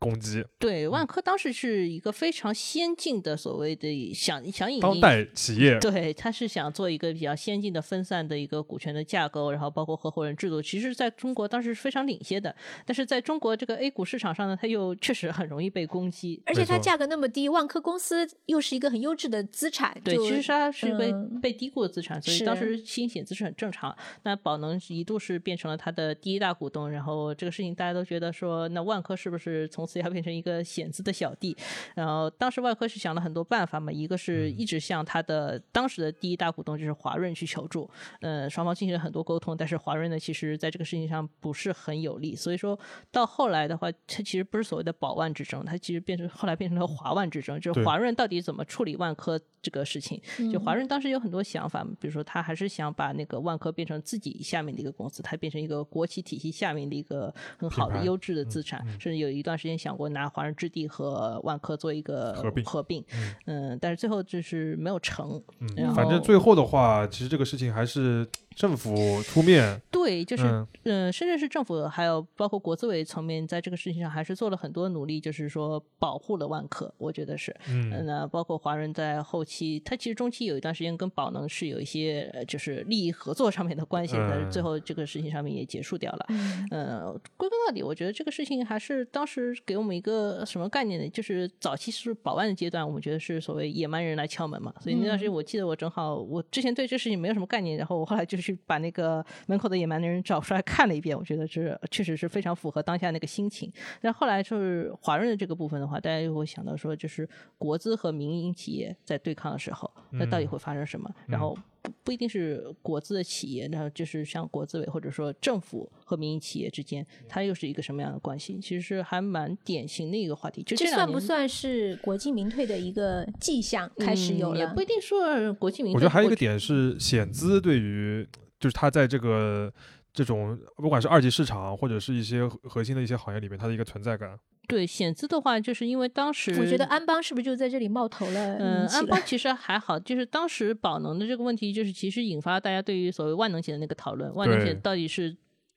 Speaker 1: 攻击，
Speaker 2: 对
Speaker 1: 嗯
Speaker 2: 万科当时是一个非常先进的所谓的想想引
Speaker 1: 当
Speaker 2: 进
Speaker 1: 代企
Speaker 3: *laughs*
Speaker 1: 业
Speaker 2: 对，他是想做一个比较先进的分散的一个股权的架构，然后包括合伙人制度。其实，在中国当时是非常领先的，但是在中国这个 A 股市场上呢，它又确实很容易被攻击。
Speaker 3: 而且它
Speaker 1: 没错
Speaker 3: 价格那么低，万科公司又是一个很优质的资产，
Speaker 2: 对，
Speaker 3: 就
Speaker 2: 其实它是被、
Speaker 3: 嗯
Speaker 2: 被低估的资产，所以
Speaker 3: 是
Speaker 2: 当时新险资是很正常。那宝能一度是变成了它的第一大股东，然后这个事情大家都觉得说，那万科是不是从此要变成一个险资的小弟？然后当时万科是想了很多办法嘛，一个是一直向它的当时的第一大股东就是华润去求助，呃，双方进行了很多沟通，但是华润呢，其实在这个事情上不是很有利，所以说到后来的话，它其实不是所谓的宝万之争，它其实变成后来变成了华万之争，就是
Speaker 1: 对
Speaker 2: 华润到底怎么处理万科这个事情。就
Speaker 3: 嗯
Speaker 2: 华润当时有很多想法，比如说他还是想把那个万科变成自己下面的一个公司，它变成一个国企体系下面的一个很好
Speaker 1: 品
Speaker 2: 的
Speaker 1: 牌
Speaker 2: 优质的资产
Speaker 1: 嗯，
Speaker 2: 甚至有一段时间想过拿华润置地和万科做一个
Speaker 1: 合并
Speaker 2: 合并，嗯嗯，但是最后就是没有成。
Speaker 1: 嗯
Speaker 2: 然，
Speaker 1: 反正
Speaker 2: 后
Speaker 1: 最后的话，其实这个事情还是政府出面，
Speaker 2: 对，就是
Speaker 1: 嗯
Speaker 2: 呃，深圳市政府还有包括国资委层面，在这个事情上还是做了很多努力，就是说保护了万科，我觉得是。呃
Speaker 1: 嗯
Speaker 2: 那包括华人在后期，它其实中期有一段时间跟宝能是有一些呃就是利益合作上面的关系，但是最
Speaker 1: 嗯
Speaker 2: 后这个事情上面也结束掉了。
Speaker 3: 嗯
Speaker 2: 呃，归根到底，我觉得这个事情还是当时给我们一个什么概念呢？就是早期是保安的阶段，我们觉得是所谓野蛮人来敲门嘛。所以那段时间，我记得我正好我之前对这事情没有什么概念，然后我后来就去把那个门口的野蛮人找出来看了一遍，我觉得这确实是非常符合当下那个心情。但后来就是华润的这个部分的话，大家又会想到说，就是国资和民营企业在对抗的时候，那
Speaker 1: 嗯
Speaker 2: 到底会发生什么？然后不不一定是国资的企业，然后就是像国资委或者说政府和民营企业之间，它又是一个什么样的关系？其实是还蛮典型的一个话题。就
Speaker 3: 这
Speaker 2: 两
Speaker 3: 算不
Speaker 2: 年
Speaker 3: 算是国进民退的一个迹象？开始
Speaker 2: 嗯
Speaker 3: 有
Speaker 2: 也
Speaker 3: 了
Speaker 2: 不，一定说国际民退，
Speaker 1: 我觉得还有一个
Speaker 2: 点
Speaker 1: 点是险资对于，就是它在这个这种不管是二级市场或者是一些核核心的一些行业里面，它的一个存在感。
Speaker 2: 对险资的话，就是因为当时
Speaker 3: 我觉得安邦是不是就在这里冒头了？
Speaker 2: 嗯
Speaker 3: 引，起
Speaker 2: 安邦
Speaker 3: 了
Speaker 2: 其实还好，就是当时宝能的这个问题，就是其实引发大家对于所谓万能险的那个讨论，万能
Speaker 1: 对
Speaker 2: 险到底是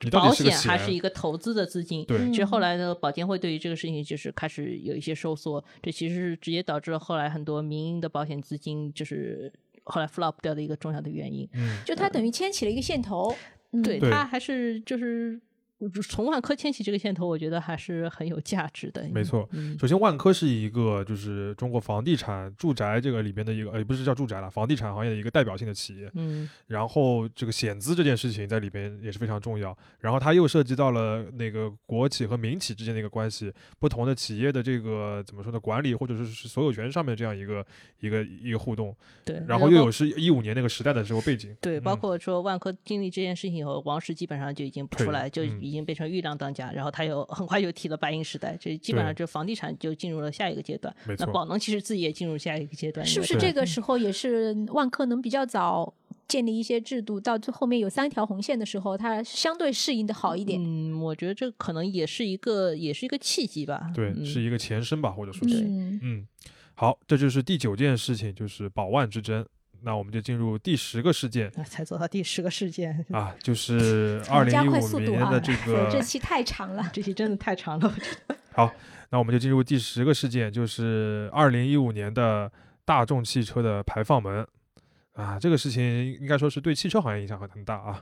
Speaker 1: 你到底
Speaker 2: 保
Speaker 1: 是个
Speaker 2: 险还
Speaker 1: 险
Speaker 2: 是一个投资的资金？
Speaker 1: 对
Speaker 2: 其实后
Speaker 3: 嗯
Speaker 2: 来呢，保监会对于这个事情就是开始有一些收缩，这其实是直接导致了后来很多民营的保险资金就是后来 flop 掉的一个重要的原因。
Speaker 1: 嗯，
Speaker 3: 就它等于牵起了一个线头。嗯
Speaker 2: 对
Speaker 1: 对
Speaker 2: 它还是就是从万科牵起这个线头，我觉得还是很有价值的。
Speaker 1: 没错
Speaker 2: 嗯，
Speaker 1: 首先，万科是一个就是中国房地产住宅这个里边的一个，呃，不是叫住宅了，房地产行业的一个代表性的企业。
Speaker 2: 嗯，
Speaker 1: 然后这个险资这件事情在里边也是非常重要。然后它又涉及到了那个国企和民企之间的一个关系，不同的企业的这个怎么说呢，管理或者是是所有权上面这样一个一个一个互动。
Speaker 2: 对。
Speaker 1: 然后又
Speaker 2: 包
Speaker 1: 有是一五年那个时代的时候背景，
Speaker 2: 对，
Speaker 1: 嗯
Speaker 2: 包括说万科经历这件事情以后，王石基本上就已经不出
Speaker 1: 退了
Speaker 2: 来，就
Speaker 1: 嗯
Speaker 2: 已经变成郁亮当家。然后他又很快又提了白银时代，这基本上
Speaker 1: 对
Speaker 2: 就房地产就进入了下一个阶段。
Speaker 1: 没
Speaker 2: 那
Speaker 1: 错
Speaker 2: 宝能其实自己也进入下一个阶段，
Speaker 3: 是
Speaker 2: 因为
Speaker 3: 不是
Speaker 1: 对嗯
Speaker 3: 这个时候也是万科能比较早建立一些制度，到最后面有三条红线的时候，它相对适应的好一点？
Speaker 2: 嗯，我觉得这可能也是一个也是一个契机吧。
Speaker 1: 对，
Speaker 2: 嗯、
Speaker 1: 是一个前身吧，或者说是，
Speaker 3: 嗯，
Speaker 1: 嗯，好，这就是第九件事情，就是保万之争。那我们就进入第十个事件
Speaker 2: 啊才走到第十个事件，
Speaker 1: 啊，就是
Speaker 3: 我
Speaker 1: 二
Speaker 3: 们
Speaker 1: 零
Speaker 3: 嗯加
Speaker 1: 一
Speaker 3: 快
Speaker 1: 五
Speaker 3: 速度
Speaker 1: 年
Speaker 3: 啊！
Speaker 1: 的这个，
Speaker 3: 这期太长了。
Speaker 2: 这期真的太长了。我觉得
Speaker 1: 那我们就进入第十个事件，就是二零一五年的大众汽车的排放门啊，这个事情应该说是对汽车行业影响很很大啊。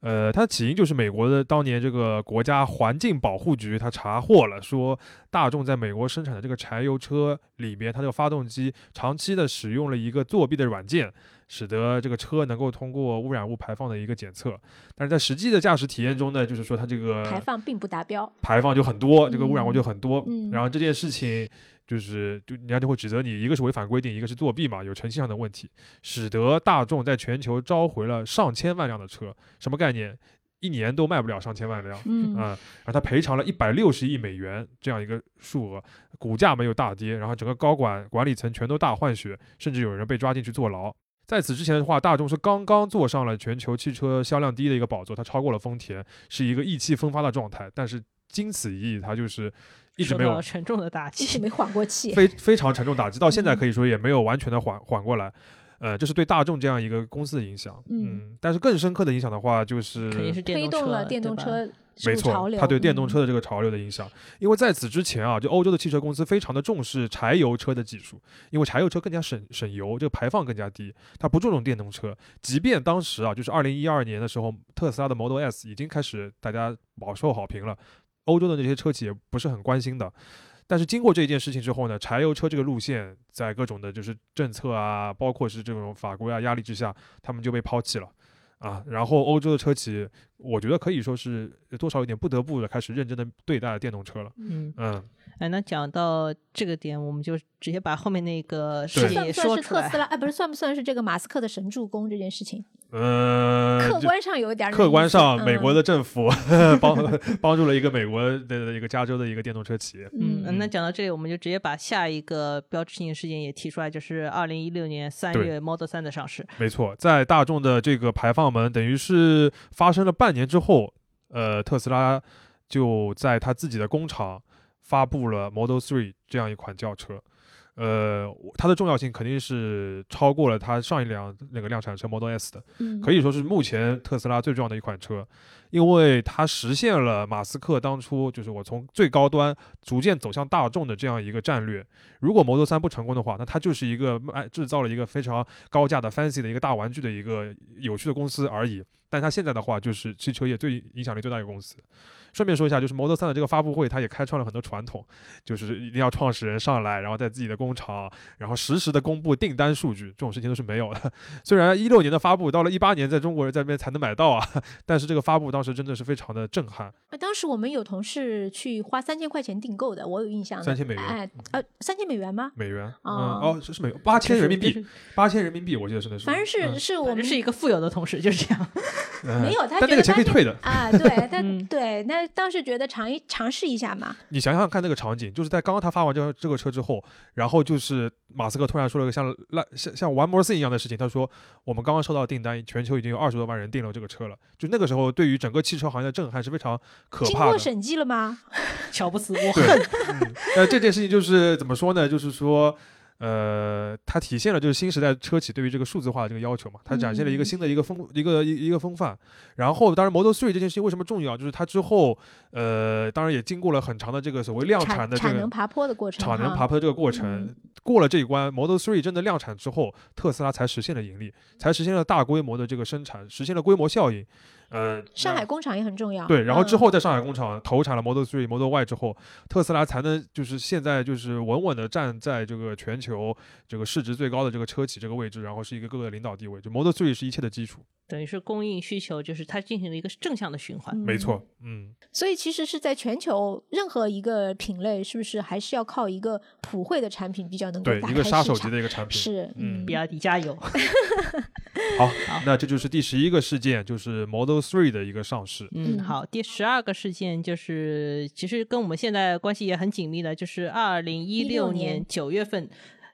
Speaker 1: 呃，它起因就是美国的当年这个国家环境保护局，它查获了说大众在美国生产的这个柴油车里边，它这个发动机长期的使用了一个作弊的软件，使得这个车能够通过污染物排放的一个检测。但是在实际的驾驶体验中呢，就是说它这个
Speaker 3: 排放并不达标，
Speaker 1: 排放就很多，这个污染物就很多。
Speaker 3: 嗯
Speaker 1: 然后这件事情就是，就人家就会指责你，一个是违反规定，一个是作弊嘛，有诚信上的问题，使得大众在全球召回了上千万辆的车，什么概念？一年都卖不了上千万辆。
Speaker 3: 嗯
Speaker 1: 啊、然后他赔偿了一百六十亿美元这样一个数额，股价没有大跌，然后整个高管管理层全都大换血，甚至有人被抓进去坐牢。在此之前的话，大众是刚刚坐上了全球汽车销量第一的一个宝座，它超过了丰田，是一个意气风发的状态。但是经此一役，它就是一直
Speaker 2: 受
Speaker 1: 没
Speaker 2: 到
Speaker 1: 有
Speaker 2: 了沉重的打
Speaker 3: 一直
Speaker 2: 击。
Speaker 3: 没缓过气。
Speaker 1: 非非常沉重打击，到
Speaker 2: 嗯
Speaker 1: 现在可以说也没有完全的缓缓过来。呃，这是对大众这样一个公司的影响。
Speaker 3: 嗯
Speaker 1: 嗯，但是更深刻的影响的话，就是
Speaker 2: 肯定是电
Speaker 3: 推
Speaker 2: 动
Speaker 3: 动了电
Speaker 2: 对
Speaker 3: 动
Speaker 2: 吧
Speaker 3: 车
Speaker 1: 没
Speaker 3: 入潮
Speaker 1: 错，
Speaker 3: 流，嗯
Speaker 1: 它对电动车的这个潮流的影响。因为在此之前啊，就欧洲的汽车公司非常的重视柴油车的技术，因为柴油车更加省省油，这个排放更加低，它不注重电动车。即便当时啊，就是二零一二年的时候，特斯拉的 Model S 已经开始大家饱受好评了，欧洲的那些车企也不是很关心的。但是经过这一件事情之后呢，柴油车这个路线在各种的就是政策啊，包括是这种法规啊压力之下，他们就被抛弃了。啊，然后欧洲的车企，我觉得可以说是多少有点不得不的开始认真的对待电动车了。
Speaker 2: 嗯，
Speaker 1: 嗯，
Speaker 2: 哎，那讲到这个点，我们就直接把后面那个
Speaker 1: 对
Speaker 2: 事情
Speaker 3: 算
Speaker 2: 也
Speaker 3: 不
Speaker 2: 说
Speaker 3: 算是
Speaker 2: 出
Speaker 3: 特
Speaker 2: 来
Speaker 3: 斯。拉？哎，不是，算不算是这个马斯克的神助攻这件事情？
Speaker 1: 呃，
Speaker 3: 客
Speaker 1: 就
Speaker 3: 观上有点儿那意思，
Speaker 1: 客观上，美国
Speaker 3: 嗯
Speaker 1: 的政府 *laughs* 帮帮助了一个美国的一个加州的一个电动车企业。
Speaker 2: 嗯，那
Speaker 1: 嗯
Speaker 2: 讲到这里，我们就直接把下一个标志性的事件也提出来，就是二零一六年三
Speaker 1: 对
Speaker 2: 月 Model 3的上市。
Speaker 1: 没错，在大众的这个排放门等于是发生了半年之后，呃，特斯拉就在他自己的工厂发布了 Model Three 这样一款轿车。呃，我它的重要性肯定是超过了它上一辆那个量产车 Model S 的，
Speaker 3: 嗯
Speaker 1: 可以说是目前特斯拉最重要的一款车，因为它实现了马斯克当初就是我从最高端逐渐走向大众的这样一个战略。如果 Model 3不成功的话，那它就是一个卖制造了一个非常高价的 fancy 的一个大玩具的一个有趣的公司而已。但它现在的话，就是汽车业最影响力最大的一个公司。顺便说一下，就是 Model 3的这个发布会，它也开创了很多传统，就是一定要创始人上来，然后在自己的工厂，然后实时的公布订单数据，这种事情都是没有的。虽然一六年的发布，到了一八年在中国人在那边才能买到啊， *laughs* 但是这个发布当时真的是非常的震撼。
Speaker 3: 啊当时我们有同事去花三千块钱订购的，我有印象的。
Speaker 1: 3000美元嗯
Speaker 3: 哎，呃，三千美元吗？
Speaker 1: 美元，嗯，
Speaker 3: 哦
Speaker 1: 哦，是是美元，八千人民
Speaker 2: 就是
Speaker 1: 币，，八千人民币，我记得是那时候，
Speaker 3: 反正是、
Speaker 1: 嗯
Speaker 3: 是我
Speaker 2: 我
Speaker 3: 们
Speaker 2: 们是一个富有的同事，就是这样。 *laughs*
Speaker 1: *laughs* 嗯
Speaker 3: 没有
Speaker 1: 但
Speaker 3: 他
Speaker 1: 那
Speaker 3: 觉得
Speaker 1: 个钱可以
Speaker 3: 他
Speaker 1: 退的。*laughs*
Speaker 3: 啊，对，但
Speaker 2: 嗯
Speaker 3: 对，那当时觉得尝一尝试一下嘛，
Speaker 1: 你想想看那个场景，就是在刚刚他发完这这个车之后，然后就是马斯克突然说了个像烂像像 One More Thing 一样的事情，他说我们刚刚收到订单，全球已经有二十多万人订了这个车了。就那个时候，对于整个汽车行业的震撼是非常可
Speaker 3: 经
Speaker 1: 怕
Speaker 3: 过
Speaker 1: 的。
Speaker 3: 审计了吗？
Speaker 2: 乔布斯，
Speaker 1: *laughs*
Speaker 2: 我
Speaker 1: 对
Speaker 2: 恨，
Speaker 1: 呃，这件事情就是怎么说呢？就是说，呃，它体现了就是新时代车企对于这个数字化的这个要求嘛，它展现了一个
Speaker 3: 嗯
Speaker 1: 新的一个风、一个一一个风范。然后，当然 Model Three 这件事情为什么重要？就是它之后，呃，当然也经过了很长的这个所谓量产
Speaker 3: 产
Speaker 1: 的这
Speaker 3: 产
Speaker 1: 个
Speaker 3: 能爬坡的过程哈，
Speaker 1: 产能爬坡的这个过程。
Speaker 3: 嗯
Speaker 1: 过了这一关，Model Three 真的量产之后，特斯拉才实现了盈利，才实现了大规模的这个生产，实现了规模效应。呃，
Speaker 3: 上
Speaker 1: 那
Speaker 3: 海工厂也很重要。
Speaker 1: 对，然后之
Speaker 3: 嗯
Speaker 1: 后在上海工厂投产了 Model 3、Model Y 之后，特斯拉才能就是现在就是稳稳的站在这个全球这个市值最高的这个车企这个位置，然后是一个各个的领导地位。就 Model 3是一切的基础，
Speaker 2: 等于是供应需求，就是它进行了一个正向的循环。
Speaker 1: 没错，嗯，
Speaker 3: 所以其实是在全球任何一个品类，是不是还是要靠一个普惠的产品比较能够
Speaker 1: 对，
Speaker 3: 打
Speaker 1: 一
Speaker 3: 开
Speaker 1: 个杀
Speaker 3: 市
Speaker 1: 手级
Speaker 3: 场
Speaker 1: 的一个产品。
Speaker 3: 是，
Speaker 1: 嗯
Speaker 2: 比亚迪加油！
Speaker 1: 好，那这就是第十一个事件，就是 Model 3的一个上市。
Speaker 2: 嗯，
Speaker 3: 嗯
Speaker 2: 好，第十二个事件就是，其实跟我们现在关系也很紧密的，就是二零一
Speaker 3: 16
Speaker 2: 六
Speaker 3: 年
Speaker 2: 年九月份。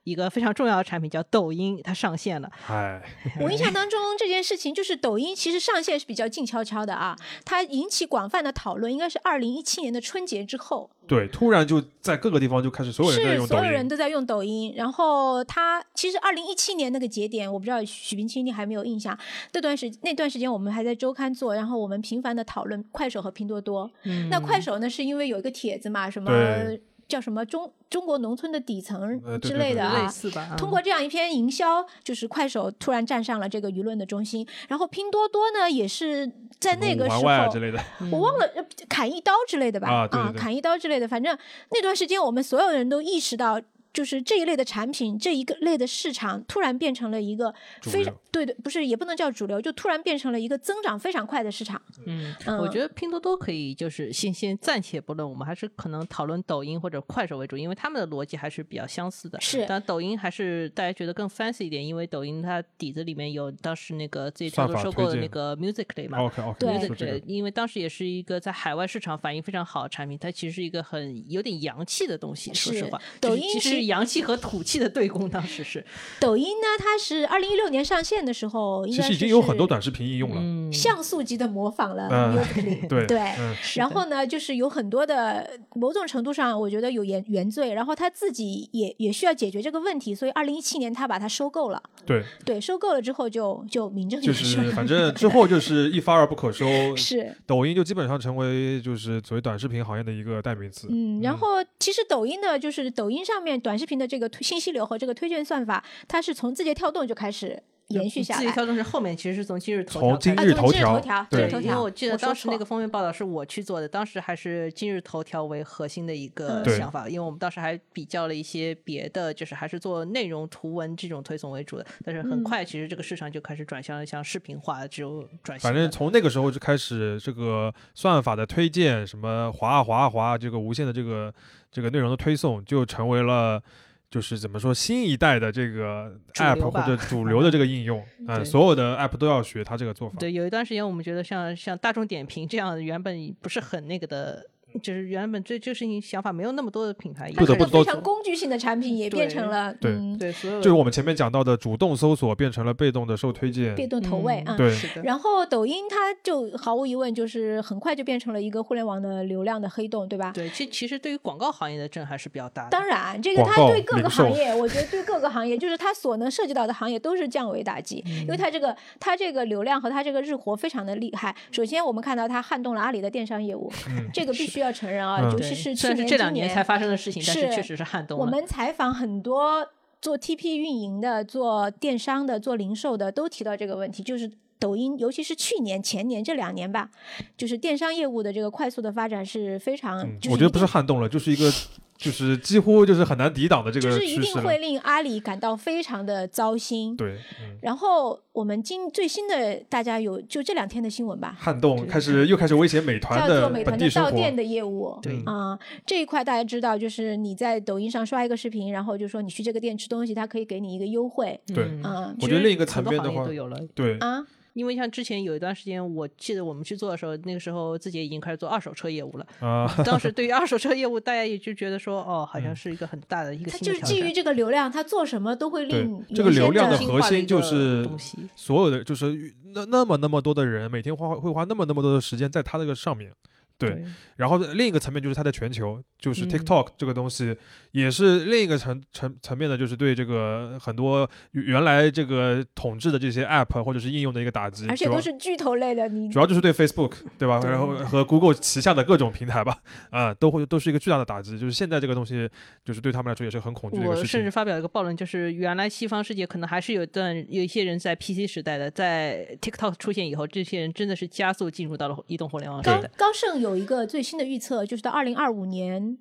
Speaker 2: 一个非常重要的产品叫抖音，它上线了。
Speaker 1: 哎，
Speaker 3: 我印象当中这件事情就是抖音其实上线是比较静悄悄的啊，它引起广泛的讨论应该是二零一七年的春节之后，
Speaker 1: 对，突然就在各个地方就开始所有人都在
Speaker 3: 是
Speaker 1: 用
Speaker 3: 所
Speaker 1: 抖
Speaker 3: 有人
Speaker 1: 音。
Speaker 3: 都在用抖音。然后它其实二零一七年那个节点，我不知道许冰清你还没有印象，那段时那段时间我们还在周刊做，然后我们频繁的讨论快手和拼多多。
Speaker 2: 嗯
Speaker 3: 那快手呢，是因为有一个帖子嘛，什么
Speaker 1: 对
Speaker 3: 叫什么中中国农村的底
Speaker 1: 呃
Speaker 3: 层
Speaker 1: 对
Speaker 3: 之
Speaker 1: 对
Speaker 3: 类
Speaker 1: 对
Speaker 3: 的
Speaker 1: 对
Speaker 2: 类
Speaker 3: 啊。
Speaker 2: 似吧，嗯
Speaker 3: 通过这样一篇营销，就是快手突然站上了这个舆论的中心，然后拼多多呢也是在那个时
Speaker 1: 玩
Speaker 3: 候，
Speaker 1: 外啊之类的，
Speaker 3: 我忘了呃砍一刀之类的吧？
Speaker 1: 啊对对对
Speaker 3: 砍一刀之类的，反正那段时间我们所有人都意识到。就是这一类的产品，这一个类的市场突然变成了一个
Speaker 1: 主
Speaker 3: 非
Speaker 1: 流
Speaker 3: 常对对，不是也不能叫主流，就突然变成了一个增长非常快的市场。
Speaker 2: 嗯，
Speaker 3: 嗯
Speaker 2: 我觉得拼多多可以，就是先先暂且不论，我们还是可能讨论抖音或者快手为主，因为他们的逻辑还是比较相似的。
Speaker 3: 是
Speaker 2: 但抖音还是大家觉得更 fancy 一点，因为抖音它底子里面有当时那个自己
Speaker 1: 算
Speaker 2: 偷偷
Speaker 1: 法
Speaker 2: 收
Speaker 1: 推
Speaker 2: 购的那
Speaker 1: 荐
Speaker 2: 个 Musically 嘛。
Speaker 1: OK OK，
Speaker 3: 对
Speaker 1: 你
Speaker 2: 对
Speaker 1: 说这
Speaker 2: 对
Speaker 1: 个，，
Speaker 2: 因为当时也是一个在海外市场反应非常好的产品，它其实是一个很有点洋气的东西。说
Speaker 3: 是
Speaker 2: 实话，
Speaker 3: 抖
Speaker 2: 就是
Speaker 3: 音
Speaker 2: 其实
Speaker 3: 是
Speaker 2: 是洋气和土气的对攻，当时是。
Speaker 3: 抖音呢，它是二零一六年上线的时候，应
Speaker 1: 其
Speaker 3: 该
Speaker 1: 实已
Speaker 3: 是
Speaker 1: 经有很多短视频应用了。
Speaker 2: 嗯，
Speaker 3: 像素级的模仿了
Speaker 1: 嗯
Speaker 3: Musical.ly，
Speaker 1: 对
Speaker 3: 对
Speaker 1: 嗯
Speaker 2: 是
Speaker 3: 然
Speaker 2: 的
Speaker 3: 后呢，就是有很多的某种程度上，我觉得有原原罪，然后他自己也也需要解决这个问题，所以二零一七年他把它收购了，
Speaker 1: 对，
Speaker 3: 对，收购了之后就就民 *laughs* 政
Speaker 1: 就
Speaker 3: 也收
Speaker 1: 是
Speaker 3: 了，
Speaker 1: 反正之后就是一发而不可
Speaker 3: *laughs*
Speaker 1: 收，
Speaker 3: 是。
Speaker 1: 抖音就基本上成为就是所谓短视频行业的一个代名词。
Speaker 3: 嗯，然后其实抖音呢，就是抖音上面短视频的这个推信息流和这个推荐算法，它是从字节跳动就开始延续下
Speaker 2: 字节
Speaker 3: 来。
Speaker 2: 嗯跳动是后面其实是从今日头
Speaker 1: 从
Speaker 2: 条
Speaker 1: 今
Speaker 2: 开
Speaker 3: 啊
Speaker 2: 始
Speaker 1: 日
Speaker 3: 从
Speaker 1: 头
Speaker 3: 今日
Speaker 1: 条
Speaker 3: 头条，
Speaker 1: 对
Speaker 3: 今日头
Speaker 2: 因为
Speaker 3: 条，
Speaker 2: 我记得
Speaker 3: 说
Speaker 2: 当时
Speaker 3: 错
Speaker 2: 那
Speaker 3: 了
Speaker 2: 个封面报道是我去做的，当时还是今日头条为核心的一个
Speaker 3: 嗯
Speaker 1: 对
Speaker 2: 想法，因为我们当时还比较了一些别的，就是还是做内容图文这种推送为主的，但是
Speaker 3: 嗯
Speaker 2: 很快其实这个市场就开始转向了像视频化这种转型
Speaker 1: 反
Speaker 2: 了。
Speaker 1: 正从那个时候就开始，这个算法的推荐，什么滑啊滑啊滑啊，这个无限的这个这个内容的推送，就成为了就是怎么说新一代的这个
Speaker 2: 主流
Speaker 1: app 或
Speaker 2: 吧
Speaker 1: 者主流的这个应
Speaker 3: *laughs*
Speaker 1: 用。嗯，
Speaker 2: 对
Speaker 1: 所有的 app 都要学它这个做法。
Speaker 2: 对，有一段时间我们觉得像像大众点评这样原本不是很那个的。就是原本对这个事情想法没有那么多的品牌意识，
Speaker 1: 不得不
Speaker 3: 它可能
Speaker 1: 都
Speaker 3: 非常工具性的产品也
Speaker 2: 对
Speaker 3: 变成了
Speaker 1: 对
Speaker 3: 嗯
Speaker 2: 对所有
Speaker 1: 就是我们前面讲到的主动搜索变成了被动的受推荐，
Speaker 3: 被动投喂啊。
Speaker 2: 嗯
Speaker 1: 对
Speaker 2: 是的，
Speaker 3: 然后抖音它就毫无疑问就是很快就变成了一个互联网的流量的黑洞，对吧？
Speaker 2: 对，这其实对于广告行业的震撼是比较大的。
Speaker 3: 当然，这个
Speaker 1: 广
Speaker 3: 它
Speaker 1: 告
Speaker 3: 对各
Speaker 1: 零
Speaker 3: 个行
Speaker 1: 售
Speaker 3: 业，我觉得对各个行业，就是它所能涉及到的行业都是降维
Speaker 2: *laughs*
Speaker 3: 打击，
Speaker 2: 嗯
Speaker 3: 因为它这个它这个流量和它这个日活非常的厉害。首先，我们看到它撼动了阿里的电商业务，
Speaker 1: 嗯
Speaker 3: 这个必须要承认啊，
Speaker 1: 嗯
Speaker 3: 尤
Speaker 2: 对
Speaker 3: 其是去
Speaker 2: 虽然是
Speaker 3: 年
Speaker 2: 这
Speaker 3: 今
Speaker 2: 两年才发生的事情，但是
Speaker 3: 是
Speaker 2: 确实是撼动了。
Speaker 3: 我们采访很多做 TP 运营的、做电商的、做零售的，都提到这个问题，就是抖音，尤其是去年、前年这两年吧，就是电商业务的这个快速的发展是非常，
Speaker 1: 嗯
Speaker 3: 就是
Speaker 1: 我觉得
Speaker 3: 一
Speaker 1: 不
Speaker 3: 定
Speaker 1: 是撼动了，就是一
Speaker 3: *laughs*
Speaker 1: 个就是几乎就是很难抵挡的这
Speaker 3: 就
Speaker 1: 个
Speaker 3: 是
Speaker 1: 趋
Speaker 3: 一
Speaker 1: 势
Speaker 3: 定
Speaker 1: 了
Speaker 3: 会。令阿里感到非常的糟心。
Speaker 1: 对，嗯，
Speaker 3: 然后我们今最新的大家有就这两天的新闻吧，
Speaker 1: 撼动开始又开始威胁美团
Speaker 3: 叫
Speaker 1: 的
Speaker 3: 做美
Speaker 1: 本
Speaker 3: 团
Speaker 1: 地
Speaker 3: 的
Speaker 1: 生
Speaker 3: 到
Speaker 1: 活。
Speaker 3: 店的业务。
Speaker 2: 对
Speaker 3: 啊、这一块大家知道，就是你在抖音上刷一个视频，然后就说你去这个店吃东西，它可以给你一个优惠。
Speaker 1: 对
Speaker 2: 嗯
Speaker 3: 啊、
Speaker 1: 我
Speaker 2: 其
Speaker 1: 觉得
Speaker 2: 实
Speaker 1: 另一个
Speaker 2: 很
Speaker 1: 层
Speaker 2: 多
Speaker 1: 面
Speaker 2: 行
Speaker 1: 的
Speaker 2: 业
Speaker 1: 话
Speaker 2: 都有了，
Speaker 1: 对，
Speaker 3: 啊，
Speaker 2: 因为像之前有一段时间，我记得我们去做的时候，那个时候自己也已经开始做二手车业
Speaker 1: *laughs*
Speaker 2: 务了。
Speaker 1: 啊，
Speaker 2: 当时对于二手车业务，大家也就觉得说，哦，好
Speaker 1: 嗯
Speaker 2: 像是一个很大的一个
Speaker 3: 它
Speaker 2: 新
Speaker 3: 就
Speaker 2: 的
Speaker 3: 是
Speaker 2: 挑
Speaker 3: 基于
Speaker 2: 战。
Speaker 3: 这个流量，它做什么都会
Speaker 1: 对
Speaker 3: 令
Speaker 1: 这个
Speaker 3: 原先
Speaker 1: 流量的
Speaker 3: 的
Speaker 2: 新
Speaker 1: 核
Speaker 2: 化的
Speaker 1: 心
Speaker 2: 一
Speaker 1: 就
Speaker 2: 个
Speaker 1: 是
Speaker 2: 东西
Speaker 1: 所有的就是那那么那么多的人每天花会花那么那么多的时间在它这个上面。对，然后另一个层面就是它的全球，就是
Speaker 2: 嗯
Speaker 1: TikTok 这个东西，也是另一个层层层面的，就是对这个很多原来这个统治的这些 App 或者是应用的一个打击，
Speaker 3: 而且
Speaker 1: 主要
Speaker 3: 都是巨头类的，你
Speaker 1: 主要就是对 Facebook 对吧？
Speaker 2: 对
Speaker 1: 然后和 Google 旗下的各种平台吧，啊、都会都是一个巨大的打击。就是现在这个东西，就是对他们来说也是很恐惧的一个
Speaker 2: 我
Speaker 1: 事
Speaker 2: 甚至
Speaker 1: 情。
Speaker 2: 发表一个暴论，就是原来西方世界可能还是有一段有一些人在 PC 时代的，在 TikTok 出现以后，这些人真的是加速进入到了移动互联网时
Speaker 1: 对
Speaker 3: 高
Speaker 2: 代。
Speaker 3: 高盛有一个最新的预测，就是到二零二五年，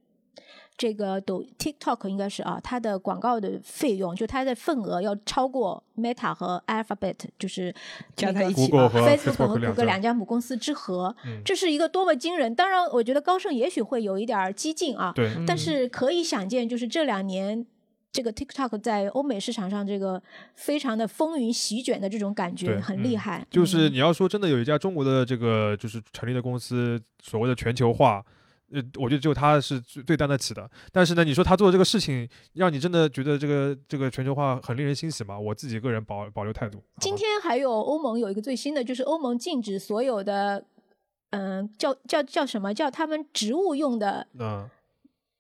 Speaker 3: 这个抖 TikTok 应该是啊，它的广告的费用，就它的份额要超过 Meta 和 Alphabet，就是
Speaker 2: 加
Speaker 3: 那
Speaker 2: 在
Speaker 3: 个
Speaker 2: 一起
Speaker 1: Google 和
Speaker 3: Facebook 和谷
Speaker 1: 两
Speaker 3: 歌
Speaker 1: 家
Speaker 3: 两家母公司之和
Speaker 1: 嗯，
Speaker 3: 这是一个多么惊人！当然，我觉得高盛也许会有一点儿激进啊，
Speaker 1: 对，
Speaker 3: 但
Speaker 2: 嗯
Speaker 3: 是可以想见，就是这两年。这个 TikTok 在欧美市场上这个非常的风云席卷的这种感觉
Speaker 1: 对
Speaker 3: 很厉
Speaker 1: 嗯
Speaker 3: 害，
Speaker 1: 就是
Speaker 3: 嗯
Speaker 1: 你要说真的有一家中国的这个就是成立的公司，所谓的全球化。呃，我觉得只有他是最最担得起的。但是呢，你说他做的这个事情，让你真的觉得这个这个全球化很令人欣喜吗？我自己个人保保留态度。好吧
Speaker 3: 今天还有欧盟有一个最新的，就是欧盟禁止所有的，嗯、叫叫叫什么叫他们植物用的
Speaker 1: 嗯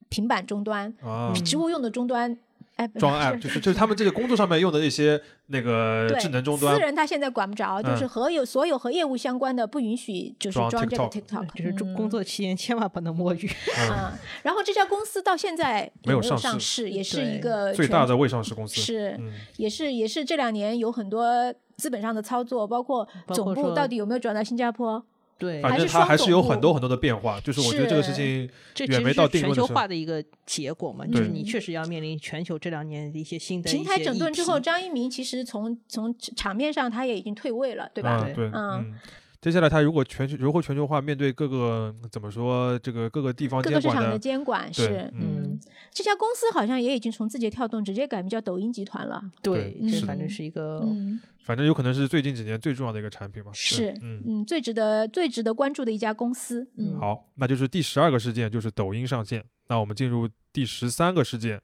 Speaker 3: 平板终端，
Speaker 1: 啊，
Speaker 2: 嗯
Speaker 3: 植物用的终端，哎，不
Speaker 1: 装
Speaker 3: 是 *laughs*
Speaker 1: app 就是就是他们这个工作上面用的一些那个
Speaker 3: 对
Speaker 1: 智能终端
Speaker 3: 私，人他现在管不着，就是
Speaker 1: 嗯
Speaker 3: 和有所有和业务相关的不允许，就是
Speaker 1: 装
Speaker 3: 装这个
Speaker 1: TikTok
Speaker 3: TikTok，
Speaker 2: 就是
Speaker 3: 嗯
Speaker 2: 工作期间千万不能摸
Speaker 3: *laughs*
Speaker 2: 鱼。
Speaker 1: 嗯，
Speaker 3: 啊。然后这家公司到现在也
Speaker 1: 没有
Speaker 3: 有
Speaker 1: 上
Speaker 3: 上市，也是一个
Speaker 1: 最
Speaker 3: 呃全
Speaker 1: 大的未上市公司。
Speaker 3: 是
Speaker 1: 嗯，
Speaker 3: 也是也是这两年有很多资本上的操作，包括
Speaker 2: 包
Speaker 3: 总
Speaker 2: 括
Speaker 3: 部
Speaker 2: 说
Speaker 3: 到底有没有转到新加坡？
Speaker 2: 对，
Speaker 1: 反
Speaker 3: 还
Speaker 1: 正
Speaker 3: 是
Speaker 1: 它还
Speaker 3: 双
Speaker 1: 是
Speaker 3: 总
Speaker 1: 有很
Speaker 3: 部
Speaker 1: 多很多的变化，就是我觉得这个事情
Speaker 2: 这其
Speaker 1: 远
Speaker 2: 实
Speaker 1: 没
Speaker 2: 是
Speaker 1: 到定论
Speaker 2: 全
Speaker 1: 的
Speaker 2: 球
Speaker 1: 时候
Speaker 2: 化。的一个结果嘛，
Speaker 1: 对
Speaker 2: 就是你确实要面临全球这两年的一些新的
Speaker 3: 平
Speaker 2: 一
Speaker 3: 台
Speaker 2: 些
Speaker 3: 整
Speaker 2: 议
Speaker 3: 顿之
Speaker 2: 题
Speaker 3: 后，张一鸣其实从从场面上他也已经退位了，对吧？
Speaker 1: 啊、对，
Speaker 3: 嗯
Speaker 1: 嗯。接下来，它如果全球如何全球化，面对各个怎么说这个各个地方
Speaker 3: 各
Speaker 1: 监
Speaker 3: 个市
Speaker 1: 管
Speaker 3: 场的
Speaker 1: 的，
Speaker 3: 监管
Speaker 1: 对
Speaker 3: 是，
Speaker 1: 嗯
Speaker 3: 嗯，这家公司好像也已经从字节跳动直接改名叫抖音集团了，
Speaker 2: 对，
Speaker 1: 对
Speaker 2: 这
Speaker 1: 是
Speaker 2: 反正
Speaker 3: 的
Speaker 2: 是一个
Speaker 3: 嗯，
Speaker 1: 反正有可能是最近几年最重要的一个产品嘛。对
Speaker 3: 是，
Speaker 1: 嗯，
Speaker 3: 嗯，最值得最值得关注的一家公司，嗯，
Speaker 1: 好，那就是第十二个事件，就是抖音上线。那我们进入第十三个事件，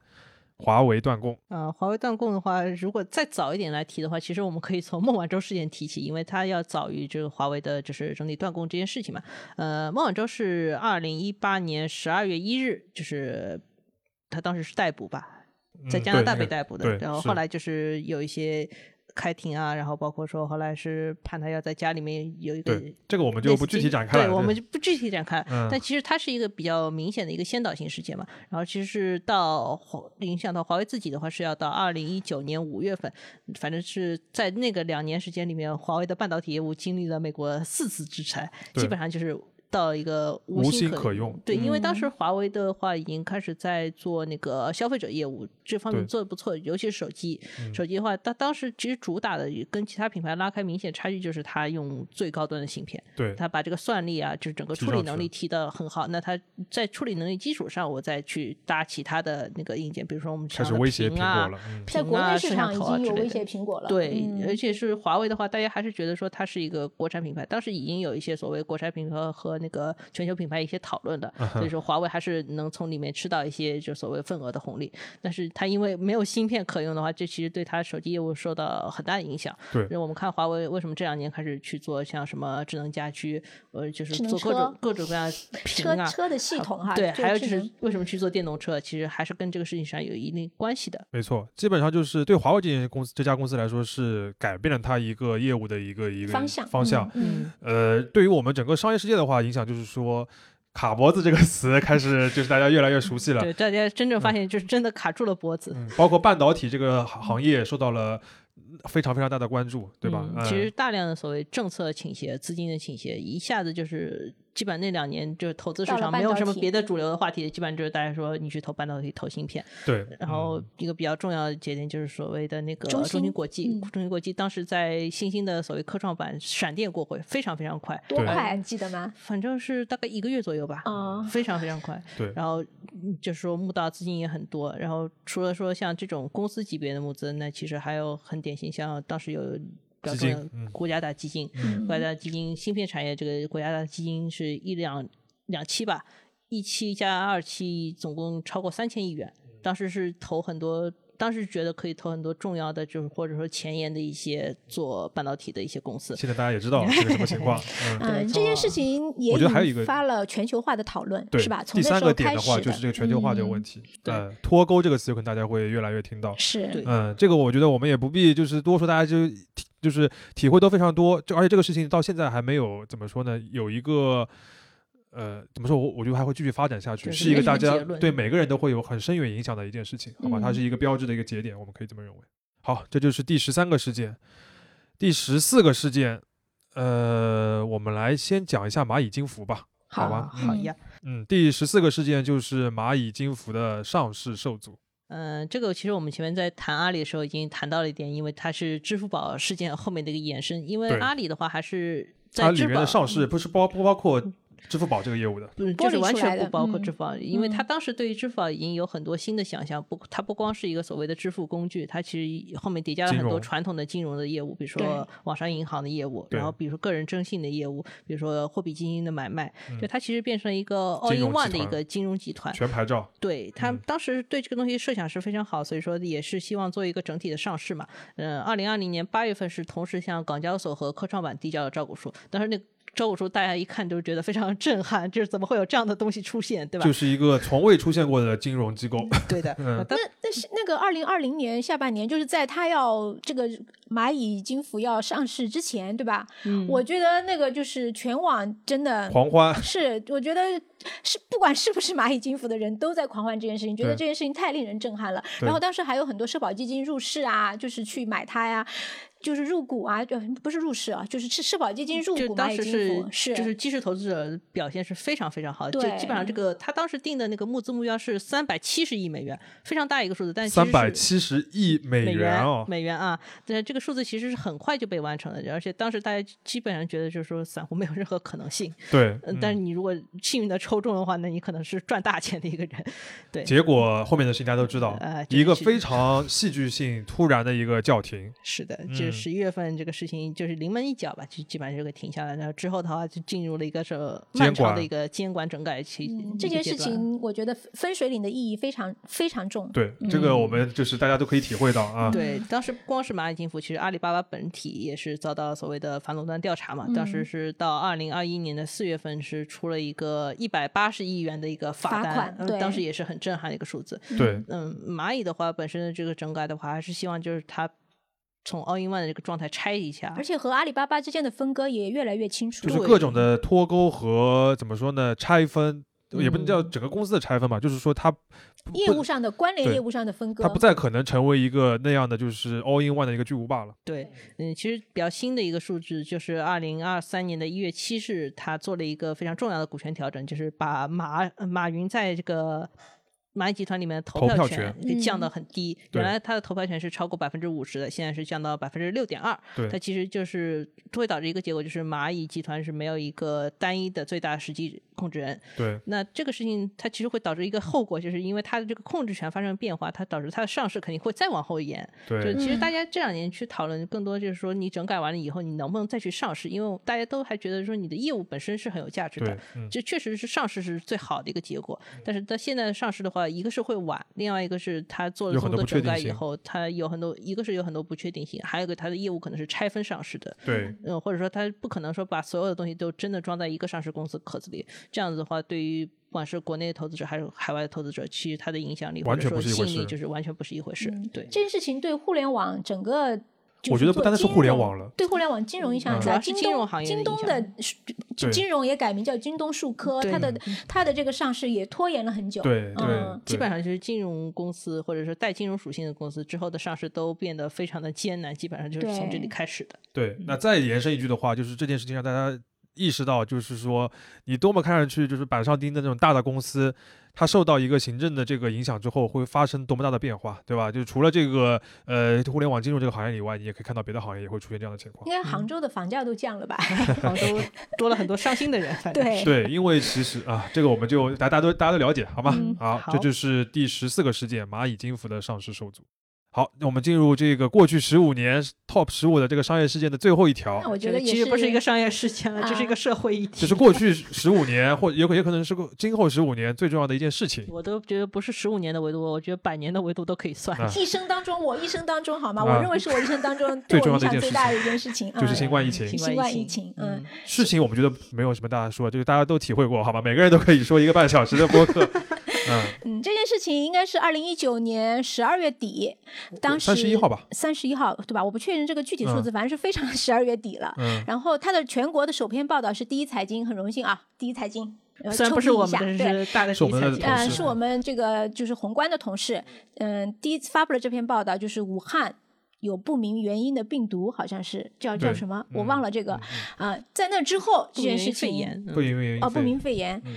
Speaker 1: 华为断供。
Speaker 2: 呃，华为断供的话，如果再早一点来提的话，其实我们可以从孟晚舟事件提起，因为它要早于这个华为的就是整体断供这件事情嘛。呃，孟晚舟是二零一八年十二月一日，就是他当时是逮捕吧，
Speaker 1: 嗯
Speaker 2: 在加拿大
Speaker 1: 对
Speaker 2: 被
Speaker 1: 那个
Speaker 2: 逮捕的，
Speaker 1: 对
Speaker 2: 然后
Speaker 1: 是
Speaker 2: 后来就是有一些开庭啊，然后包括说后来是判他要在家里面有一个
Speaker 1: 对这个我们
Speaker 2: 类
Speaker 1: 就
Speaker 2: 似
Speaker 1: 不具
Speaker 2: 经
Speaker 1: 体展开了。
Speaker 2: 对，我
Speaker 1: 这
Speaker 2: 们就不具体展开。
Speaker 1: 嗯
Speaker 2: 但其实它是一个比较明显的一个先导性事件嘛。然后其实是到华影响到华为自己的话，是要到二零一九年五月份，反正是在那个两年时间里面，华为的半导体业务经历了美国四次制裁，
Speaker 1: 对
Speaker 2: 基本上就是。到一个
Speaker 1: 无
Speaker 2: 无
Speaker 1: 心
Speaker 2: 心可
Speaker 1: 可用
Speaker 2: 对，因为当
Speaker 3: 嗯
Speaker 2: 时华为的话已经开始在做那个消费者业务这方面
Speaker 1: 对嗯
Speaker 2: 做的不错，尤其是手机。手机的话，它当时其实主打的跟其他品牌拉开明显差距，就是它用最高端的芯片，
Speaker 1: 对
Speaker 2: 它把这个算力啊，就是整个
Speaker 1: 提
Speaker 2: 处理
Speaker 1: 上
Speaker 2: 能
Speaker 1: 去
Speaker 2: 力提得很好。那它在处理能力基础上，我再去搭其他的那个硬件，比如说我们
Speaker 1: 开
Speaker 2: 常
Speaker 1: 始
Speaker 2: 用的
Speaker 1: 威胁苹
Speaker 2: 屏
Speaker 1: 果
Speaker 2: 啊
Speaker 1: 了。嗯
Speaker 3: 在
Speaker 2: 屏
Speaker 3: 国
Speaker 2: 啊
Speaker 3: 内市
Speaker 2: 摄
Speaker 3: 场
Speaker 2: 像
Speaker 3: 已
Speaker 2: 头啊
Speaker 3: 经有
Speaker 2: 之类
Speaker 3: 威
Speaker 2: 的
Speaker 3: 胁苹果了，
Speaker 2: 对，
Speaker 3: 嗯
Speaker 2: 而且是华为的话，大家还是觉得说它是一个国产品牌。当时已经有一些所谓国产品牌和那个全球品牌一些讨论的
Speaker 1: 嗯，哼
Speaker 2: 所以说华为还是能从里面吃到一些就所谓份额的红利。但是它因为没有芯片可用的话，这其实对它手机业务受到很大的影响。
Speaker 1: 对
Speaker 2: 因为我们看华为为什么这两年开始去做像什么智能家居，呃，就是
Speaker 3: 智能
Speaker 2: 做各种
Speaker 3: 车
Speaker 2: 各种各样的屏
Speaker 3: 车
Speaker 2: 啊。
Speaker 3: 车的系统哈，
Speaker 2: 对，还有就
Speaker 3: 智
Speaker 2: 是
Speaker 3: 能
Speaker 2: 为什么去做电动车，其实还是跟这个事情上有一定关系的。
Speaker 1: 没错，基本上就是对华为这间公司这家公司来说，是改变了它一个业务的一个一个
Speaker 3: 方向
Speaker 1: 方向。
Speaker 3: 嗯，
Speaker 1: 呃，对于我们整个商业世界的话，影响就是说，卡脖子这个词开始就是大家越来越熟悉了。
Speaker 2: 对，大家真
Speaker 3: 嗯
Speaker 2: 正发现就是真的卡住了脖子。
Speaker 1: 嗯，包括半导体这个行行业受到了非常非常大的关注，对吧？呃
Speaker 2: 嗯、其实大量的所谓政策倾斜、资金的倾斜，一下子就是基本那两年就是投资市
Speaker 3: 到了
Speaker 2: 场
Speaker 3: 半
Speaker 2: 没有
Speaker 3: 导
Speaker 2: 什么
Speaker 3: 体
Speaker 2: 别的主流的话题，基本上就是大家说你去投半导体、投芯片。
Speaker 1: 对。
Speaker 2: 然
Speaker 1: 嗯
Speaker 2: 后一个比较重要的节点就是所谓的那个
Speaker 3: 中
Speaker 2: 中
Speaker 3: 芯
Speaker 2: 芯国际，
Speaker 3: 嗯
Speaker 2: 中芯国际当时在新兴的所谓科创板闪电过会，非常非常快，
Speaker 3: 多
Speaker 1: 对
Speaker 3: 快啊你记得吗？
Speaker 2: 反正是大概一个月左右吧，
Speaker 3: 哦
Speaker 2: 非常非常快。
Speaker 1: *laughs* 对
Speaker 2: 然后嗯就是说募到资金也很多，然后除了说像这种公司级别的募资，那其实还有很典型，像当时有比较
Speaker 1: 基
Speaker 2: 重
Speaker 1: 金
Speaker 2: 要的
Speaker 1: 嗯
Speaker 2: 国家大基金，
Speaker 3: 嗯
Speaker 2: 国家大基金芯片产业这个国家大基金是一两两期吧，一期加二期总共超过三千亿元，
Speaker 1: 嗯
Speaker 2: 当时是投很多。当时觉得可以投很多重要的，就是或者说前沿的一些做半导体的一些公司，
Speaker 1: 嗯现在大家也知道是个什么情况，
Speaker 3: *laughs*
Speaker 1: 嗯，
Speaker 3: 嗯，这件事情也
Speaker 1: 我觉得还有一
Speaker 3: 引
Speaker 1: 个
Speaker 3: 发了全球化的讨论，
Speaker 1: 对，
Speaker 3: 是吧？从
Speaker 1: 第
Speaker 3: 那
Speaker 1: 三
Speaker 3: 时候
Speaker 1: 个点
Speaker 3: 开
Speaker 1: 的
Speaker 3: 始嗯
Speaker 1: 话，就是这个全球化这个问题，
Speaker 2: 对
Speaker 1: 呃，脱钩这个词可能大家会越来越听到，
Speaker 3: 是
Speaker 2: 对
Speaker 1: 嗯，这个我觉得我们也不必就是多说，大家就体就是体会都非常多，就而且这个事情到现在还没有怎么说呢，有一个。呃，怎么说？我我觉得还会继续发展下去，
Speaker 2: 对
Speaker 1: 是一个
Speaker 2: 没什
Speaker 1: 大
Speaker 2: 么
Speaker 1: 家
Speaker 2: 结论
Speaker 1: 对每个人都会有很深远影响的一件事情，好吧？它
Speaker 3: 嗯
Speaker 1: 是一个标志的一个节点，我们可以这么认为。好，这就是第十三个事件，第十四个事件，呃，我们来先讲一下蚂蚁金服吧。好吧
Speaker 2: 啊好
Speaker 3: 嗯
Speaker 2: 呀，
Speaker 1: 嗯，第十四个事件就是蚂蚁金服的上市受阻。
Speaker 2: 嗯，这个其实我们前面在谈阿里的时候已经谈到了一点，因为它是支付宝事件后面的一个延伸。因为
Speaker 1: 对
Speaker 2: 阿里的话还是
Speaker 1: 它
Speaker 2: 在
Speaker 1: 里
Speaker 2: 支
Speaker 1: 面
Speaker 2: 付宝
Speaker 1: 的，上市不是包不包括支付宝这个业务的？
Speaker 2: 嗯
Speaker 3: 剥
Speaker 2: 就是
Speaker 3: 离
Speaker 2: 完
Speaker 3: 出来
Speaker 2: 全
Speaker 3: 的
Speaker 2: 不包括
Speaker 3: 嗯
Speaker 2: 支付宝，因为它当时对于支付宝已经有很多新的想象，不，它不光是一个所谓的支付工具，它其实后面叠加了
Speaker 1: 金
Speaker 2: 很多
Speaker 1: 融
Speaker 2: 传统的金融的业务，比如说
Speaker 3: 对
Speaker 2: 网上银行的业务，
Speaker 1: 对
Speaker 2: 然后比如说个人征信的业务，比如说货币基金的买卖，就它其实变成了一个 all
Speaker 1: 嗯金
Speaker 2: in
Speaker 1: 融集
Speaker 2: one 的一
Speaker 1: 团
Speaker 2: 个金融集团。
Speaker 1: 全牌照，
Speaker 2: 对他
Speaker 1: 嗯
Speaker 2: 当时对这个东西设想是非常好，所以说也是希望做一个整体的上市嘛。嗯，二零二零年八月份是同时向港交所和科创板递交了招股书，当时那个招股书大家一看就觉得非常震撼，就是怎么会有这样的东西出现，对吧？
Speaker 1: 就是一个从未出现过的金融机构。
Speaker 2: 对的，
Speaker 1: *laughs* 嗯
Speaker 2: 但
Speaker 3: 但是那个二零二零年下半年，就是在它要这个蚂蚁金服要上市之前，对吧？
Speaker 2: 嗯
Speaker 3: 我觉得那个就是全网真的
Speaker 1: 狂欢，
Speaker 3: 是，我觉得是不管是不是蚂蚁金服的人都在狂欢这件事情，觉得
Speaker 1: 对
Speaker 3: 这件事情太令人震撼了。
Speaker 1: 对
Speaker 3: 然后当时还有很多社保基金入市啊，就是去买它呀。就是入股啊，就不是入市啊，就是是社保基金入
Speaker 2: 就
Speaker 3: 股
Speaker 2: 当
Speaker 3: 蚂蚁
Speaker 2: 时
Speaker 3: 金
Speaker 2: 是
Speaker 3: 服，是
Speaker 2: 就是基石投资者表现是非常非常好的，就
Speaker 3: 对嗯
Speaker 2: 基本上这个他当时定的那个募资目标是三百七十亿美元，非常大一个数字，但其实
Speaker 1: 三
Speaker 2: 是
Speaker 1: 百七十亿美
Speaker 2: 美
Speaker 1: 元
Speaker 2: 元
Speaker 1: 哦，
Speaker 2: 美元啊，但这个数字其实是很快就被完成了，而且当时大家基本上觉得就是说散户没有任何可能性，
Speaker 1: 对
Speaker 2: 嗯，但是你如果幸运的抽中的话，那你可能是赚大钱的一个人， *laughs* 对，
Speaker 1: 结果后面的事情大家都知道
Speaker 2: 呃，这
Speaker 1: 一个
Speaker 2: 是
Speaker 1: 非常戏剧性、突然的一个叫停，
Speaker 2: 是的，就是十一月份这个事情就是临门一脚吧，就基本上就给停下来，然后之后的话就进入了一个是漫长的一个监管整改期，
Speaker 3: 嗯
Speaker 2: 一
Speaker 3: 这
Speaker 2: 个
Speaker 3: 件
Speaker 2: 阶
Speaker 3: 事
Speaker 2: 段。
Speaker 3: 情，我觉得分水岭的意义非常非常重。
Speaker 1: 对这个我
Speaker 2: 嗯
Speaker 1: 们就是大家都可以体会到啊，
Speaker 2: 对，当时不光是蚂蚁金服，其实阿里巴巴本体也是遭到所谓的反垄断调查嘛。当
Speaker 3: 嗯
Speaker 2: 时是到二零二一年的四月份，是出了一个一百八十亿元的一个
Speaker 3: 罚
Speaker 2: 罚单，
Speaker 3: 款
Speaker 2: 嗯
Speaker 3: 对
Speaker 2: 当时也是很震撼的一个数字。
Speaker 1: 对
Speaker 2: 嗯，蚂蚁的话，本身的这个整改的话，还是希望就是它从 all in one 的这个状态拆一下
Speaker 3: 而，且和阿里巴巴之间的分割也越来越清楚。
Speaker 1: 就是
Speaker 2: 对
Speaker 1: 各种的脱钩和怎么说呢，拆分。也不能叫
Speaker 2: 嗯
Speaker 1: 整个公司的拆分吧，就是说它不
Speaker 3: 业务上的关联
Speaker 1: 对
Speaker 3: 业务上的分割，
Speaker 1: 它不再可能成为一个那样的就是 all in one 的一个巨无霸了。
Speaker 2: 对，嗯，其实比较新的一个数字就是二零二三年的一月七呃日，他做了一个非常重要的股权调整，就是把马马云在这个蚂蚁集团里面的投
Speaker 1: 投
Speaker 2: 票
Speaker 1: 票
Speaker 2: 权
Speaker 3: 权
Speaker 2: 给降到
Speaker 3: 嗯
Speaker 2: 很低，
Speaker 1: 对
Speaker 2: 原来它的投票权是超过百分之五十的，现在是降到百分之六点二。
Speaker 1: 对
Speaker 2: 它其实就是会导致一个结果，就是蚂蚁集团是没有一个单一的最大实际控制人。
Speaker 1: 对，
Speaker 2: 那这个事情它其实会导致一个后果，就是因为它的这个控制权发生变化，它导致它的上市肯定会再往后延。就
Speaker 1: 对，
Speaker 2: 其实
Speaker 3: 嗯
Speaker 2: 大家这两年去讨论更多就是说，你整改完了以后，你能不能再去上市？因为大家都还觉得说你的业务本身是很有价值的
Speaker 1: 对，，嗯，
Speaker 2: 这确实是上市是最好的一个结果，但是它现在上市的话，一个是会晚，另外一个是它做了
Speaker 1: 有
Speaker 2: 这
Speaker 1: 很
Speaker 2: 么
Speaker 1: 多
Speaker 2: 多
Speaker 1: 不确
Speaker 2: 整
Speaker 1: 定
Speaker 2: 改以
Speaker 1: 性
Speaker 2: 后，它有很多，一个是有很多不确定性，还有一个它的业务可能是拆分上市的，
Speaker 1: 对，
Speaker 2: 嗯，或者说它不可能说把所有的东西都真的装在一个上市公司壳子里，这样子的话，对于不管是国内的投资者还是海外的投资者，其实它的影响力或
Speaker 1: 完全
Speaker 2: 者说
Speaker 1: 不是一回
Speaker 2: 吸引力
Speaker 1: 事
Speaker 2: 就是完全不是一回事，对。
Speaker 3: 这件事情对互联网整个，就是
Speaker 1: 我觉得不
Speaker 3: 做
Speaker 1: 单单是
Speaker 3: 金
Speaker 1: 互联
Speaker 3: 融
Speaker 1: 网了，
Speaker 3: 对互联网金融影
Speaker 1: 嗯
Speaker 3: 响很
Speaker 1: 主
Speaker 3: 大。
Speaker 2: 要是
Speaker 3: 京
Speaker 2: 金
Speaker 3: 东
Speaker 2: 融行业
Speaker 3: 京
Speaker 2: 的
Speaker 3: 东
Speaker 2: 影
Speaker 3: 的
Speaker 2: 响
Speaker 3: 就
Speaker 1: 对
Speaker 3: 金融也改名叫京东数科，
Speaker 2: 对
Speaker 3: 它的它的这个上市也拖延了很久。
Speaker 1: 对，对
Speaker 3: 嗯，
Speaker 2: 基本
Speaker 1: 上
Speaker 2: 上就是金融公司或者说带金融属性的公司之后的上市都变得非常的艰难，基本上就是从这里
Speaker 3: 对
Speaker 2: 开始
Speaker 3: *laughs*
Speaker 2: 的。
Speaker 1: 对。那再延伸一句的话，就是这件事情让大家意识到，就是说你多么看上去就是板上钉的那种大的公司。它受到一个行政的这个影响之后，会发生多么大的变化，对吧？就是除了这个呃互联网金融这个行业以外，你也可以看到别的行业也会出现这样的情况
Speaker 2: 嗯
Speaker 3: 应。该杭州的房价都降了吧？
Speaker 2: 然后都多了很多伤心的人。反正
Speaker 3: 对，
Speaker 1: 对，因为其实啊，这个我们就大家都大家都了解，好吧？
Speaker 3: 嗯
Speaker 1: 好，这
Speaker 2: 好
Speaker 1: 就是第十四个事件，蚂蚁金服的上市受阻。好，那我们进入这个过去十五年 top 十五的这个商业事件的最后一条
Speaker 3: 那， *laughs* 我觉
Speaker 2: 这
Speaker 3: 得
Speaker 2: 个
Speaker 3: 也
Speaker 2: 其实不是一个商业事件了，这是一
Speaker 3: 啊
Speaker 2: 个社会议题。
Speaker 1: 就是过去十五年，或也可也可能是过今后十五年最重要的一件事情。
Speaker 2: 我都觉得不是十五年的维度，我觉得百年的维度都可以算。
Speaker 1: 啊
Speaker 3: 一生当中，我一生当中好吗？
Speaker 1: 啊
Speaker 3: 我认为是我一生当中
Speaker 1: *laughs* 最
Speaker 3: 对
Speaker 1: 重
Speaker 3: 我
Speaker 1: 要的一件
Speaker 3: 影响最
Speaker 1: 事
Speaker 3: 大
Speaker 1: 情
Speaker 3: 的一件事情，
Speaker 1: 就是
Speaker 3: 嗯
Speaker 1: 新冠疫情
Speaker 3: 新冠疫
Speaker 2: 疫
Speaker 3: 情，嗯
Speaker 2: 嗯，
Speaker 1: 事情我们觉得没有什么大家说，就是大家都体会过，好吧？每个人都可以说一个半小时的播客，嗯，
Speaker 3: 嗯，这件事情应该是二零一九年十二月底，当时
Speaker 1: 三十一号吧，
Speaker 3: 三十一号对吧？我不确认这个具体数字，反正是非常十二月底了。
Speaker 1: 嗯，
Speaker 3: 然后它的全国的首篇报道是第一财经，很荣幸啊，第一财经，呃
Speaker 2: 虽然不是
Speaker 3: 冲
Speaker 2: 我
Speaker 3: 击一
Speaker 2: 们的，
Speaker 3: 下对。
Speaker 2: 但是大的
Speaker 1: 是我们的
Speaker 2: 理财
Speaker 1: 同
Speaker 2: 机
Speaker 3: 呃，
Speaker 1: 事
Speaker 2: 构
Speaker 3: 是我们这个就是宏观的同事，嗯，第一次发布了这篇报道，就是武汉有不明原因的病毒，好像是叫叫
Speaker 1: 对
Speaker 3: 什么，
Speaker 1: 嗯
Speaker 3: 我忘了这个
Speaker 1: 嗯
Speaker 3: 啊、在那之后，
Speaker 2: 不
Speaker 3: 这
Speaker 2: 明
Speaker 3: 件事情
Speaker 2: 肺炎，嗯
Speaker 1: 不因为
Speaker 3: 哦，不明肺炎
Speaker 1: 嗯，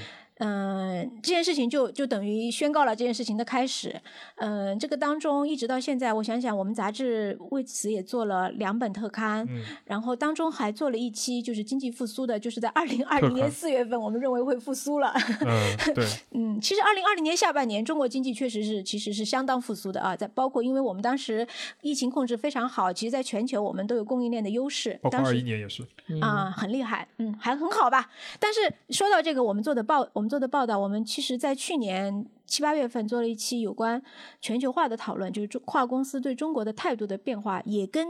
Speaker 3: 嗯、这件事情就就等于宣告了这件事情的开始。嗯、这个当中一直到现在，我想想，我们杂志为此也做了两本特刊，
Speaker 1: 嗯
Speaker 3: 然后当中还做了一期就是经济复苏的，就是在二零二
Speaker 1: 特
Speaker 3: 零年
Speaker 1: 刊
Speaker 3: 四月份，我们认为会复苏了。 *laughs*
Speaker 1: 嗯，对，
Speaker 3: 嗯，其实二零二零年下半年中国经济确实是其实是相当复苏的啊，在包括因为我们当时疫情控制非常好，其实在全球我们都有供应链的优势，
Speaker 1: 包括
Speaker 3: 当
Speaker 1: 二
Speaker 3: 时
Speaker 1: 一年也是，
Speaker 3: 啊、很厉害，嗯，还很好吧。但是说到这个，我们做的报，我们做的报道，我们其实在去年七八月份做了一期有关全球化的讨论，就是中跨公司对中国的态度的变化，也跟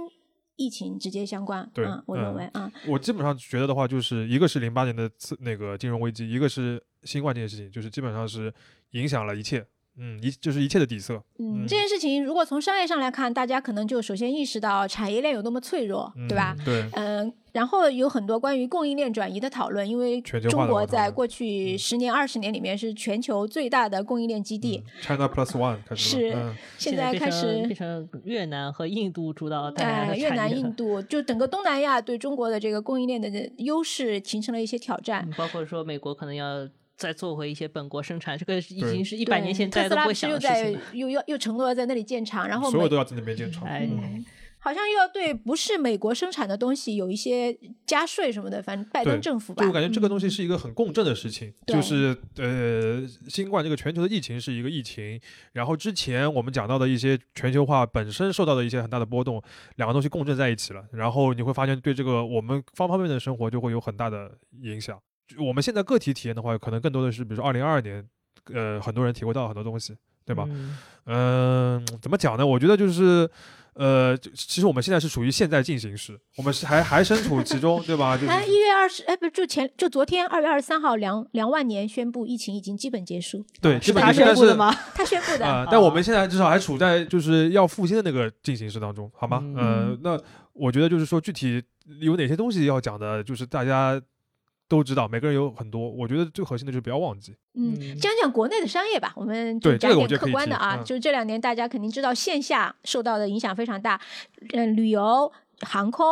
Speaker 3: 疫情直接相关。
Speaker 1: 对
Speaker 3: 嗯，我
Speaker 1: 嗯
Speaker 3: 认为啊、
Speaker 1: 我基本上觉得的话，就是一个是零八年的次那个金融危机，一个是新冠这件事情，就是基本上是影响了一切，嗯，一就是一切的底色，
Speaker 3: 嗯，
Speaker 1: 嗯
Speaker 3: 这件事情如果从商业上来看，大家可能就首先意识到产业链有多么脆弱，
Speaker 1: 嗯、
Speaker 3: 对吧？？
Speaker 1: 对，
Speaker 3: 嗯，然后有很多关于供应链转移的讨论，因为
Speaker 1: 全球化
Speaker 3: 中
Speaker 1: 的
Speaker 3: 国
Speaker 1: 讨
Speaker 3: 在
Speaker 1: 论嗯
Speaker 3: 过去十年、二十年里面是全球最大的供应链基地，
Speaker 1: China Plus One 开始
Speaker 3: 是
Speaker 1: 了，嗯，
Speaker 3: 现在
Speaker 2: 变
Speaker 3: 开
Speaker 2: 成
Speaker 3: 始
Speaker 2: 变成越南和印度主导大家
Speaker 3: 哎，
Speaker 2: 的
Speaker 3: 越
Speaker 2: 产
Speaker 3: 南、
Speaker 2: 业
Speaker 3: 印
Speaker 2: 了。
Speaker 3: 度，就整个东南亚对中国的这个供应链的这优势形成了一些挑战
Speaker 2: 嗯。包括说美国可能要再做回一些本国生产，这个已
Speaker 1: 对
Speaker 2: 经是一百年前大家
Speaker 3: 特
Speaker 2: 都
Speaker 3: 斯拉
Speaker 2: 不
Speaker 3: 不
Speaker 2: 会
Speaker 3: 是
Speaker 2: 想
Speaker 3: 又
Speaker 2: 的事
Speaker 3: 在
Speaker 2: 情。
Speaker 3: 又要又承诺要在那里建厂，然后
Speaker 1: 所有
Speaker 3: 美
Speaker 1: 都要在那边建厂，
Speaker 2: 哎
Speaker 1: 嗯
Speaker 3: 好像又要对不是美国生产的东西有一些加税什么的，反正拜登
Speaker 1: 对
Speaker 3: 政府吧
Speaker 1: 就我。感觉这个东西是一个很共振的事情，
Speaker 3: 对
Speaker 1: 就是呃，新冠这个全球的疫情是一个疫情，然后之前我们讲到的一些全球化本身受到的一些很大的波动，两个东西共振在一起了，然后你会发现对这个我们方方面面的生活就会有很大的影响。就我们现在个体体验的话，可能更多的是比如说二零二二年，呃，很多人体会到很多东西，对吧？
Speaker 2: 嗯
Speaker 1: 嗯、怎么讲呢？我觉得就是。呃，就其实我们现在是属于现在进行时，我们是还还身处其中，对吧？就是
Speaker 3: 哎，一月二十，哎，不，就前就昨天二月二十三号，梁梁万年宣布疫情已经基本结束，
Speaker 1: 对，基
Speaker 2: 是
Speaker 1: 本
Speaker 2: 他
Speaker 1: 上
Speaker 2: 宣
Speaker 1: 但
Speaker 2: 布
Speaker 1: 是
Speaker 2: 的吗？
Speaker 3: 他宣布的。
Speaker 1: 啊、但我们现在至少还处在就是要复兴的那个进行式当中，好吗？
Speaker 2: 嗯
Speaker 1: 呃，那我觉得就是说具体有哪些东西要讲的，就是大家都知道，每个人有很多。我觉得最核心的就是不要忘记，
Speaker 3: 嗯，
Speaker 2: 嗯
Speaker 3: 讲讲国内的商业吧，我们就
Speaker 1: 对这
Speaker 3: 讲
Speaker 1: 个我
Speaker 3: 点
Speaker 1: 觉得
Speaker 3: 客
Speaker 1: 可以
Speaker 3: 观
Speaker 1: 提
Speaker 3: 的啊。
Speaker 1: 嗯
Speaker 3: 就是这两年大家肯定知道线下受到的影响非常大，嗯、旅游、航空，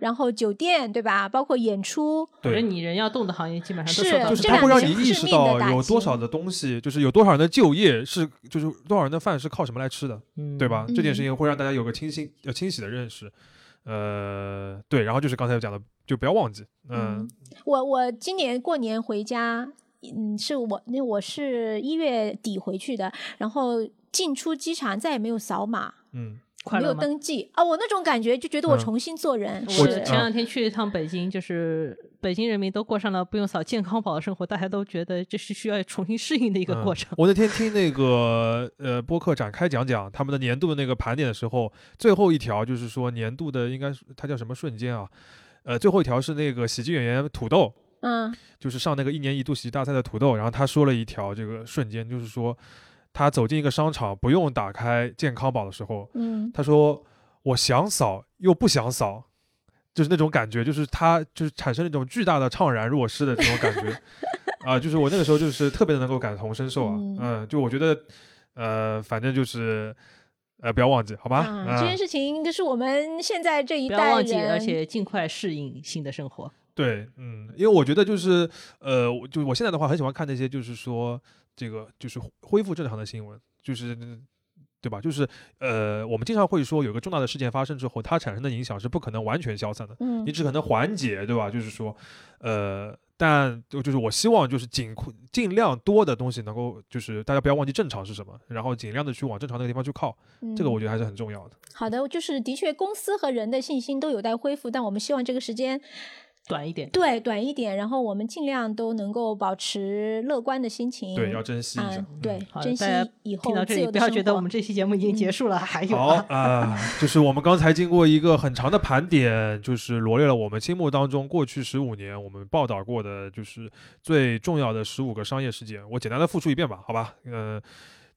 Speaker 3: 然后酒店，对吧？包括演出，
Speaker 2: 我觉得
Speaker 1: 对，
Speaker 2: 你人要动的行业基本上都
Speaker 3: 是
Speaker 2: 受到
Speaker 1: 就
Speaker 2: 了
Speaker 1: 是
Speaker 3: 这
Speaker 1: 它
Speaker 3: 两
Speaker 1: 会
Speaker 3: 个
Speaker 1: 让
Speaker 3: 是
Speaker 1: 你
Speaker 3: 致
Speaker 1: 意识
Speaker 3: 命
Speaker 1: 到
Speaker 3: 的打
Speaker 1: 有多
Speaker 3: 击
Speaker 1: 少的东西，就是有多少人的就业是，就是多少人的饭是靠什么来吃的，
Speaker 2: 嗯
Speaker 1: 对吧？这件事
Speaker 3: 嗯
Speaker 1: 情会让大家有个清醒、呃清晰的认识。呃，对，然后就是刚才讲的，就不要忘记，嗯
Speaker 3: 嗯，我我今年过年回家，嗯，是我那我是一月底回去的，然后进出机场再也没有扫码，
Speaker 1: 嗯，
Speaker 2: 快
Speaker 3: 没有
Speaker 2: 乐吗？
Speaker 3: 登记啊，我那种感觉就觉得我
Speaker 1: 嗯
Speaker 3: 重新做人。
Speaker 2: 我
Speaker 1: 是
Speaker 2: 前
Speaker 1: 啊
Speaker 2: 两天去一趟北京，就是北京人民都过上了不用扫健康宝的生活，大家都觉得这是需要重新适应的一个
Speaker 1: 嗯
Speaker 2: 过程。
Speaker 1: 我那天听那个呃播客展开讲讲他们的年度的那个盘点的时候，最后一条就是说年度的应该是它叫什么瞬间啊？呃，最后一条是那个喜剧演员土豆，
Speaker 3: 嗯
Speaker 1: 就是上那个一年一度喜剧大赛的土豆，然后他说了一条这个瞬间，就是说他走进一个商场不用打开健康宝的时候，
Speaker 3: 嗯，
Speaker 1: 他说我想扫又不想扫，就是那种感觉，就是他就是产生那种巨大的怅然若失的这种感觉啊、就是我那个时候就是特别的能够感同身受啊，嗯
Speaker 3: 嗯
Speaker 1: 就我觉得呃，反正就是呃，不要忘记，好吧，嗯
Speaker 3: 啊这件事情就是我们现在这一
Speaker 2: 不
Speaker 3: 代
Speaker 2: 要忘
Speaker 3: 人，
Speaker 2: 记，而且尽快适应新的生活。
Speaker 1: 对，嗯，因为我觉得就是，呃，我就我现在的话很喜欢看那些，就是说这个就是恢恢复正常的新闻，就是对吧？就是呃，我们经常会说有个重大的事件发生之后，它产生的影响是不可能完全消散的，
Speaker 3: 嗯
Speaker 1: 你只可能缓解，对吧？就是说，呃，但就就是我希望就是尽快尽量多的东西能够就是大家不要忘记正常是什么，然后尽量的去往正常那个地方去靠，这个我
Speaker 3: 嗯
Speaker 1: 觉得还是很重要的。
Speaker 3: 好的，就是的确公司和人的信心都有待恢复，但我们希望这个时间
Speaker 2: 短一点，
Speaker 3: 对短一点，然后我们尽量都能够保持乐观的心情。
Speaker 1: 对，要珍惜一下。
Speaker 3: 嗯
Speaker 1: 嗯，
Speaker 3: 对
Speaker 2: 好，的
Speaker 3: 珍惜
Speaker 2: 大家
Speaker 3: 以
Speaker 2: 听
Speaker 3: 后
Speaker 2: 到这
Speaker 3: 自
Speaker 2: 里
Speaker 3: 由
Speaker 2: 不
Speaker 3: 的
Speaker 2: 要
Speaker 3: 生
Speaker 2: 觉得
Speaker 3: 活嗯
Speaker 2: 我们这期节目已经结束了，还有
Speaker 1: 好 *laughs*
Speaker 2: 啊，
Speaker 1: 啊、就是我们刚才经过一个很长的盘点，就是罗列了我们心目当中过去十五年我们报道过的，就是最重要的十五个商业事件。我简单的复述一遍吧，好吧？呃，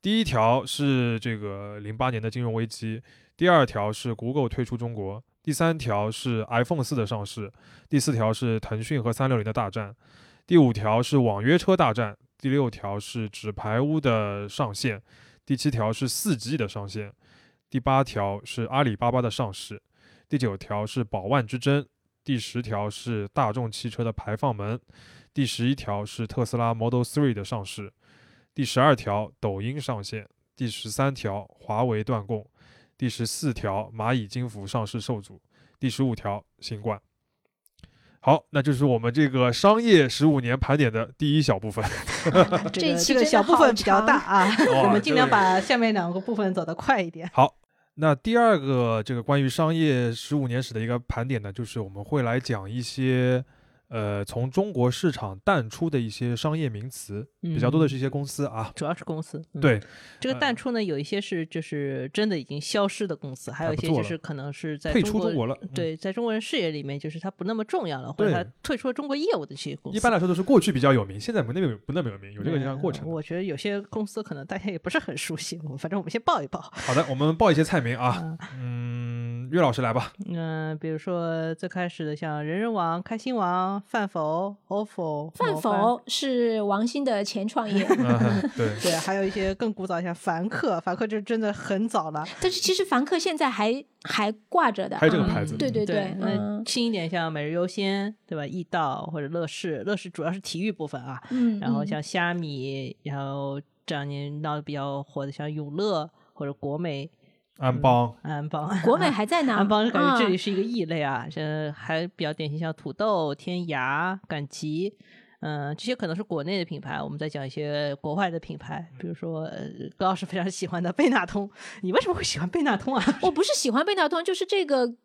Speaker 1: 第一条是这个零八年的金融危机，第二条是 Google 退出中国，第三条是 iPhone 四的上市，第四条是腾讯和三六零的大战，第五条是网约车大战，第六条是纸牌屋的上线，第七条是四 G 的上线。第八条是阿里巴巴的上市，第九条是宝万之争，第十条是大众汽车的排放门，第十一条是特斯拉 Model 3的上市，第十二条抖音上线，第十三条华为断供，第十四条蚂蚁金服上市受阻，第十五条新冠。好，那就是我们这个商业十五年盘点的第一小部分。
Speaker 2: 这
Speaker 3: 这
Speaker 2: 个这个
Speaker 3: 期真的
Speaker 2: 小部
Speaker 3: 好
Speaker 2: 分比较
Speaker 3: 长
Speaker 2: 大啊， *laughs* 我
Speaker 1: 哇
Speaker 2: 们尽量
Speaker 1: 这个
Speaker 2: 把下面两个部分走得快一点。
Speaker 1: *laughs* 好，那第二个这个关于商业十五年史的一个盘点呢，就是我们会来讲一些呃从中国市场淡出的一些商业名词，比较多的是一些公司啊。
Speaker 2: 主要是公司，嗯、
Speaker 1: 对，
Speaker 2: 这个
Speaker 1: 呃
Speaker 2: 淡出呢，有一些是就是真的已经消失的公司，还有
Speaker 1: 它
Speaker 2: 一
Speaker 1: 不
Speaker 2: 些
Speaker 1: 做
Speaker 2: 就
Speaker 1: 了
Speaker 2: 是可能是在
Speaker 1: 退出
Speaker 2: 中
Speaker 1: 中国了嗯
Speaker 2: 对，在中国人视野里面，就是它不那么重要了，或者
Speaker 1: 对
Speaker 2: 它退出了中国业务的这些公司。
Speaker 1: 一般来说都是过去比较有名，现在不那么有不那么有名，有这个这样的过程
Speaker 2: 嗯。我觉得有些公司可能大家也不是很熟悉，我们反正我们先报一报。
Speaker 1: 好的，我们报一些菜名啊，嗯，岳老师来
Speaker 2: *laughs*
Speaker 1: 吧。
Speaker 2: 嗯、比如说最开始的像人人网、开心网、饭否、ofo、
Speaker 3: 范
Speaker 2: 某
Speaker 3: 否是王兴的前创
Speaker 1: *laughs*
Speaker 3: 业，
Speaker 1: 嗯，对，
Speaker 2: 对，还有一些更古早，像凡客，凡客就真的很早了。
Speaker 3: 但是其实凡客现在还还挂着的啊
Speaker 1: 还有这个
Speaker 2: 嗯
Speaker 1: 牌子，
Speaker 3: 对对
Speaker 2: 对，那
Speaker 3: 嗯
Speaker 2: 轻一点像每日优先，对吧？易到或者乐视，乐视主要是体育部分啊，
Speaker 3: 嗯，
Speaker 2: 然后
Speaker 3: 嗯
Speaker 2: 像虾米，然后这两年闹得比较火的像永乐或者国美、
Speaker 1: 安邦，
Speaker 2: 安 *laughs* 邦、
Speaker 3: 国美还在呢，
Speaker 2: 安邦，感觉这里
Speaker 3: 啊
Speaker 2: 是一个异类啊，这还比较典型，像土豆、天涯、赶集。嗯，这些可能是国内的品牌，我们再讲一些国外的品牌，比如说呃，高老师非常喜欢的贝纳通，你为什么会喜欢贝纳通啊？
Speaker 3: 我不是喜欢贝纳通，就是这个。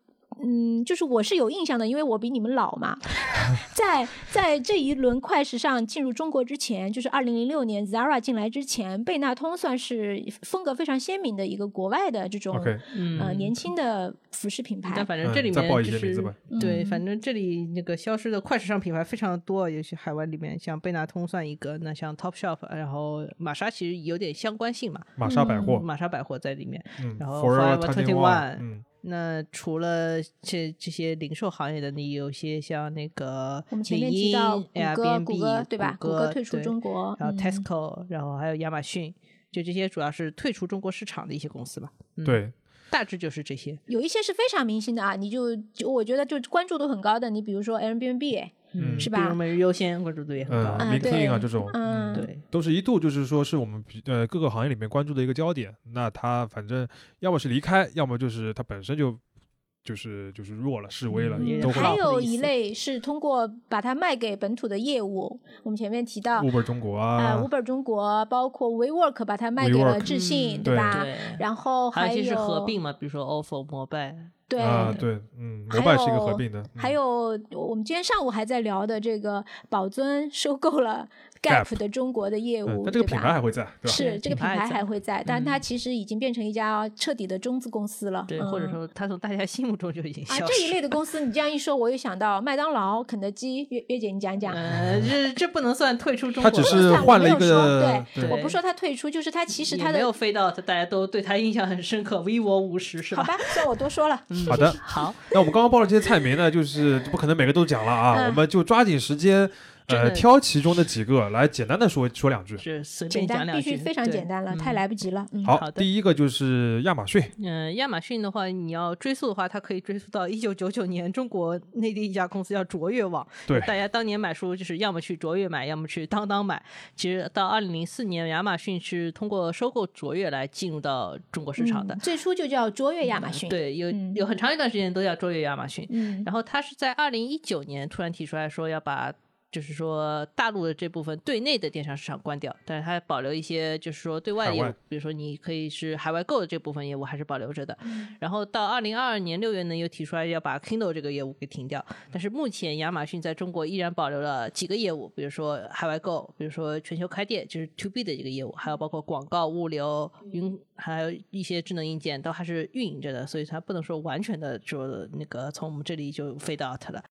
Speaker 3: 嗯，就是我是有印象的，因为我比你们老嘛。 *laughs* 在在这一轮快时尚进入中国之前，就是二零零六年 Zara 进来之前，贝纳通算是风格非常鲜明的一个国外的这种
Speaker 1: OK，
Speaker 2: 嗯
Speaker 3: 呃年轻的服饰品牌
Speaker 2: 但。反正这
Speaker 1: 嗯
Speaker 2: 里
Speaker 1: 再
Speaker 2: 面
Speaker 1: 报一
Speaker 2: 就
Speaker 1: 些名字
Speaker 2: 是
Speaker 1: 吧
Speaker 2: 对，
Speaker 3: 嗯
Speaker 2: 反正这里那个消失的快时尚品牌非常多，也许海外里面像贝纳通算一个，那像 Topshop，然后玛莎其实有点相关性嘛，
Speaker 1: 玛莎百货，
Speaker 2: 玛莎百货在里面。
Speaker 1: 嗯
Speaker 2: 嗯然后
Speaker 1: ，Forever
Speaker 2: Forever
Speaker 1: Twenty
Speaker 2: One
Speaker 1: 嗯，
Speaker 2: 那除了这这些零售行业的，你有些像那个
Speaker 3: 我们前面
Speaker 2: 领
Speaker 3: 提到
Speaker 2: 英
Speaker 3: 谷歌，谷
Speaker 2: Airbnb
Speaker 3: 歌对吧？
Speaker 2: 谷
Speaker 3: 谷
Speaker 2: 歌
Speaker 3: 歌退出
Speaker 2: 对
Speaker 3: 中国，
Speaker 2: 然后
Speaker 3: 嗯
Speaker 2: Tesco，然后还有亚马逊，就这些主要是退出中国市场的一些公司吧。嗯
Speaker 1: 对。
Speaker 2: 大致就是这些。
Speaker 3: 有一些是非常明星的啊，你就就我觉得就关注度很高的，你比如说 Airbnb，哎
Speaker 1: 嗯
Speaker 3: 是
Speaker 2: 比如
Speaker 3: 吧
Speaker 2: 每日优先关注度也很高。
Speaker 1: 嗯
Speaker 3: 啊
Speaker 1: l i n k i 啊
Speaker 3: 对
Speaker 1: 这种，
Speaker 3: 嗯
Speaker 2: 对，
Speaker 1: 都是一度就是说是我们比呃各个行业里面关注的一个焦点。那他反正要么是离开，要么就是他本身就就是就是弱了，示威了，
Speaker 2: 嗯
Speaker 1: 都会
Speaker 3: 还
Speaker 2: 好
Speaker 3: 有
Speaker 2: 意
Speaker 3: 一
Speaker 2: 思
Speaker 3: 类是通过把它卖给本土的业务，我们前面提到
Speaker 1: Uber 中国
Speaker 3: 啊
Speaker 1: 啊，
Speaker 3: ，Uber 中国包括 WeWork 把它卖给了
Speaker 1: WeWork
Speaker 3: 智信，
Speaker 1: 嗯
Speaker 3: 对
Speaker 1: 对
Speaker 3: 吧？
Speaker 2: 对，
Speaker 3: 然后
Speaker 2: 还有
Speaker 3: 有
Speaker 2: 一些是合并嘛，比如说 ofo、摩拜，
Speaker 3: 对。
Speaker 1: 啊对，嗯，
Speaker 3: 还
Speaker 1: 摩拜是一个合
Speaker 3: 有
Speaker 1: 并的，
Speaker 3: 还
Speaker 1: 嗯
Speaker 3: 有，我们今天上午还在聊的这个宝尊收购了
Speaker 1: Gap
Speaker 3: Gap 的中国的业
Speaker 1: 嗯
Speaker 3: 务，，
Speaker 1: 但这个
Speaker 3: 对
Speaker 1: 品
Speaker 3: 吧
Speaker 1: 牌还会在，对吧？
Speaker 3: 是这个
Speaker 2: 品
Speaker 3: 品
Speaker 2: 牌
Speaker 3: 牌
Speaker 2: 在
Speaker 3: 还会在，但它
Speaker 2: 嗯
Speaker 3: 其实已经变成一家彻底的中资公司了，
Speaker 2: 对，
Speaker 3: 嗯
Speaker 2: 或者说他从大家心目中就已经消
Speaker 3: 啊
Speaker 2: 失。
Speaker 3: 这一类的公司，你这样一说，我又想到麦当劳、肯德基。月月姐，你讲讲。
Speaker 2: 呃，这这不能算退出中
Speaker 1: 它只
Speaker 2: 国，
Speaker 3: 不
Speaker 1: 是
Speaker 3: 算
Speaker 1: 换
Speaker 3: 我
Speaker 1: 了
Speaker 3: 没
Speaker 1: 一
Speaker 3: 有说
Speaker 1: 个
Speaker 3: 对，
Speaker 1: 对
Speaker 3: 我不说它退出，就是它其实
Speaker 2: 也
Speaker 3: 它
Speaker 2: 没有
Speaker 3: 的
Speaker 2: 飞到大家都对他印象很深刻，vivo 五十是
Speaker 3: 好
Speaker 2: 吧？
Speaker 3: 吧，算我多说了。
Speaker 2: 嗯
Speaker 1: 好的
Speaker 2: 好，
Speaker 1: 那我们刚刚报了这些菜名呢，就是不可能每个都讲了啊，
Speaker 3: 嗯
Speaker 1: 我们就抓紧时间，
Speaker 2: 真
Speaker 1: 呃，
Speaker 2: 的
Speaker 1: 挑其中的几个来简单的说说两句。
Speaker 2: 这随
Speaker 3: *laughs* 简
Speaker 2: 便讲
Speaker 3: 单，
Speaker 2: 两
Speaker 3: 必
Speaker 2: 句，
Speaker 3: 须非常
Speaker 2: 对
Speaker 3: 简单了，
Speaker 2: 嗯
Speaker 3: 太来不及了。嗯，
Speaker 1: 好，
Speaker 2: 好的
Speaker 1: 第一个就是亚马逊，
Speaker 2: 嗯、亚马逊的话，你要追溯的话，它可以追溯到一九九九年中国内地一家公司叫卓越网。
Speaker 1: 对
Speaker 2: 大家当年买书就是要么去卓越买，要么去当当买。其实到二零零四年，亚马逊是通过收购卓越来进入到中国市场的。
Speaker 3: 嗯最初就叫卓越亚马逊。，
Speaker 2: 对，有
Speaker 3: 嗯
Speaker 2: 有很长一段时间都叫卓越亚马逊。
Speaker 3: 嗯，
Speaker 2: 然后他是在二零一九年突然提出来说要把。就是说，大陆的这部分对内的电商市场关掉，但是它保留一些，就是说对外
Speaker 1: 海
Speaker 2: 业务
Speaker 1: 外，
Speaker 2: 比如说你可以是海外购的这部分业务还是保留着的。然后到二零二二年六月呢，又提出来要把 Kindle 这个业务给
Speaker 1: 嗯
Speaker 2: 停掉。但是目前亚马逊在中国依然保留了几个业务，比如说海外购，比如说全球开店，就是 To B 的这个业务，还有包括广告、物流、云，还有一些智能硬件都还是运营着的，所以它不能说完全的就那个从我们这里就 fade out 了。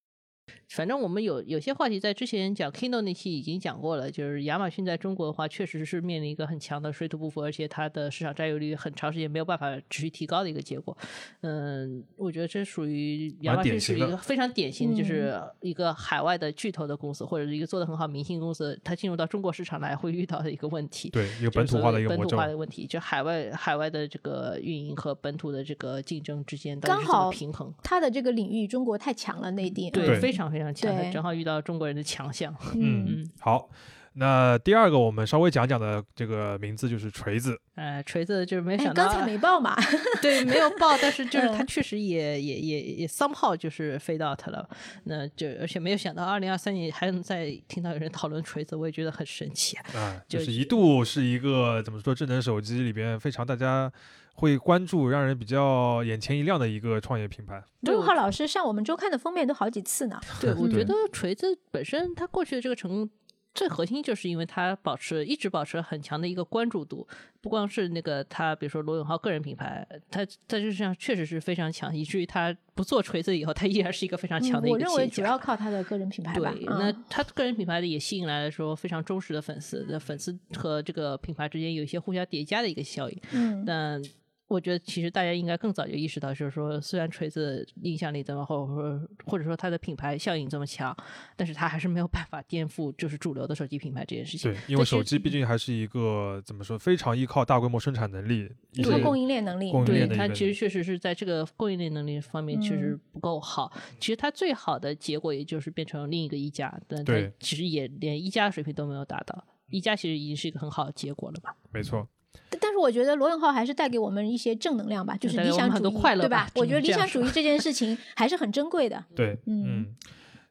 Speaker 2: 反正我们有有些话题在之前讲 Kindle 那期已经讲过了，就是亚马逊在中国的话，确实是面临一个很强的水土不服，而且它的市场占有率很长时间没有办法持续提高的一个结果。嗯，我觉得这属于亚
Speaker 1: 蛮
Speaker 2: 马逊
Speaker 1: 典
Speaker 2: 属于
Speaker 1: 型
Speaker 2: 一
Speaker 1: 的
Speaker 2: 个非常典型的，就
Speaker 3: 嗯
Speaker 2: 是一个海外的巨头的公司，或者是一个做的很好明星公司，它进入到中国市场来会遇到的一个问题。
Speaker 1: 对，一个本土
Speaker 2: 就是所
Speaker 1: 化
Speaker 2: 谓
Speaker 1: 的一个
Speaker 2: 本
Speaker 1: 魔
Speaker 2: 土
Speaker 1: 咒
Speaker 2: 化。的问题，就海外海外的这个运营和本土的这个竞争之间到底
Speaker 3: 刚
Speaker 2: 是怎么
Speaker 3: 好
Speaker 2: 平衡？
Speaker 3: 它的这个领域中国太强了，内地。
Speaker 1: 对嗯
Speaker 2: 非常非常强，
Speaker 3: 对
Speaker 2: 正好遇到中国人的强项。
Speaker 3: 嗯，
Speaker 2: 嗯，
Speaker 1: 好，那第二个我们稍微讲讲的这个名字就是锤子，
Speaker 2: 呃，锤子就是没有
Speaker 3: 哎，
Speaker 2: 想到，啊
Speaker 3: 刚才
Speaker 2: *laughs*
Speaker 3: 没报嘛？
Speaker 2: 对，没有报，但是 *laughs* 就是
Speaker 3: 嗯
Speaker 2: 他确实也也也也 somehow 就是 fade out 了。那就而且没有想到，二零二三年还能再听到有人讨论锤子，我也觉得很神奇、啊。
Speaker 1: 啊，就
Speaker 2: 就是
Speaker 1: 一度是一个怎么说，智能手机里边非常大家会关注、让人比较眼前一亮的一个创业品牌。
Speaker 2: 对
Speaker 3: 陆
Speaker 2: 我
Speaker 3: 浩老师上我们周刊的封面都好几次呢。
Speaker 2: *laughs* 对，我觉
Speaker 1: 对
Speaker 2: 得锤子本身它过去的这个成功。最核心就是因为它保持一直保持很强的一个关注度，不光是那个它，比如说罗永浩个人品牌，它它就是上确实是非常强，以至于它不做锤子以后，它依然是一个非常强
Speaker 3: 嗯
Speaker 2: 的一
Speaker 3: 我
Speaker 2: 个企业家、
Speaker 3: 认为主要靠他的个人品牌吧。
Speaker 2: 对，
Speaker 3: 嗯
Speaker 2: 那他个人品牌的也吸引来了说非常忠实的粉丝，那粉丝和这个品牌之间有一些互相叠加的一个效应。
Speaker 3: 嗯，
Speaker 2: 但我觉得其实大家应该更早就意识到，就是说虽然锤子影响力这么厚，或者说或者说它的品牌效应这么强，但是它还是没有办法颠覆就是主流的手机品牌这件事情。
Speaker 1: 对，因为
Speaker 2: 这其实
Speaker 1: 手机毕竟还是一个怎么说，非常依靠大规模生产能力，一
Speaker 3: 一个
Speaker 1: 些
Speaker 3: 供应链能力，
Speaker 1: 供应
Speaker 2: 对
Speaker 1: 链的一
Speaker 2: 它
Speaker 1: 个
Speaker 2: 其实确实是在这个供应链能力方面确
Speaker 3: 嗯
Speaker 2: 实不够好。其实它最好的结果也就是变成另一个一加，但它
Speaker 1: 对
Speaker 2: 其实也连一加的水平都没有达到。一加其实已经是一个很好的结果了嘛。
Speaker 1: 没错。
Speaker 3: 但但是我觉得罗永浩还是带给我们一些正能量吧，就是
Speaker 2: 带给
Speaker 3: 理
Speaker 2: 我们
Speaker 3: 想
Speaker 2: 很
Speaker 3: 主
Speaker 2: 多
Speaker 3: 义，
Speaker 2: 快乐
Speaker 3: 对
Speaker 2: 吧
Speaker 3: 吧？我
Speaker 2: 只
Speaker 3: 觉得
Speaker 2: 能
Speaker 3: 理
Speaker 2: 这样
Speaker 3: 想主义这件事情还是很珍贵的。
Speaker 1: 对，
Speaker 3: 嗯
Speaker 1: 嗯。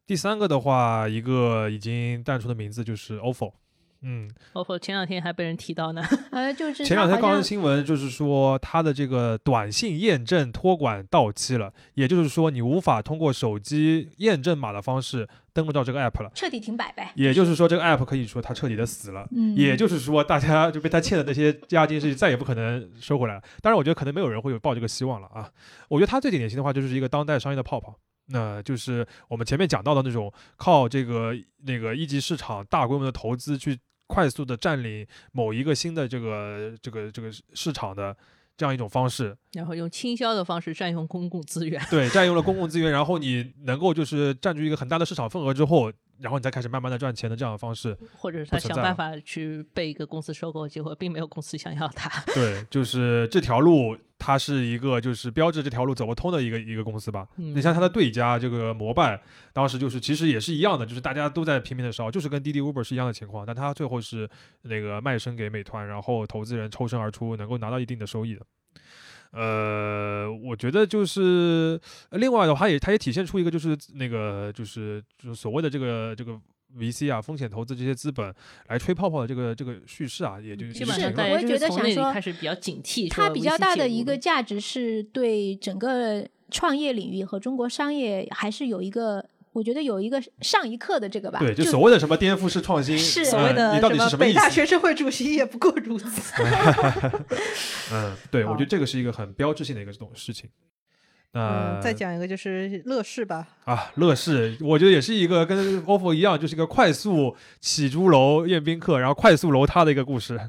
Speaker 1: 第三个的话，一个已经淡出的名字就是 OFO。嗯，
Speaker 2: 包括前两天还被人提到呢， *laughs*
Speaker 3: 呃，就是
Speaker 1: 前两
Speaker 3: 他
Speaker 1: 天刚
Speaker 3: 好像
Speaker 1: 刚新闻就是说，它的这个短信验证托管到期了，也就是说你无法通过手机验证码的方式登录到这个 app 了。
Speaker 3: 彻底停摆呗。
Speaker 1: 也就是说，这个 app 可以说它彻底的死了。
Speaker 3: 嗯
Speaker 1: 也就是说，大家就被他欠的那些押金是再也不可能收回来了。当然，我觉得可能没有人会有抱这个希望了啊。我觉得他最典型的话就是一个当代商业的泡泡，那就是我们前面讲到的那种靠这个那个一级市场大规模的投资去快速的占领某一个新的这个这个这个市场的这样一种方式。
Speaker 2: 然后用倾销的方式占用公共资源。 *laughs*
Speaker 1: 对，占用了公共资源，然后你能够就是占据一个很大的市场份额之后，然后你再开始慢慢的赚钱的这样的方式，
Speaker 2: 或者是
Speaker 1: 不
Speaker 2: 他
Speaker 1: 存
Speaker 2: 想
Speaker 1: 在
Speaker 2: 办
Speaker 1: 了
Speaker 2: 法去被一个公司收购，结果并没有公司想要他。
Speaker 1: 对，就是这条路，它是一个就是标志这条路走不通的一个一个公司吧。
Speaker 2: 嗯
Speaker 1: 你像它的对家这个摩拜，当时就是其实也是一样的，就是大家都在拼命的烧，就是跟滴滴 Uber 是一样的情况，但它最后是那个卖身给美团，然后投资人抽身而出，能够拿到一定的收益的。呃，我觉得就是呃另外的话也，它也体现出一个就是那个就是就是所谓的这个这个 VC 啊，风险投资这些资本来吹泡泡的这个这个叙事啊，也就
Speaker 2: 基
Speaker 1: 也
Speaker 2: 本
Speaker 1: 是
Speaker 2: 上
Speaker 1: 整
Speaker 3: 是
Speaker 1: 个
Speaker 2: 大
Speaker 3: 我
Speaker 2: 家
Speaker 3: 也
Speaker 2: 就
Speaker 3: 觉
Speaker 2: 是
Speaker 3: 得
Speaker 2: 从
Speaker 3: 想
Speaker 2: 那里
Speaker 3: 说
Speaker 2: 开始比较警惕。
Speaker 3: 它
Speaker 2: 说
Speaker 3: 比
Speaker 2: 维
Speaker 3: 较
Speaker 2: 系
Speaker 3: 大
Speaker 2: 介
Speaker 3: 的
Speaker 2: 入
Speaker 3: 一个价值是对整个创业领域和中国商业还是有一个，我觉得有一个上一课的这个吧。
Speaker 1: 对，就所谓的什么颠覆式创新，
Speaker 3: 是
Speaker 1: 嗯
Speaker 2: 所
Speaker 1: *laughs*
Speaker 2: 谓的
Speaker 1: 你到底是
Speaker 2: 什
Speaker 1: 么
Speaker 2: 么北
Speaker 1: 意
Speaker 2: 大
Speaker 1: 思？
Speaker 2: 学生会主席也不过如此。
Speaker 1: *laughs* 嗯，对，我
Speaker 2: 好
Speaker 1: 觉得这个是一个很标志性的一个这种事情。那、
Speaker 2: *laughs* 嗯，再讲一个就是乐视吧，
Speaker 1: 啊，乐视，我觉得也是一个跟 ofo 一样，就是一个快速起朱楼宴宾客，然后快速楼塌的一个故事。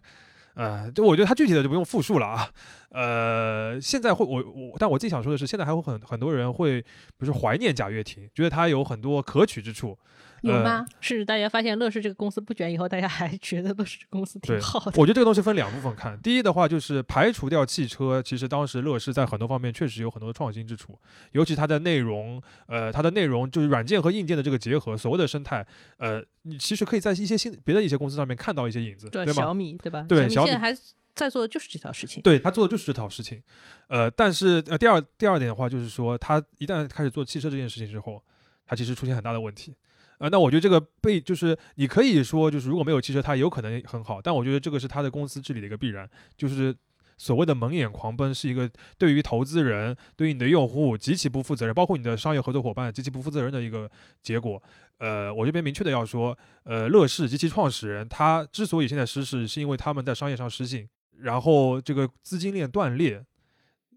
Speaker 1: 呃，就我觉得它具体的就不用复述了啊。呃，现在会我我，但我自己想说的是，现在还会很很多人会，比如说怀念贾跃亭，觉得他有很多可取之处。
Speaker 3: 有
Speaker 1: 呃
Speaker 3: 吗？
Speaker 2: 是大家发现乐视这个公司不卷以后，大家还觉得乐视这个公司挺
Speaker 1: 对
Speaker 2: 好的。
Speaker 1: 我觉得这个东西分两部分看。第一的话，就是排除掉汽车，其实当时乐视在很多方面确实有很多创新之处，尤其它的内容，呃，它的内容就是软件和硬件的这个结合，所谓的生态，呃，你其实可以在一些新别的一些公司上面看到一些影子，对
Speaker 2: 对
Speaker 1: 吗
Speaker 2: 小？米，对吧？
Speaker 1: 对
Speaker 2: 小
Speaker 1: 小
Speaker 2: 现在
Speaker 1: 米
Speaker 2: 还在做的就是这条事情。
Speaker 1: 对他做的就是这套事情，呃，但是呃，第二第二点的话，就是说他一旦开始做汽车这件事情之后，他其实出现很大的问题。呃，那我觉得这个被就是你可以说就是如果没有汽车，它有可能很好，但我觉得这个是他的公司治理的一个必然，就是所谓的蒙眼狂奔是一个对于投资人、对于你的用户极其不负责任，包括你的商业合作伙伴极其不负责任的一个结果。呃，我这边明确的要说，呃，乐视及其创始人他之所以现在失势，是因为他们在商业上失信，然后这个资金链断裂，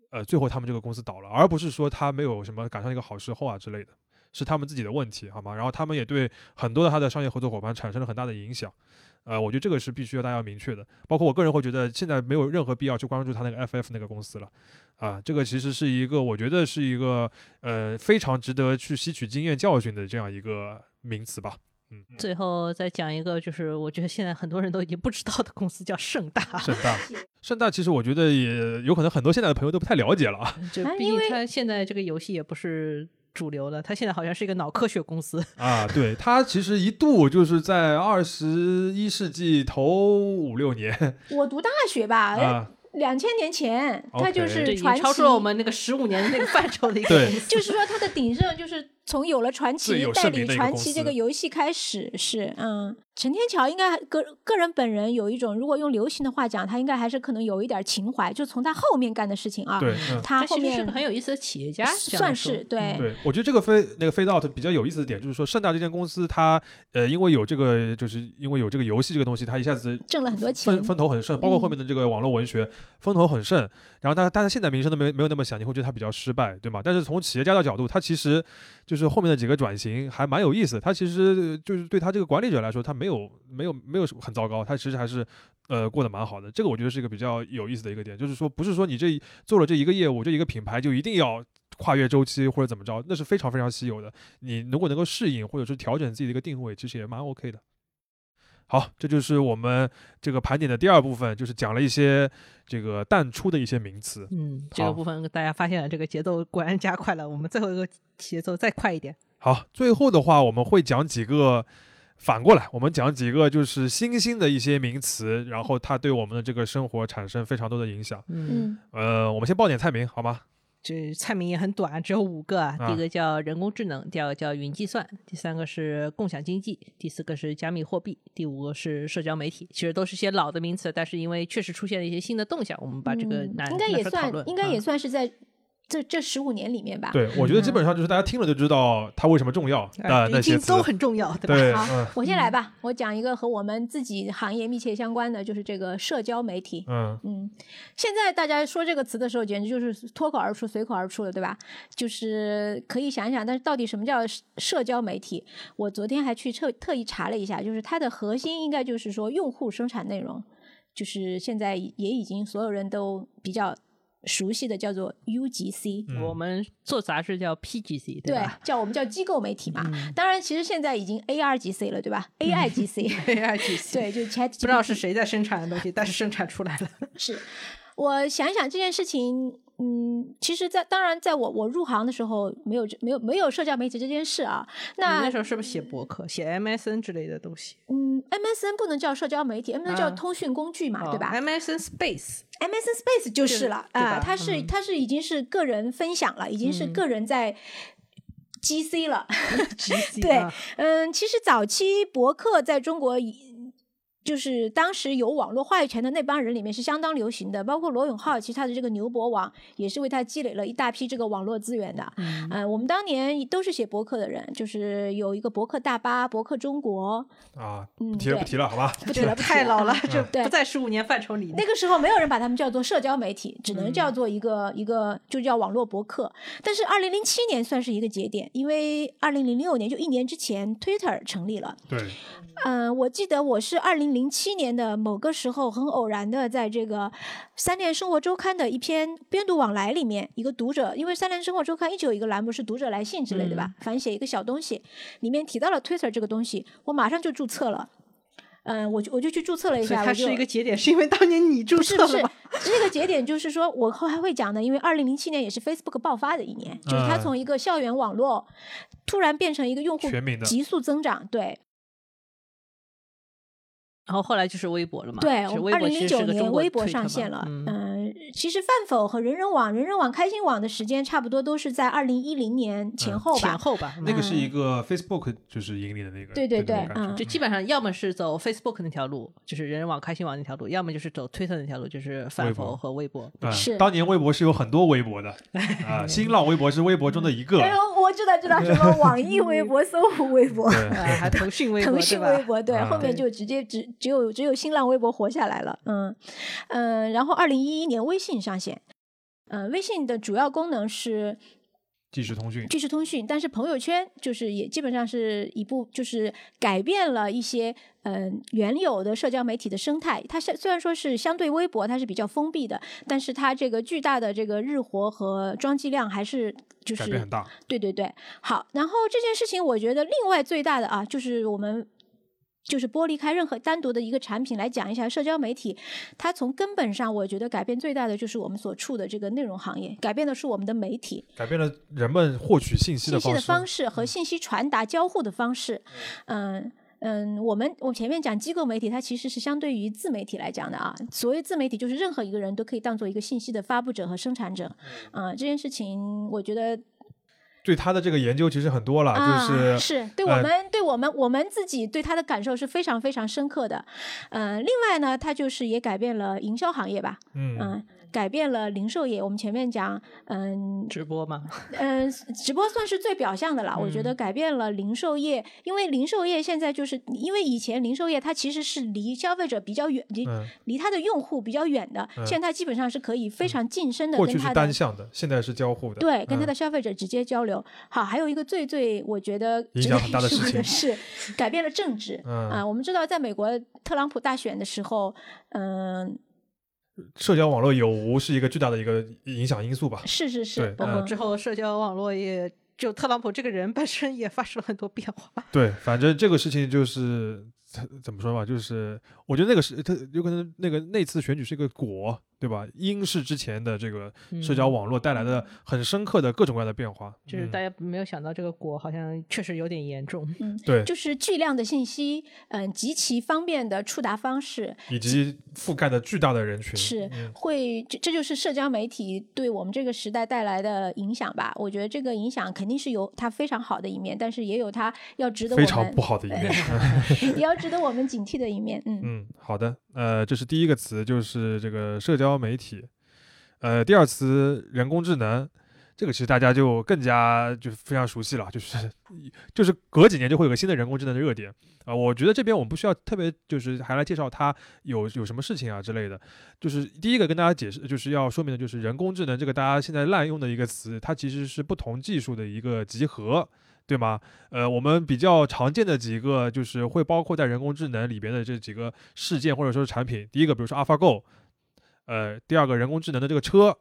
Speaker 1: 呃，最后他们这个公司倒了，而不是说他没有什么赶上一个好时候啊之类的，是他们自己的问题，好吗？然后他们也对很多的他的商业合作伙伴产生了很大的影响，呃，我觉得这个是必须要大家要明确的。包括我个人会觉得，现在没有任何必要去关注他那个 FF 那个公司了，啊、这个其实是一个我觉得是一个呃非常值得去吸取经验教训的这样一个名词吧。嗯，
Speaker 2: 最后再讲一个，就是我觉得现在很多人都已经不知道的公司叫盛大，
Speaker 1: 盛大，盛大其实我觉得也有可能很多现在的朋友都不太了解了啊。
Speaker 2: 就
Speaker 3: 啊
Speaker 2: 毕
Speaker 3: 因
Speaker 2: 竟
Speaker 3: 为
Speaker 2: 它现在这个游戏也不是主流了，它现在好像是一个脑科学公司。
Speaker 1: 啊，对，它其实一度就是在二十一世纪头五六年
Speaker 3: 我读大学吧，哎
Speaker 1: 啊，
Speaker 3: 两千年前，
Speaker 1: OK
Speaker 3: 它就
Speaker 1: 对
Speaker 2: 对，
Speaker 3: 是
Speaker 2: 已
Speaker 3: 传
Speaker 2: 经
Speaker 3: 奇，
Speaker 2: 超出了我们那个十五年的那个范畴的一个
Speaker 1: 对
Speaker 2: 公司。
Speaker 3: 就是说它的鼎盛就是从有了传
Speaker 1: 最
Speaker 3: 奇
Speaker 1: 有
Speaker 3: 代
Speaker 1: 盛名
Speaker 3: 理
Speaker 1: 的一个
Speaker 3: 传
Speaker 1: 公
Speaker 3: 奇
Speaker 1: 司
Speaker 3: 这个游戏开始是，嗯，陈天桥应该还个个人本人有一种，如果用流行的话讲，他应该还是可能有一点情怀，就从他后面干的事情啊，
Speaker 1: 对，嗯。
Speaker 3: 他
Speaker 2: 其
Speaker 3: 后
Speaker 2: 实是
Speaker 3: 面
Speaker 2: 个很有意思的企业家，这样
Speaker 3: 算
Speaker 2: 说嗯
Speaker 3: 是对
Speaker 1: 对，我觉得这个非那个 fade out 比较有意思的点就是说，盛大这间公司它，呃，因为有这个，就是因为有这个游戏这个东西，它一下子
Speaker 3: 挣了很多钱
Speaker 1: 风。风头很盛，包括后
Speaker 3: 嗯
Speaker 1: 面的这个网络文学风头很盛。然后大家大家现在名声都没没有那么响，你会觉得它哎比较失败，对吗？但是从企业家的角度，它其实就是后面的几个转型还蛮有意思。它其实就是对他这个管理者来说，他没有没有没有很糟糕，他其实还是呃过得蛮好的。这个我觉得是一个比较有意思的一个点，就是说不是说你这一做了这一个业务这一个品牌就一定要。跨越周期或者怎么着，那是非常非常稀有的。你如果能够适应或者是调整自己的一个定位，其实也蛮 OK 的。好，这就是我们这个盘点的第二部分，就是讲了一些这个淡出的一些名词。
Speaker 2: 嗯，这个
Speaker 1: 好
Speaker 2: 部分大家发现了，这个节奏果然加快了。我们最后一个节奏再快一点。
Speaker 1: 好，最后的话我们会讲几个，反过来我们讲几个就是新兴的一些名词，然后它对我们的这个生活产生非常多的影响。
Speaker 2: 嗯，
Speaker 3: 嗯，
Speaker 1: 呃，我们先报点菜名好吗？
Speaker 2: 这菜名也很短，只有五个啊。
Speaker 1: 啊
Speaker 2: 第一个叫人工智能，第二个叫云计算，第三个是共享经济，第四个是加密货币，第五个是社交媒体。其实都是些老的名词，但是因为确实出现了一些新的动向，我们把这个
Speaker 3: 嗯
Speaker 2: 拿
Speaker 3: 应该也
Speaker 2: 拿出来讨
Speaker 3: 算
Speaker 2: 论，
Speaker 3: 应该也
Speaker 2: 啊
Speaker 3: 算是在这这十五年里面 *laughs* 吧。
Speaker 1: 对，我觉得基本上就是大家听了就知道它为什么重要
Speaker 2: 哎
Speaker 1: 的那
Speaker 2: 一
Speaker 1: 些
Speaker 2: 听
Speaker 1: 词
Speaker 2: 都。很重要，对吧？
Speaker 1: 对，
Speaker 3: 好
Speaker 1: 嗯
Speaker 3: 我先来吧，我讲一个和我们自己行业密切相关的，就是这个社交媒体。
Speaker 1: 嗯，
Speaker 3: 嗯，现在大家说这个词的时候，简直就是脱口而出、随口而出了，对吧？就是可以想一想，但是到底什么叫社社交媒体？我昨天还去特特意查了一下，就是它的核心应该就是说用户生产内容，就是现在也已经所有人都比较熟悉的叫做 UGC，、
Speaker 1: 嗯
Speaker 2: 我们做杂志叫 PGC，
Speaker 3: 对
Speaker 2: 吧？嗯
Speaker 3: 叫我们叫机构媒体嘛。当然，其实现在已经 ARGC 了，对吧？AIGC，、
Speaker 2: *laughs* 对，AIGC，
Speaker 3: 对，就 Chat，
Speaker 2: 嗯不知道是谁在生产的东西，但是生产出来了。
Speaker 3: 是，我想想这件事情，嗯，其实在，当然，在我我入行的时候，没有这没有没有社交媒体这件事啊。
Speaker 2: 你
Speaker 3: 那
Speaker 2: 那时候是不是写博客、写 MSN 之类的东西？
Speaker 3: 嗯，MSN 不能叫社交媒体，MSN 叫
Speaker 2: 嗯
Speaker 3: 通讯工具嘛，
Speaker 2: 哦
Speaker 3: 对吧
Speaker 2: ？MSN
Speaker 3: *laughs*
Speaker 2: Space，
Speaker 3: ？MSN Space 就
Speaker 2: 就是
Speaker 3: 是了
Speaker 2: 对
Speaker 3: 啊、
Speaker 2: 吧
Speaker 3: 它是
Speaker 2: 嗯
Speaker 3: 它是已经是个人分享了，已经是
Speaker 2: 嗯
Speaker 3: 个人在 GC 了。
Speaker 2: GC
Speaker 3: 对
Speaker 2: 啊
Speaker 3: 嗯，其实早期博客在中国已就是当时有网络话语权的那帮人里面是相当流行的，包括罗永浩，其实他的这个牛博网也是为他积累了一大批这个网络资源的。
Speaker 2: 嗯
Speaker 3: 呃，我们当年都是写博客的人，就是有一个博客大巴、博客
Speaker 2: *laughs*
Speaker 3: 中国，
Speaker 1: 啊，
Speaker 3: 嗯
Speaker 1: 不提了
Speaker 3: *laughs* 对
Speaker 1: 不提了，好吧？
Speaker 3: 不提了，不提
Speaker 2: 太老了，
Speaker 3: 嗯
Speaker 2: 这
Speaker 3: 对
Speaker 2: 不在十五年范畴里。
Speaker 3: 那个时候没有人把他们叫做社交媒体，只能
Speaker 2: 嗯
Speaker 3: 叫做一个、一个就叫网络博客。但是二零零七年算是一个节点，因为二零零六年就一年之前，Twitter 成立了。
Speaker 1: 对，
Speaker 3: 嗯，我记得我是二零零七年的某个时候，很偶然的在这个《三联生活周刊》的一篇编读往来里面，一个读者，因为《三联生活周刊》一直有一个栏目是读者来信之类的吧，
Speaker 2: 嗯
Speaker 3: 反正写一个小东西，里面提到了 Twitter 这个东西，我马上就注册了。嗯，我就我就去注册了一
Speaker 2: 所以
Speaker 3: 下，
Speaker 2: 它
Speaker 3: 我就是
Speaker 2: 一个节点，是因为当年你注
Speaker 3: 不是
Speaker 2: 册
Speaker 3: 不
Speaker 2: 了
Speaker 3: 是
Speaker 2: 吗？
Speaker 3: 这个节点，就是说我后还会讲的，因为二零零七年也是 Facebook 爆发的一年，就是它
Speaker 1: 嗯
Speaker 3: 从一个校园网络突然变成一个用户
Speaker 1: 全民的
Speaker 3: 急速增长，对，
Speaker 2: 然后后来就是微博了嘛，
Speaker 3: 对，
Speaker 2: 其
Speaker 3: 我
Speaker 2: 实
Speaker 3: 们
Speaker 2: 微
Speaker 3: 二
Speaker 2: 博
Speaker 3: 零
Speaker 2: 其
Speaker 3: 零
Speaker 2: 实
Speaker 3: 九
Speaker 2: 是个中
Speaker 3: 年
Speaker 2: 国
Speaker 3: 微博
Speaker 2: Twitter
Speaker 3: 上
Speaker 2: 嘛
Speaker 3: 线了。
Speaker 2: 嗯，
Speaker 3: 嗯，其实饭否和人人网、人人网、开心网的时间差不多都是在二零一零年前
Speaker 1: 嗯
Speaker 3: 后吧。
Speaker 2: 前后吧，
Speaker 1: 那
Speaker 2: 嗯
Speaker 1: 个是一个 Facebook 就是盈利的那个，
Speaker 3: 对对
Speaker 1: 对
Speaker 3: 对
Speaker 1: 那种感觉
Speaker 3: 嗯
Speaker 2: 就基本上要么是走 Facebook 那条路，就是人人网、开心网那条路，要么就是走 Twitter 那条路，就是
Speaker 1: 微
Speaker 2: 饭
Speaker 1: 博
Speaker 2: 否和微
Speaker 1: *laughs*
Speaker 2: 博。
Speaker 1: 嗯
Speaker 3: 是
Speaker 1: 当年微博是有很多微博
Speaker 3: *laughs*
Speaker 1: 的啊，新浪微博是微博中的一个，
Speaker 3: 哎 *laughs* 呦，我知道，知道什么网易微
Speaker 2: *laughs*
Speaker 3: 博、搜狐微博、
Speaker 1: 对，
Speaker 2: 啊，
Speaker 3: *laughs*
Speaker 2: 还腾讯微博，
Speaker 3: 腾讯
Speaker 2: 对吧
Speaker 3: 微博，对，
Speaker 1: 啊
Speaker 3: 后面
Speaker 2: 对
Speaker 3: 就直接只只有只有新浪微博活下来了。嗯嗯，然后二零一一年微信上线。嗯，微信的主要功能是
Speaker 1: 即时通讯，
Speaker 3: 即时通讯，但是朋友圈就是也基本上是一部就是改变了一些嗯、呃原有的社交媒体的生态。它是虽然说是相对微博，它是比较封闭的，但是它这个巨大的这个日活和装机量还是就
Speaker 1: 改变
Speaker 3: 是
Speaker 1: 很大，
Speaker 3: 对对对。好，然后这件事情我觉得另外最大的啊，就是我们。就是剥离开任何单独的一个产品来讲一下社交媒体，它从根本上，我觉得改变最大的就是我们所处的这个内容行业，改变的是我们的媒体。
Speaker 1: 改变了人们获取信息
Speaker 3: 信
Speaker 1: 的
Speaker 3: 息
Speaker 1: 方
Speaker 3: 的
Speaker 1: 式嗯
Speaker 3: 方。式和信息传达交互的方式，嗯。嗯，我们我前面讲机构媒体，它其实是相对于自媒体来讲的啊。所谓自媒体，就是任何一个人都可以当做一个信息的发布者和生产者。
Speaker 1: 嗯
Speaker 3: 啊、这件事情我觉得
Speaker 1: 对他的这个研究其实很多了，
Speaker 3: 啊，
Speaker 1: 就是
Speaker 3: 对我
Speaker 1: 呃
Speaker 3: 们、对我们我们自己对他的感受是非常非常深刻的。嗯、另外呢，它就是也改变了营销行业吧，嗯、
Speaker 1: 嗯，
Speaker 3: 改变了零售业。我们前面讲，嗯、
Speaker 2: 直播嘛，
Speaker 3: 嗯，直播算是最表象的了。我觉
Speaker 1: 嗯
Speaker 3: 得改变了零售业，因为零售业现在就是因为以前零售业它其实是离消费者比较远，离、
Speaker 1: 嗯
Speaker 3: 离它的用户比较远的，
Speaker 1: 嗯
Speaker 3: 现在它基本上是可以非常近身的
Speaker 1: 过
Speaker 3: 跟
Speaker 1: 去是
Speaker 3: 它
Speaker 1: 单
Speaker 3: 的。
Speaker 1: 向的，现在是交互的，
Speaker 3: 对，跟
Speaker 1: 嗯
Speaker 3: 它的消费者直接交流。好，还有一个最最我觉得
Speaker 1: 影
Speaker 3: 值
Speaker 1: 响
Speaker 3: 得
Speaker 1: 很
Speaker 3: 一
Speaker 1: 大的
Speaker 3: 说
Speaker 1: 事
Speaker 3: 的
Speaker 1: 情
Speaker 3: 是，
Speaker 1: *laughs*
Speaker 3: 改变了政治。
Speaker 1: 嗯
Speaker 3: 啊，我们知道，在美国特朗普大选的时候，嗯，
Speaker 1: 社交网络有无是一个巨大的一个影响因素吧。
Speaker 3: 是是是，
Speaker 1: 对
Speaker 2: 包括
Speaker 3: 嗯
Speaker 2: 之后社交网络也。就特朗普这个人本身也发生了很多变化，
Speaker 1: 对，反正这个事情就是它怎么说吧，就是我觉得那个是它有可能那个那次选举是一个果，对吧？因是之前的这个社交网络带来
Speaker 3: 嗯
Speaker 1: 的很深刻的各种各样的变化，
Speaker 2: 就是
Speaker 1: 嗯
Speaker 2: 大家没有想到这个国好像确实有点
Speaker 1: *laughs*
Speaker 2: 严重。
Speaker 1: 对，
Speaker 3: 就是巨量的信息，嗯，极其方便的触达方式，
Speaker 1: 以及覆盖的巨大的人群
Speaker 3: 是
Speaker 1: 嗯
Speaker 3: 会，这这就是社交媒体对我们这个时代带来的影响吧。我觉得这个影响肯定是有它非常好的一面，但是也有它要值得我
Speaker 1: 非
Speaker 3: 们
Speaker 1: 常不好的一
Speaker 3: *laughs*
Speaker 1: 面。
Speaker 3: 也要值得我们警惕的一面。嗯，
Speaker 1: 嗯，好的，呃，这是第一个词，就是这个社交媒体。呃，第二词人工智能，这个其实大家就更加就是非常熟悉了，就是就是隔几年就会有个新的人工智能的热点啊、我觉得这边我们不需要特别就是还来介绍它有有什么事情啊之类的。就是第一个跟大家解释，就是要说明的就是人工智能这个大家现在滥用的一个词，它其实是不同技术的一个集合。对吗？呃，我们比较常见的几个就是会包括在人工智能里边的这几个事件或者说是产品。第一个，比如说 AlphaGo，呃，第二个人工智能的这个车，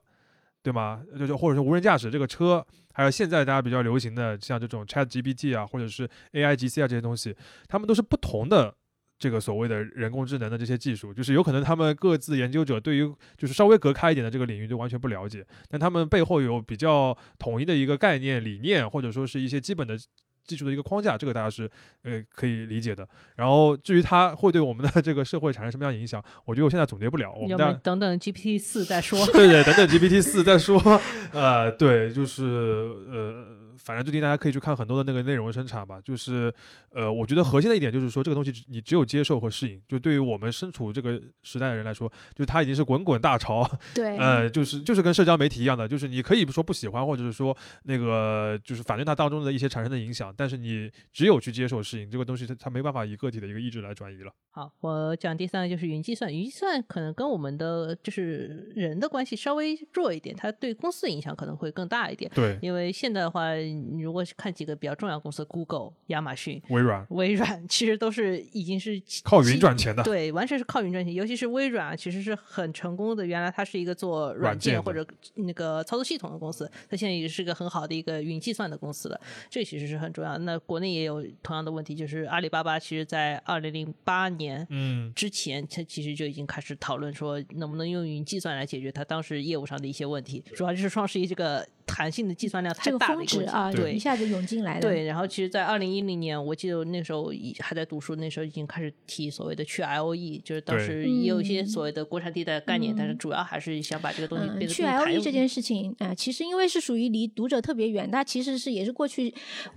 Speaker 1: 对吗？就就或者是无人驾驶这个车，还有现在大家比较流行的像这种 Chat GPT 啊，或者是 AI GC 啊这些东西，他们都是不同的这个所谓的人工智能的这些技术，就是有可能他们各自研究者对于就是稍微隔开一点的这个领域就完全不了解，但他们背后有比较统一的一个概念、理念，或者说是一些基本的技术的一个框架，这个大家是呃可以理解的。然后至于它会对我们的这个社会产生什么样的影响，我觉得我现在总结不了。我们
Speaker 2: 要不
Speaker 1: 大。
Speaker 2: 然等等 GPT 四再说
Speaker 1: *laughs* 对对，等等 GPT 四再说。 *laughs* 呃，对，就是呃，反正最近大家可以去看很多的那个内容生产吧。就是呃，我觉得核心的一点就是说，这个东西只你只有接受和适应。就对于我们身处这个时代的人来说，就它已经是滚滚大
Speaker 2: *laughs*
Speaker 1: 潮，
Speaker 3: 对，
Speaker 2: 嗯
Speaker 1: 呃，就是就是跟社交媒体一样的，就是你可以说不喜欢，或者是说那个就是反对它当中的一些产生的影响，但是你只有去接受适应这个东西它，它没办法以个体的一个意志来转移了。
Speaker 2: *laughs* 好，我讲第三个就是云计算。云计算可能跟我们的就是人的关系稍微弱一点，它对公司的影响可能会更大一点。
Speaker 1: 对，
Speaker 2: 因为现在的话，你如果是看几个比较重要的公司，Google、亚马逊、
Speaker 1: 微软
Speaker 2: 微软，其实都是已经是
Speaker 1: 靠云
Speaker 2: 基
Speaker 1: 赚钱的。 *laughs*
Speaker 2: 对，完全是靠云赚钱，尤其是微软啊，其实是很成功的。原来它是一个做软
Speaker 1: 软件
Speaker 2: 件
Speaker 1: 的
Speaker 2: 或者那个操作系统的公司，它现在也是一个很好的一个云计算的公司了。这其实是很重要。那国内也有同样的问题，就是阿里巴巴其实在二零零八年
Speaker 1: 嗯，
Speaker 2: 之前，它其实就已经开始讨论说能不能用云计算来解决它当时业务上的一些问题，主要就是双十一这个弹性的计算量太
Speaker 3: 这个
Speaker 2: 大了
Speaker 3: 峰
Speaker 2: 一个
Speaker 3: 值
Speaker 2: 问题
Speaker 3: 啊，
Speaker 2: 对
Speaker 3: 一，下子涌进来了。嗯
Speaker 2: 对，然后其实，在二零一零年，我记得我那时候已还在读书，那时候已经开始提所谓的去 IOE，就是当
Speaker 1: 对
Speaker 2: 时也有一些
Speaker 3: 嗯
Speaker 2: 所谓的国产地带的概念，但是
Speaker 3: 嗯
Speaker 2: 主要还是想把这个东西
Speaker 3: 嗯，
Speaker 2: 变得
Speaker 3: 去
Speaker 2: 更弹
Speaker 3: LE 这
Speaker 2: 性
Speaker 3: 件事情啊、呃其实因为是属于离读者特别远，它其实是也是过去，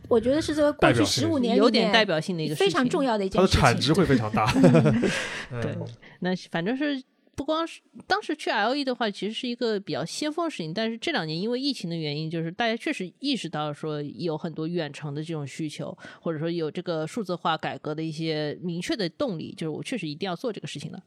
Speaker 3: 我觉得是这个过
Speaker 1: 代
Speaker 3: 去
Speaker 1: 表性
Speaker 3: 十五年
Speaker 2: 有
Speaker 3: 里
Speaker 2: 点
Speaker 3: 面
Speaker 2: 代表性的一个
Speaker 3: 非
Speaker 2: 事
Speaker 3: 常
Speaker 2: 情
Speaker 3: 重要的一件
Speaker 1: 它的
Speaker 3: 事情。
Speaker 1: 产值会非
Speaker 2: *laughs*
Speaker 1: 常大。 *laughs*
Speaker 2: 对
Speaker 1: 嗯，
Speaker 2: 那反正是不光是当时去 LE 的话，其实是一个比较先锋的事情，但是这两年因为疫情的原因，就是大家确实意识到说有很多远程的这种需求，或者说有这个数字化改革的一些明确的动力，就是我确实一定要做这个事情了。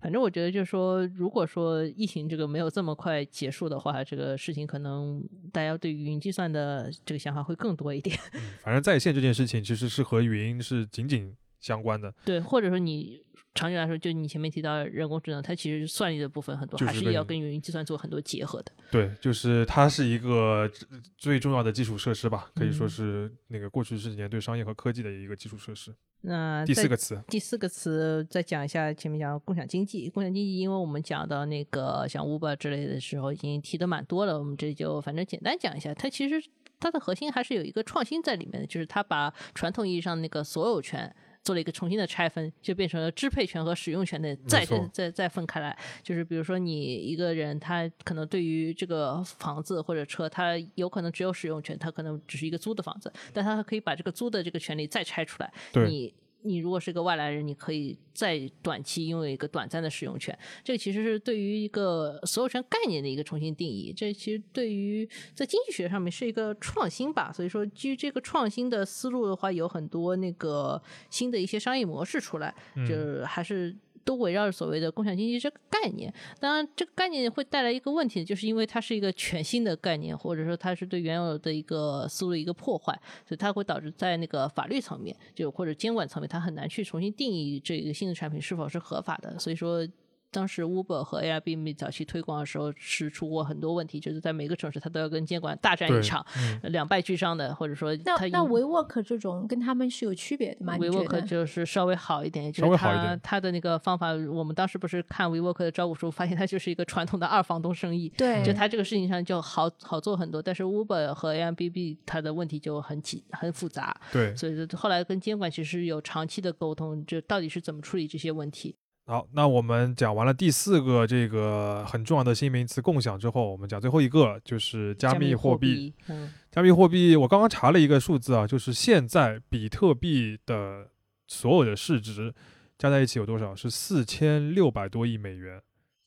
Speaker 2: 反正我觉得，就是说，如果说疫情这个没有这么快结束的话，这个事情可能大家对于云计算的这个想法会更多一点。
Speaker 1: 反正在线这件事情其实是和云是紧紧相关的，
Speaker 2: 对，或者说你长期来说，就你前面提到的人工智能，它其实算力的部分很多，
Speaker 1: 就
Speaker 2: 还
Speaker 1: 是
Speaker 2: 是
Speaker 1: 跟
Speaker 2: 要跟云计算做很多结合的。
Speaker 1: 对，就是它是一个呃最重要的基础设施吧，可以说
Speaker 2: 嗯
Speaker 1: 是那个过去十几年对商业和科技的一个基础设施。
Speaker 2: 那
Speaker 1: 第
Speaker 2: 再
Speaker 1: 四个词，
Speaker 2: 第四个词再讲一下，前面讲到共享经济，共享经济，因为我们讲到那个像 Uber 之类的时候，已经提的蛮多了，我们这里就反正简单讲一下，它其实它的核心还是有一个创新在里面的，就是它把传统意义上那个所有权。做了一个重新的拆分，就变成了支配权和使用权的再
Speaker 1: 没错
Speaker 2: 再再分开来。就是比如说，你一个人他可能对于这个房子或者车，他有可能只有使用权，他可能只是一个租的房子，但他可以把这个租的这个权利再拆出来，
Speaker 1: 对
Speaker 2: 你你如果是个外来人，你可以在短期拥有一个短暂的使用权。这其实是对于一个所有权概念的一个重新定义。这其实对于在经济学上面是一个创新吧。所以说，基于这个创新的思路的话，有很多那个新的一些商业模式出来，就是还是。都围绕着所谓的共享经济这个概念，当然这个概念会带来一个问题，就是因为它是一个全新的概念，或者说它是对原有的一个思路的一个破坏，所以它会导致在那个法律层面，就或者监管层面，它很难去重新定义这个新的产品是否是合法的。所以说，当时 Uber 和 Airbnb 早期推广的时候是出过很多问题，就是在每个城市它都要跟监管大战一
Speaker 1: 对
Speaker 2: 场，
Speaker 1: 嗯
Speaker 2: 两败俱伤的，或者说
Speaker 3: 那
Speaker 2: 它
Speaker 3: 那
Speaker 2: 因
Speaker 3: WeWork 这种跟他们是有区别的吗？你觉
Speaker 2: WeWork
Speaker 3: 得？
Speaker 2: 就是稍微好一点，就
Speaker 1: 稍
Speaker 2: 是
Speaker 1: 微好一
Speaker 2: 它
Speaker 1: 点
Speaker 2: 它的那个方法，我们当时不是看 WeWork 的招股书，发现它就是一个传统的二房东生意，
Speaker 3: 对，
Speaker 2: 就它这个事情上就好好做很多。但是 Uber 和 Airbnb 它的问题就很起很复杂，
Speaker 1: 对，
Speaker 2: 所以就后来跟监管其实有长期的沟通，就到底是怎么处理这些问题。
Speaker 1: 好，那我们讲完了第四个这个很重要的新名词共享之后，我们讲最后一个就是加密货币。
Speaker 2: 币，嗯，
Speaker 1: 加密货币，我刚刚查了一个数字啊，就是现在比特币的所有的市值加在一起有多少？是四千六百多亿美元。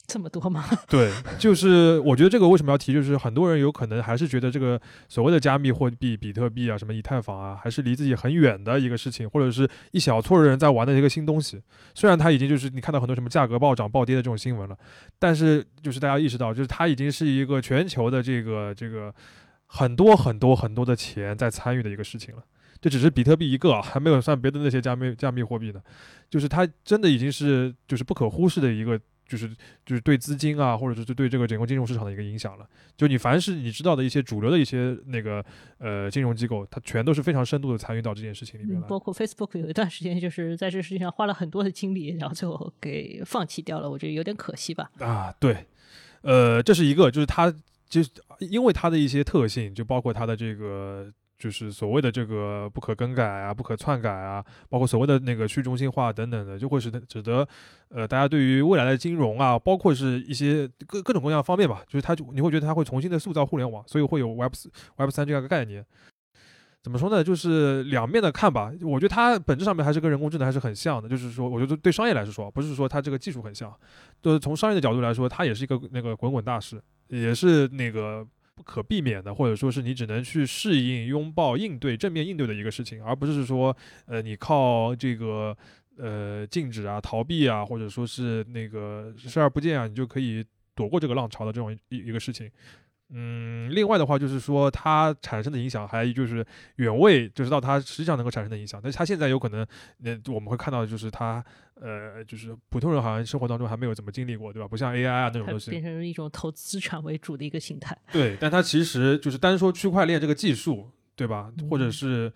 Speaker 2: 这么多吗？
Speaker 1: 对，就是我觉得这个为什么要提，就是很多人有可能还是觉得这个所谓的加密货币、比特币啊、什么以太坊啊，还是离自己很远的一个事情，或者是一小撮人在玩的一个新东西。虽然它已经就是你看到很多什么价格暴涨、暴跌的这种新闻了，但是就是大家意识到，就是它已经是一个全球的这个这个很多很多很多的钱在参与的一个事情了。这只是比特币一个啊，还没有算别的那些加密加密货币呢。就是它真的已经是就是不可忽视的一个就是就是对资金啊，或者是对这个整个金融市场的一个影响了。就你凡是你知道的一些主流的一些那个呃金融机构，它全都是非常深度的参与到这件事情里面
Speaker 2: 嗯
Speaker 1: 来。
Speaker 2: 包括 Facebook 有一段时间就是在这事情上花了很多的精力，然后最后给放弃掉了，我觉得有点可惜吧。
Speaker 1: 啊，对，呃，这是一个，就是它就是因为它的一些特性，就包括它的这个就是所谓的这个不可更改啊、不可篡改啊，包括所谓的那个去中心化等等的，就会使得使得呃大家对于未来的金融啊，包括是一些各各种各样方面吧，就是它就你会觉得它会重新的塑造互联网，所以会有 Web 四 Web 三这样一个概念。怎么说呢？就是两面的看吧。我觉得它本质上面还是跟人工智能还是很像的，就是说，我觉得对商业来说，不是说它这个技术很像，就是从商业的角度来说，它也是一个那个滚滚大势，也是那个不可避免的，或者说是你只能去适应、拥抱、应对、正面应对的一个事情，而不是说，呃，你靠这个呃禁止啊、逃避啊，或者说是那个视而不见啊，你就可以躲过这个浪潮的这种一一个事情。嗯，另外的话就是说，它产生的影响还就是远未就是到它实际上能够产生的影响，但是它现在有可能，那、我们会看到就是它呃，就是普通人好像生活当中还没有怎么经历过，对吧？不像 AI 啊那种
Speaker 2: 它
Speaker 1: 东西，
Speaker 2: 变成一种投资产为主的一个形态。
Speaker 1: 对，但它其实就是单说区块链这个技术，对吧？或者
Speaker 2: 嗯
Speaker 1: 是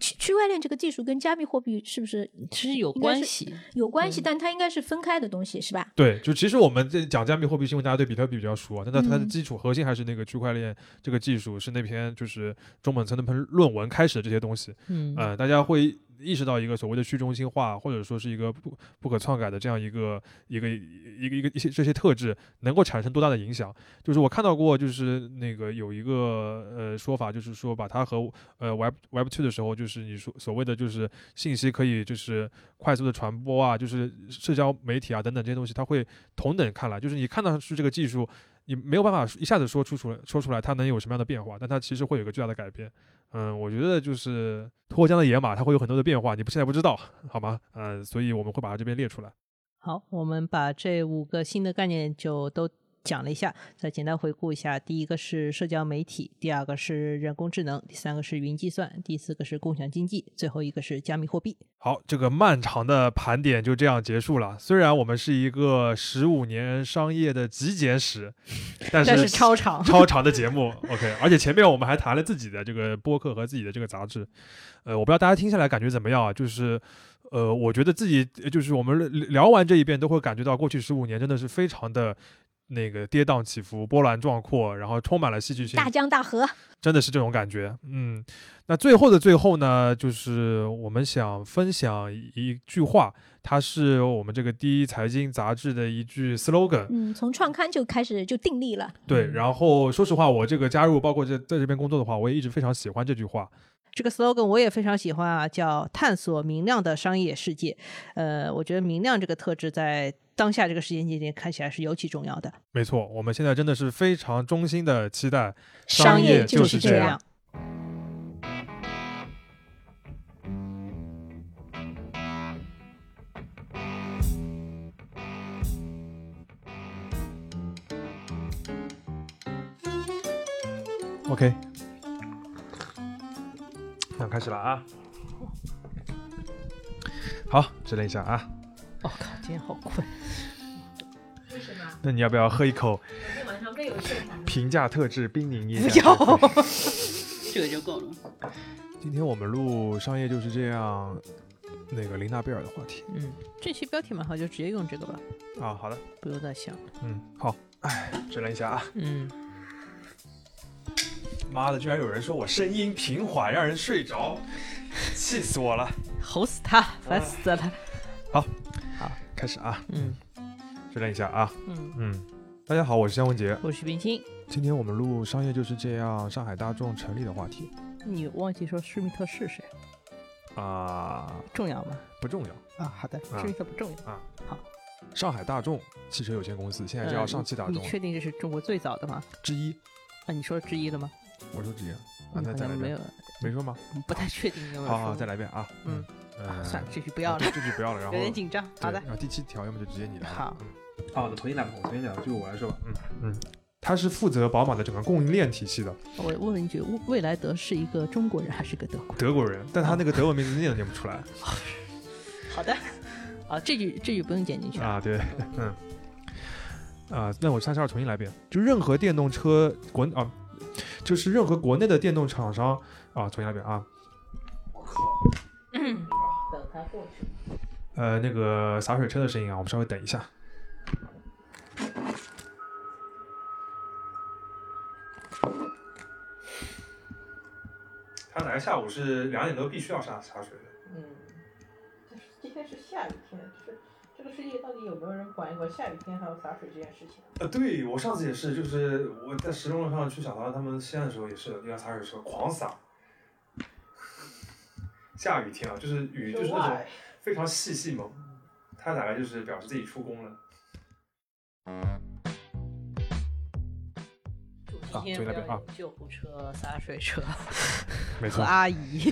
Speaker 3: 区区块链这个技术跟加密货币是不是
Speaker 2: 其实有
Speaker 3: 应该是
Speaker 2: 关系，
Speaker 3: 有关系？
Speaker 2: 对
Speaker 3: 但它应该是分开的东西，是吧？
Speaker 1: 对，就其实我们这讲加密货币是因为大家对比特币比较熟啊，但它它的
Speaker 3: 嗯
Speaker 1: 基础核心还是那个区块链这个技术，是那篇就是中本聪那篇论文开始的这些东西。
Speaker 2: 嗯
Speaker 1: 呃，大家会意识到一个所谓的去中心化，或者说是一个不不可篡改的这样一个一个一个一个一些这些特质能够产生多大的影响。就是我看到过，就是那个有一个呃说法，就是说把它和呃 Web Web Two 的时候，就是你说所谓的就是信息可以就是快速的传播啊，就是社交媒体啊等等这些东西，它会同等看来，就是你看上去这个技术。你没有办法一下子说出出来，说出来它能有什么样的变化，但它其实会有一个巨大的改变。嗯，我觉得就是脱缰的野马，它会有很多的变化，你不现在不知道，好吗？嗯，所以我们会把它这边列出来。
Speaker 2: 好，我们把这五个新的概念就都讲了一下，再简单回顾一下：第一个是社交媒体，第二个是人工智能，第三个是云计算，第四个是共享经济，最后一个是加密货币。
Speaker 1: 好，这个漫长的盘点就这样结束了。虽然我们是一个十五年商业的极简史，但是
Speaker 2: 但是超长，
Speaker 1: 超长的节目，OK。而且前面我们还谈了自己的这个播客和自己的这个杂志，呃，我不知道大家听下来感觉怎么样啊？就是，呃，我觉得自己呃就是我们聊聊完这一遍，都会感觉到过去十五年真的是非常的那个跌宕起伏、波澜壮阔，然后充满了戏剧性，
Speaker 3: 大江大河，
Speaker 1: 真的是这种感觉。嗯，那最后的最后呢，就是我们想分享一句话，它是我们这个第一财经杂志的一句 slogan。
Speaker 3: 嗯，从创刊就开始就定立了。
Speaker 1: 对，
Speaker 2: 嗯
Speaker 1: 然后说实话，我这个加入，包括这在这边工作的话，我也一直非常喜欢这句话。
Speaker 2: 这个 slogan 我也非常喜欢啊，叫“探索明亮的商业世界”。呃，我觉得明亮这个特质在当下这个时间节点看起来是尤其重要的。
Speaker 1: 没错，我们现在真的是非常衷心的期待
Speaker 3: 商
Speaker 1: 业
Speaker 3: 业
Speaker 1: 就是这
Speaker 3: 这
Speaker 1: 样
Speaker 3: 样。
Speaker 1: OK，那开始了啊！好，指令一下啊。
Speaker 2: 我、哦靠，今天好困。
Speaker 1: 那你要不要喝一口
Speaker 2: 晚上没有睡吗？
Speaker 1: 平价特制冰凝 *laughs* 液？
Speaker 2: 不要，这个就够了。
Speaker 1: 今天我们录《商业就是这样》那个琳娜贝尔的话题
Speaker 2: 嗯，这期标题蛮好，就直接用这个吧，
Speaker 1: 啊。好的，
Speaker 2: 不用再想了。
Speaker 1: 嗯，好，哎，指令一下啊。
Speaker 2: 嗯，
Speaker 1: 妈的，居然有人说我声音平缓，让人睡
Speaker 2: *laughs*
Speaker 1: 着，气死我了！
Speaker 2: 吼死他，
Speaker 1: 哎
Speaker 2: 烦死了。
Speaker 1: 开始啊，
Speaker 2: 嗯
Speaker 1: 确认一下啊，
Speaker 2: 嗯，
Speaker 1: 嗯，大家好，我是江文杰，
Speaker 2: 我是冰清。
Speaker 1: 今天我们录《商业就是这样》上海大众成立的话题
Speaker 2: 你忘记说施密特是谁？
Speaker 1: 啊、
Speaker 2: 重要吗？
Speaker 1: 不重要。
Speaker 2: 啊，好的，
Speaker 1: 啊
Speaker 2: 施密特不重要。
Speaker 1: 上海大众汽车有限公司现在叫
Speaker 2: 呃
Speaker 1: 上汽大
Speaker 2: 你
Speaker 1: 众
Speaker 2: 确定这是中国最早的吗？
Speaker 1: 之一，
Speaker 2: 啊，你说之一了吗？
Speaker 1: 我说之一啊，啊
Speaker 2: 嗯
Speaker 1: 那
Speaker 2: 好
Speaker 1: 再
Speaker 2: 像
Speaker 1: 来一
Speaker 2: 没
Speaker 1: 遍，
Speaker 2: 有，
Speaker 1: 没说吗？
Speaker 2: 不太确定你有没有
Speaker 1: 好
Speaker 2: 说
Speaker 1: 好，
Speaker 2: 过
Speaker 1: 再来一遍啊，
Speaker 2: 嗯，
Speaker 1: 呃，
Speaker 2: *laughs* 算了，这句不
Speaker 1: 不
Speaker 2: 要了，
Speaker 1: 这句不要了，然
Speaker 2: 有 *laughs*
Speaker 1: 后
Speaker 2: 点紧张。
Speaker 1: 对
Speaker 2: 好的，
Speaker 1: 然后第七条，要么就直接你来了。
Speaker 2: 好
Speaker 1: 嗯，啊，我重新来吧，我重新来吧，就我来说吧。嗯嗯，他是负责宝马的整个供应链体系的
Speaker 2: 我问问一句，未未来德是一个中国人还是个德国人？
Speaker 1: *laughs* 德国人，但他那个德文名字念都念不出来。
Speaker 2: *laughs* 好的，啊，这句这句不用剪进去。
Speaker 1: 啊，对，嗯， *laughs* 啊，那我下下重新来一遍，就任何电动车国啊，就是任何国内的电动厂商啊，重新来一遍啊。
Speaker 2: 等他过去。
Speaker 1: 呃，那个洒水车的声音啊，我们稍微等一下。他来下午是两点多必须要洒洒水的。
Speaker 2: 嗯，就是今天是下雨天，就是这个世界到底有没有人管一管下雨天还有洒水这件事情？啊
Speaker 1: 呃，对我上次也是，就是我在石钟楼上去小唐他们西安的时候也是，那辆洒水车狂洒。 *laughs* 下雨天啊，就是雨就是那种
Speaker 2: why？
Speaker 1: 非常细细猛，他大概就是表示自己出宫了。
Speaker 2: 今天
Speaker 1: 对
Speaker 2: 不
Speaker 1: 那边
Speaker 2: 要
Speaker 1: 啊
Speaker 2: 有救护车、洒水车
Speaker 1: 没
Speaker 2: 和阿姨。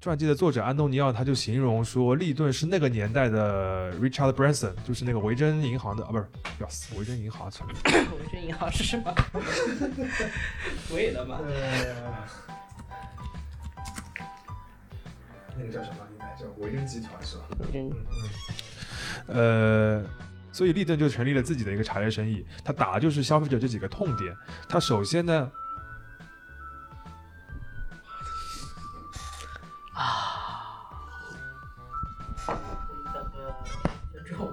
Speaker 1: 传记的作者安东尼奥他就形容说，利顿是那个年代的 Richard Branson，就是那个维珍银行的啊，不是，要死维珍银行去了。
Speaker 2: 我这银行是什么？可以的嘛？
Speaker 1: 呃，那个叫什么？应该叫维珍集团是吧？
Speaker 2: 嗯，
Speaker 1: 呃，所以利顿就成立了自己的一个茶叶生意，他打的就是消费者这几个痛点。他首先呢，
Speaker 2: 等个分钟。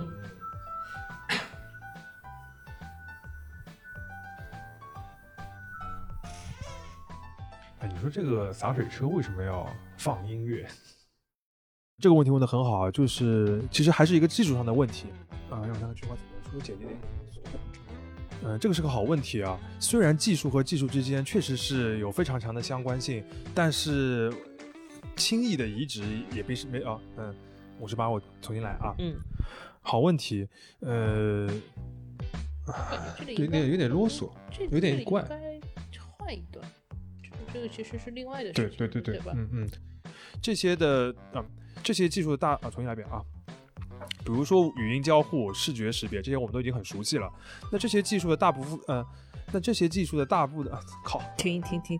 Speaker 1: 哎，你说这个洒水车为什么要放音乐？ *laughs* 这个问题问得很好啊，就是其实还是一个技术上的问题啊。让我看看菊花怎么说简洁点。嗯，这个是个好问题啊。虽然技术和技术之间确实是有非常强的相关性，但是轻易的移植也必是没啊。嗯，五十八，我重新来啊。
Speaker 2: 嗯，
Speaker 1: 好问题，呃，
Speaker 4: 这里应
Speaker 1: 有
Speaker 4: 该
Speaker 1: 点有点啰嗦。
Speaker 4: 这
Speaker 1: 有点
Speaker 4: 这里
Speaker 1: 怪
Speaker 4: 应该换一段，这这个其实是另外的事情，
Speaker 1: 对对对
Speaker 4: 对吧？
Speaker 1: 嗯嗯，这些的啊、这些技术的大啊，重新来一遍啊。比如说语音交互、视觉识别这些，我们都已经很熟悉了。那这些技术的大部分，呃，那这些技术的大部分，啊、靠，
Speaker 2: 停停停停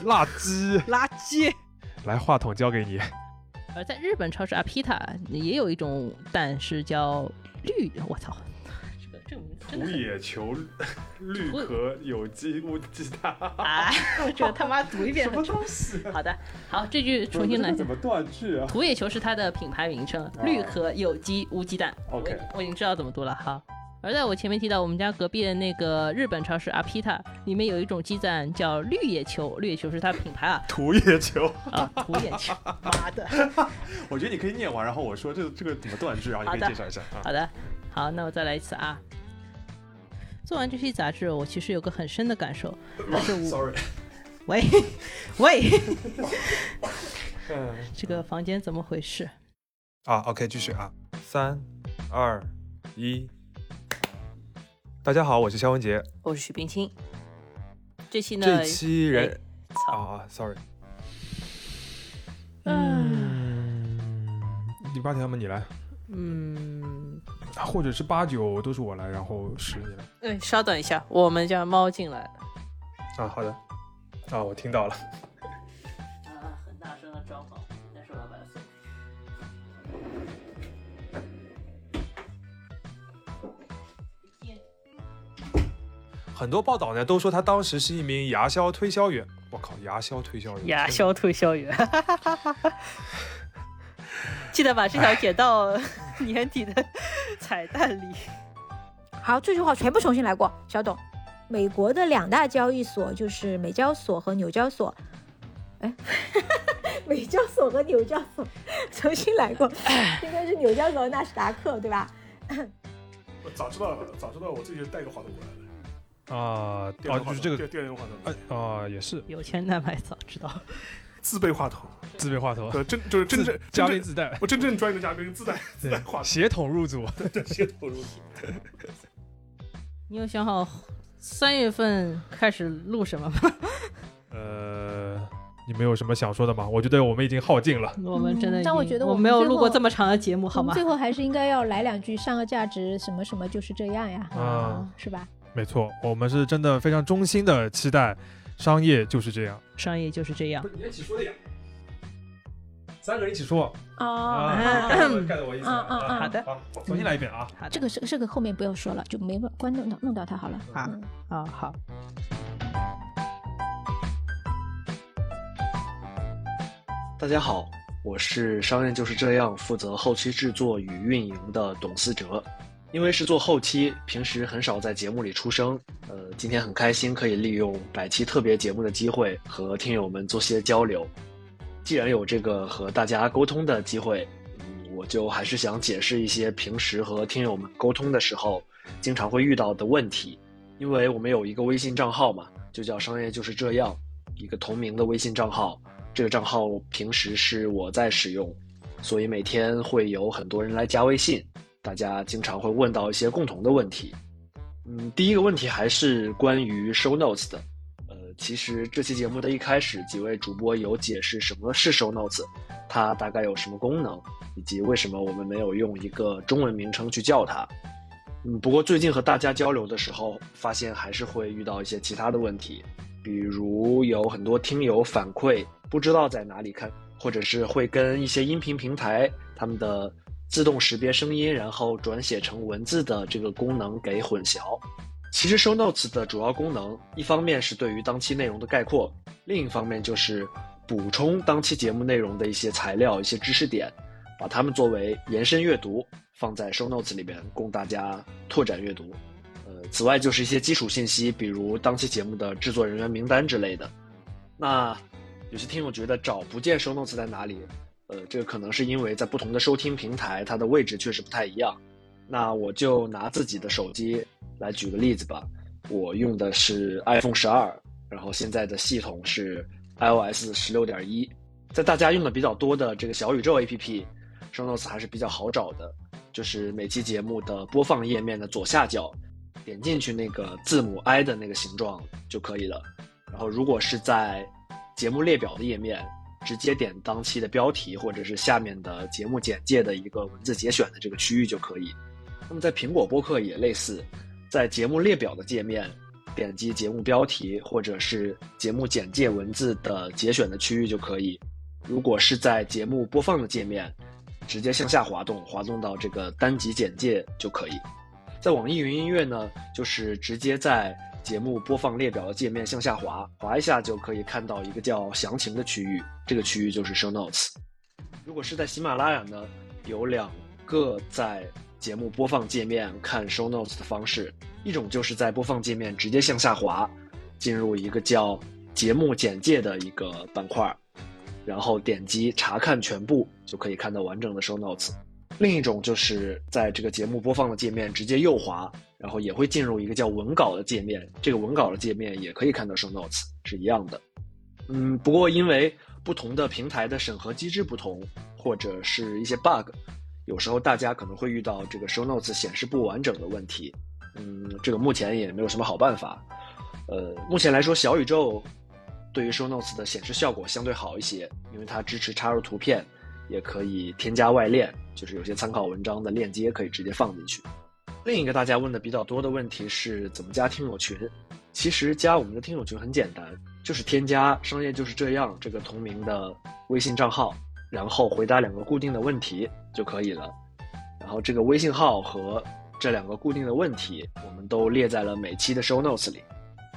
Speaker 2: 停，
Speaker 1: 垃圾，
Speaker 2: 垃圾。
Speaker 1: 来，话筒交给你。
Speaker 2: 而在日本超市阿皮塔也有一种蛋是叫绿，我操，这个这个名字真的很
Speaker 1: 野
Speaker 2: *laughs*
Speaker 1: 球绿
Speaker 2: 土
Speaker 1: 壳有机无机蛋，
Speaker 2: 啊，这个他妈读一遍很丑。
Speaker 1: 西、
Speaker 2: 好的，好，这句 *laughs* 重新
Speaker 1: *laughs*
Speaker 2: 来。
Speaker 1: 么断句啊？
Speaker 2: 土野球是它的品牌名称，绿壳有机无鸡蛋。
Speaker 1: OK
Speaker 2: 我我已经知道怎么读了哈。而在我前面提到我们家隔壁的那个日本超市阿皮塔，里面有一种鸡蛋叫绿野球，绿野球是它的品牌
Speaker 1: *laughs*
Speaker 2: 啊
Speaker 5: 土野球，
Speaker 2: 啊，土野球，妈的。
Speaker 5: 我觉得你可以念完，然后我说这个这个怎么断句，然后
Speaker 2: 好
Speaker 5: 你
Speaker 2: 的
Speaker 5: 可以介绍一下啊。
Speaker 2: 好的，好，那我再来一次啊。做完这期杂志，我其实有个很深的感受，
Speaker 5: *laughs*
Speaker 2: 但是我 *laughs*
Speaker 1: Sorry，
Speaker 2: 喂喂，
Speaker 1: 嗯
Speaker 2: 这个房间怎么回事？
Speaker 1: 啊，OK，继续啊，三、二、一。大家好，我是肖文杰。
Speaker 2: 我是许冰清。这期呢，
Speaker 1: 这期人啊
Speaker 2: 操，
Speaker 1: 啊，sorry，
Speaker 2: 嗯
Speaker 1: 零八条么你来，啊
Speaker 2: 嗯，
Speaker 1: 或者是八九都是我来，然后十你来。
Speaker 2: 哎，稍等一下，我们家猫进来了。
Speaker 1: 啊，好的。啊，我听到了。
Speaker 2: 啊，很大声的招呼，但是我要把它送出
Speaker 1: 很多报道呢都说他当时是一名牙销推销员。我靠，牙销推销员。
Speaker 2: 亚销推销员， *laughs* 记得把这条写到年底的彩蛋里。
Speaker 3: 好，这句话全部重新来过，小董。美国的两大交易所就是美交所和纽交所。哎， *laughs* 美交所和纽交所，重新来过。应该是纽交所和纳斯达克，对吧？
Speaker 6: 我早知道，早知道我自己带个话筒过来的。
Speaker 1: 啊，
Speaker 6: 电
Speaker 1: 啊，
Speaker 6: 动话筒
Speaker 1: 哦就是这个，
Speaker 6: 电电源话筒，
Speaker 1: 哎啊，也是
Speaker 2: 有钱难买早知道。
Speaker 6: 自备话筒，
Speaker 1: 自备话头， *laughs*
Speaker 6: 对，真就是真正
Speaker 1: 哦自
Speaker 6: 真
Speaker 1: 嘉宾
Speaker 6: 正
Speaker 1: 自带，
Speaker 6: 我真正专业的嘉宾
Speaker 1: *laughs*
Speaker 6: 自带自带话筒，
Speaker 1: 血统入组。
Speaker 6: 协同入组。
Speaker 2: 你有想好三月份开始录什么吗？
Speaker 1: 呃，你们有什么想说的吗？我觉得我们已经耗尽了。
Speaker 2: 我们真的已经，
Speaker 3: 但我觉得
Speaker 2: 嗯我
Speaker 3: 我们
Speaker 2: 没有
Speaker 3: 最
Speaker 2: 录
Speaker 3: 后
Speaker 2: 过这么长的节目，好
Speaker 3: 我们
Speaker 2: 吗？
Speaker 3: 嗯最后还是应该要来两句上个价值什么什么就是这样呀，
Speaker 1: 啊，
Speaker 3: 是吧？
Speaker 1: 没错，我们是真的非常衷心的期待，商业就是这样。
Speaker 2: 商业就是这样。
Speaker 1: 是你一起说的呀。三个人一起说
Speaker 3: 哦，
Speaker 1: 啊，盖到我盖到我意思
Speaker 3: 嗯嗯嗯
Speaker 1: 啊。
Speaker 2: 好的，
Speaker 1: 好，重新来一遍啊！
Speaker 2: 好的，
Speaker 3: 这个这个这个后面不要说了，就没关弄到弄到他好了。
Speaker 2: 啊
Speaker 3: 嗯
Speaker 2: 啊好，
Speaker 7: 大家好，我是《商业就是这样》负责后期制作与运营的董思哲。因为是做后期，平时很少在节目里出声。呃，今天很开心可以利用百期特别节目的机会和听友们做些交流。既然有这个和大家沟通的机会，嗯，我就还是想解释一些平时和听友们沟通的时候经常会遇到的问题。因为我们有一个微信账号嘛，就叫“商业就是这样”，一个同名的微信账号。这个账号平时是我在使用，所以每天会有很多人来加微信，大家经常会问到一些共同的问题。嗯，第一个问题还是关于 show notes 的。呃，其实这期节目的一开始，几位主播有解释什么是 show notes，它大概有什么功能，以及为什么我们没有用一个中文名称去叫它。嗯，不过最近和大家交流的时候，发现还是会遇到一些其他的问题，比如有很多听友反馈不知道在哪里看，或者是会跟一些音频平台他们的自动识别声音，然后转写成文字的这个功能给混淆。其实 Show Notes 的主要功能，一方面是对于当期内容的概括，另一方面就是补充当期节目内容的一些材料、一些知识点，把它们作为延伸阅读放在 Show Notes 里边，供大家拓展阅读。呃，此外就是一些基础信息，比如当期节目的制作人员名单之类的。那有些听友觉得找不见 show notes 在哪里，呃，这个可能是因为在不同的收听平台，它的位置确实不太一样。那我就拿自己的手机来举个例子吧，我用的是 iPhone 十二，然后现在的系统是 iOS 十六点一，在大家用的比较多的这个小宇宙 APP，show notes 还是比较好找的，就是每期节目的播放页面的左下角，点进去那个字母 i 的那个形状就可以了。然后如果是在节目列表的页面，直接点当期的标题或者是下面的节目简介的一个文字节选的这个区域就可以。那么在苹果播客也类似，在节目列表的界面点击节目标题或者是节目简介文字的节选的区域就可以。如果是在节目播放的界面，直接向下滑动，滑动到这个单集简介就可以。在网易云音乐呢，就是直接在节目播放列表的界面向下滑，滑一下就可以看到一个叫详情的区域，这个区域就是 show notes。如果是在喜马拉雅呢，有两个在节目播放界面看 show notes 的方式，一种就是在播放界面直接向下滑，进入一个叫节目简介的一个板块，然后点击查看全部，就可以看到完整的 show notes。另一种就是在这个节目播放的界面直接右滑，然后也会进入一个叫文稿的界面，这个文稿的界面也可以看到 show notes 是一样的。嗯，不过因为不同的平台的审核机制不同，或者是一些 bug，有时候大家可能会遇到这个 show notes 显示不完整的问题。嗯，这个目前也没有什么好办法。呃，目前来说，小宇宙对于 show notes 的显示效果相对好一些，因为它支持插入图片，也可以添加外链，就是有些参考文章的链接可以直接放进去。另一个大家问的比较多的问题是怎么加听友群？其实加我们的听友群很简单，就是添加“商业就是这样”这个同名的微信账号，然后回答两个固定的问题就可以了。然后这个微信号和这两个固定的问题，我们都列在了每期的 show notes 里。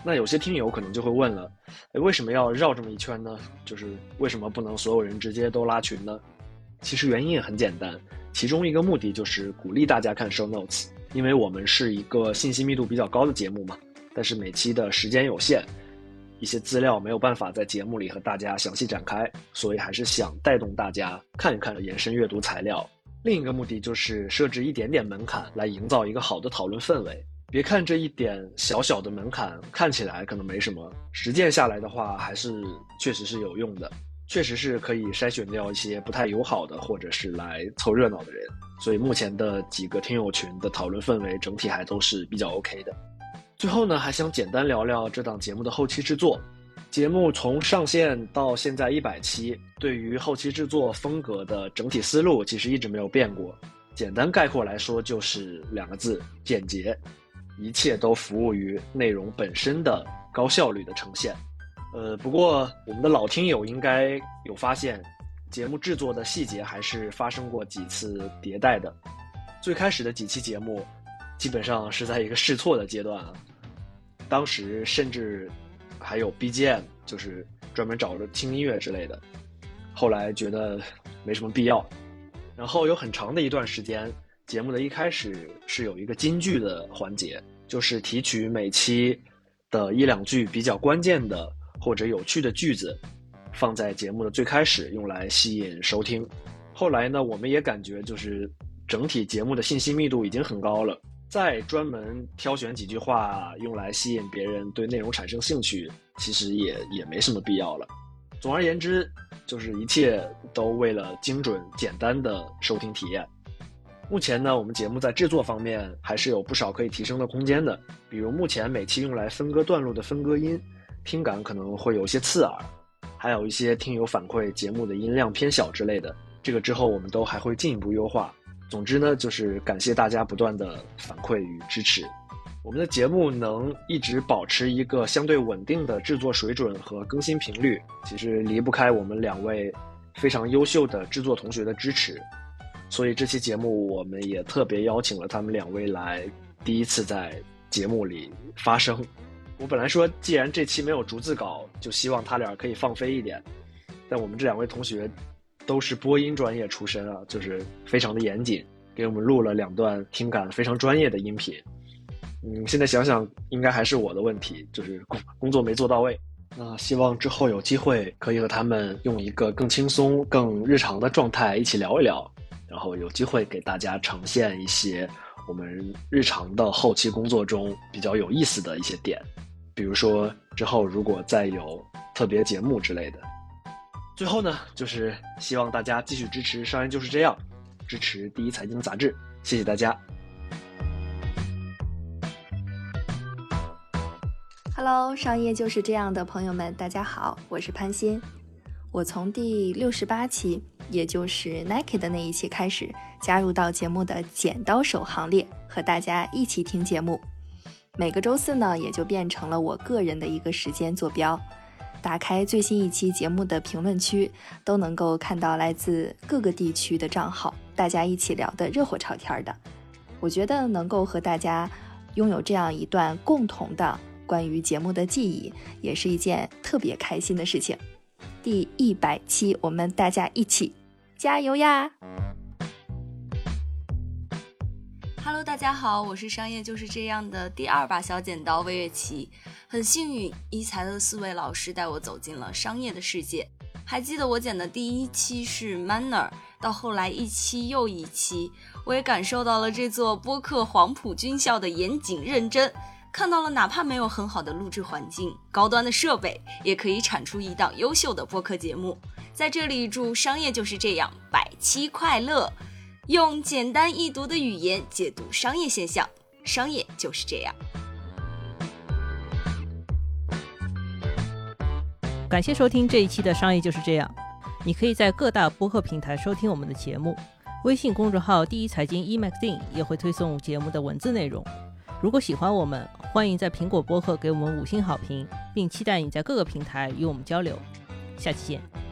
Speaker 7: 那有些听友可能就会问了，诶为什么要绕这么一圈呢？就是为什么不能所有人直接都拉群呢？其实原因也很简单，其中一个目的就是鼓励大家看 show notes，因为我们是一个信息密度比较高的节目嘛，但是每期的时间有限，一些资料没有办法在节目里和大家详细展开，所以还是想带动大家看一看延伸阅读材料。另一个目的就是设置一点点门槛，来营造一个好的讨论氛围。别看这一点小小的门槛看起来可能没什么，实践下来的话，还是确实是有用的，确实是可以筛选掉一些不太友好的或者是来凑热闹的人。所以目前的几个听友群的讨论氛围整体还都是比较 OK 的。最后呢，还想简单聊聊这档节目的后期制作。节目从上线到现在一百期，对于后期制作风格的整体思路其实一直没有变过。简单概括来说，就是两个字：简洁。一切都服务于内容本身的高效率的呈现。呃，不过我们的老听友应该有发现，节目制作的细节还是发生过几次迭代的。最开始的几期节目，基本上是在一个试错的阶段啊。当时甚至还有 BGM，就是专门找着听音乐之类的。后来觉得没什么必要。然后有很长的一段时间，节目的一开始是有一个金句的环节，就是提取每期的一两句比较关键的或者有趣的句子，放在节目的最开始，用来吸引收听。后来呢，我们也感觉就是整体节目的信息密度已经很高了，再专门挑选几句话用来吸引别人对内容产生兴趣，其实也也没什么必要了。总而言之，就是一切都为了精准简单的收听体验。目前呢，我们节目在制作方面还是有不少可以提升的空间的，比如目前每期用来分割段落的分割音，听感可能会有些刺耳，还有一些听友反馈节目的音量偏小之类的，这个之后我们都还会进一步优化。总之呢，就是感谢大家不断的反馈与支持。我们的节目能一直保持一个相对稳定的制作水准和更新频率，其实离不开我们两位非常优秀的制作同学的支持。所以这期节目我们也特别邀请了他们两位来，第一次在节目里发声。我本来说，既然这期没有逐字稿，就希望他俩可以放飞一点。但我们这两位同学都是播音专业出身啊，就是非常的严谨，给我们录了两段听感非常专业的音频。嗯，现在想想，应该还是我的问题，就是工工作没做到位。那希望之后有机会可以和他们用一个更轻松、更日常的状态一起聊一聊，然后有机会给大家呈现一些我们日常的后期工作中比较有意思的一些点，比如说之后如果再有特别节目之类的。最后呢，就是希望大家继续支持《商人就是这样》，支持第一财经杂志，谢谢大家。
Speaker 8: Hello，商业就是这样的朋友们，大家好，我是潘欣。我从第六十八期，也就是 Nike 的那一期开始，加入到节目的剪刀手行列，和大家一起听节目。每个周四呢，也就变成了我个人的一个时间坐标。打开最新一期节目的评论区，都能够看到来自各个地区的账号，大家一起聊得热火朝天的。我觉得能够和大家拥有这样一段共同的关于节目的记忆，也是一件特别开心的事情。第一百期，我们大家一起加油呀！
Speaker 9: Hello，大家好，我是商业就是这样的第二把小剪刀魏月琪。很幸运，一财的四位老师带我走进了商业的世界。还记得我剪的第一期是 Manner，到后来一期又一期，我也感受到了这座播客黄埔军校的严谨认真，看到了哪怕没有很好的录制环境、高端的设备，也可以产出一档优秀的播客节目。在这里，祝商业就是这样百期快乐！用简单易读的语言解读商业现象，商业就是这样。
Speaker 2: 感谢收听这一期的《商业就是这样》，你可以在各大播客平台收听我们的节目，微信公众号“第一财经 eMagazine” 也会推送节目的文字内容。如果喜欢我们，欢迎在苹果播客给我们五星好评，并期待你在各个平台与我们交流。下期见。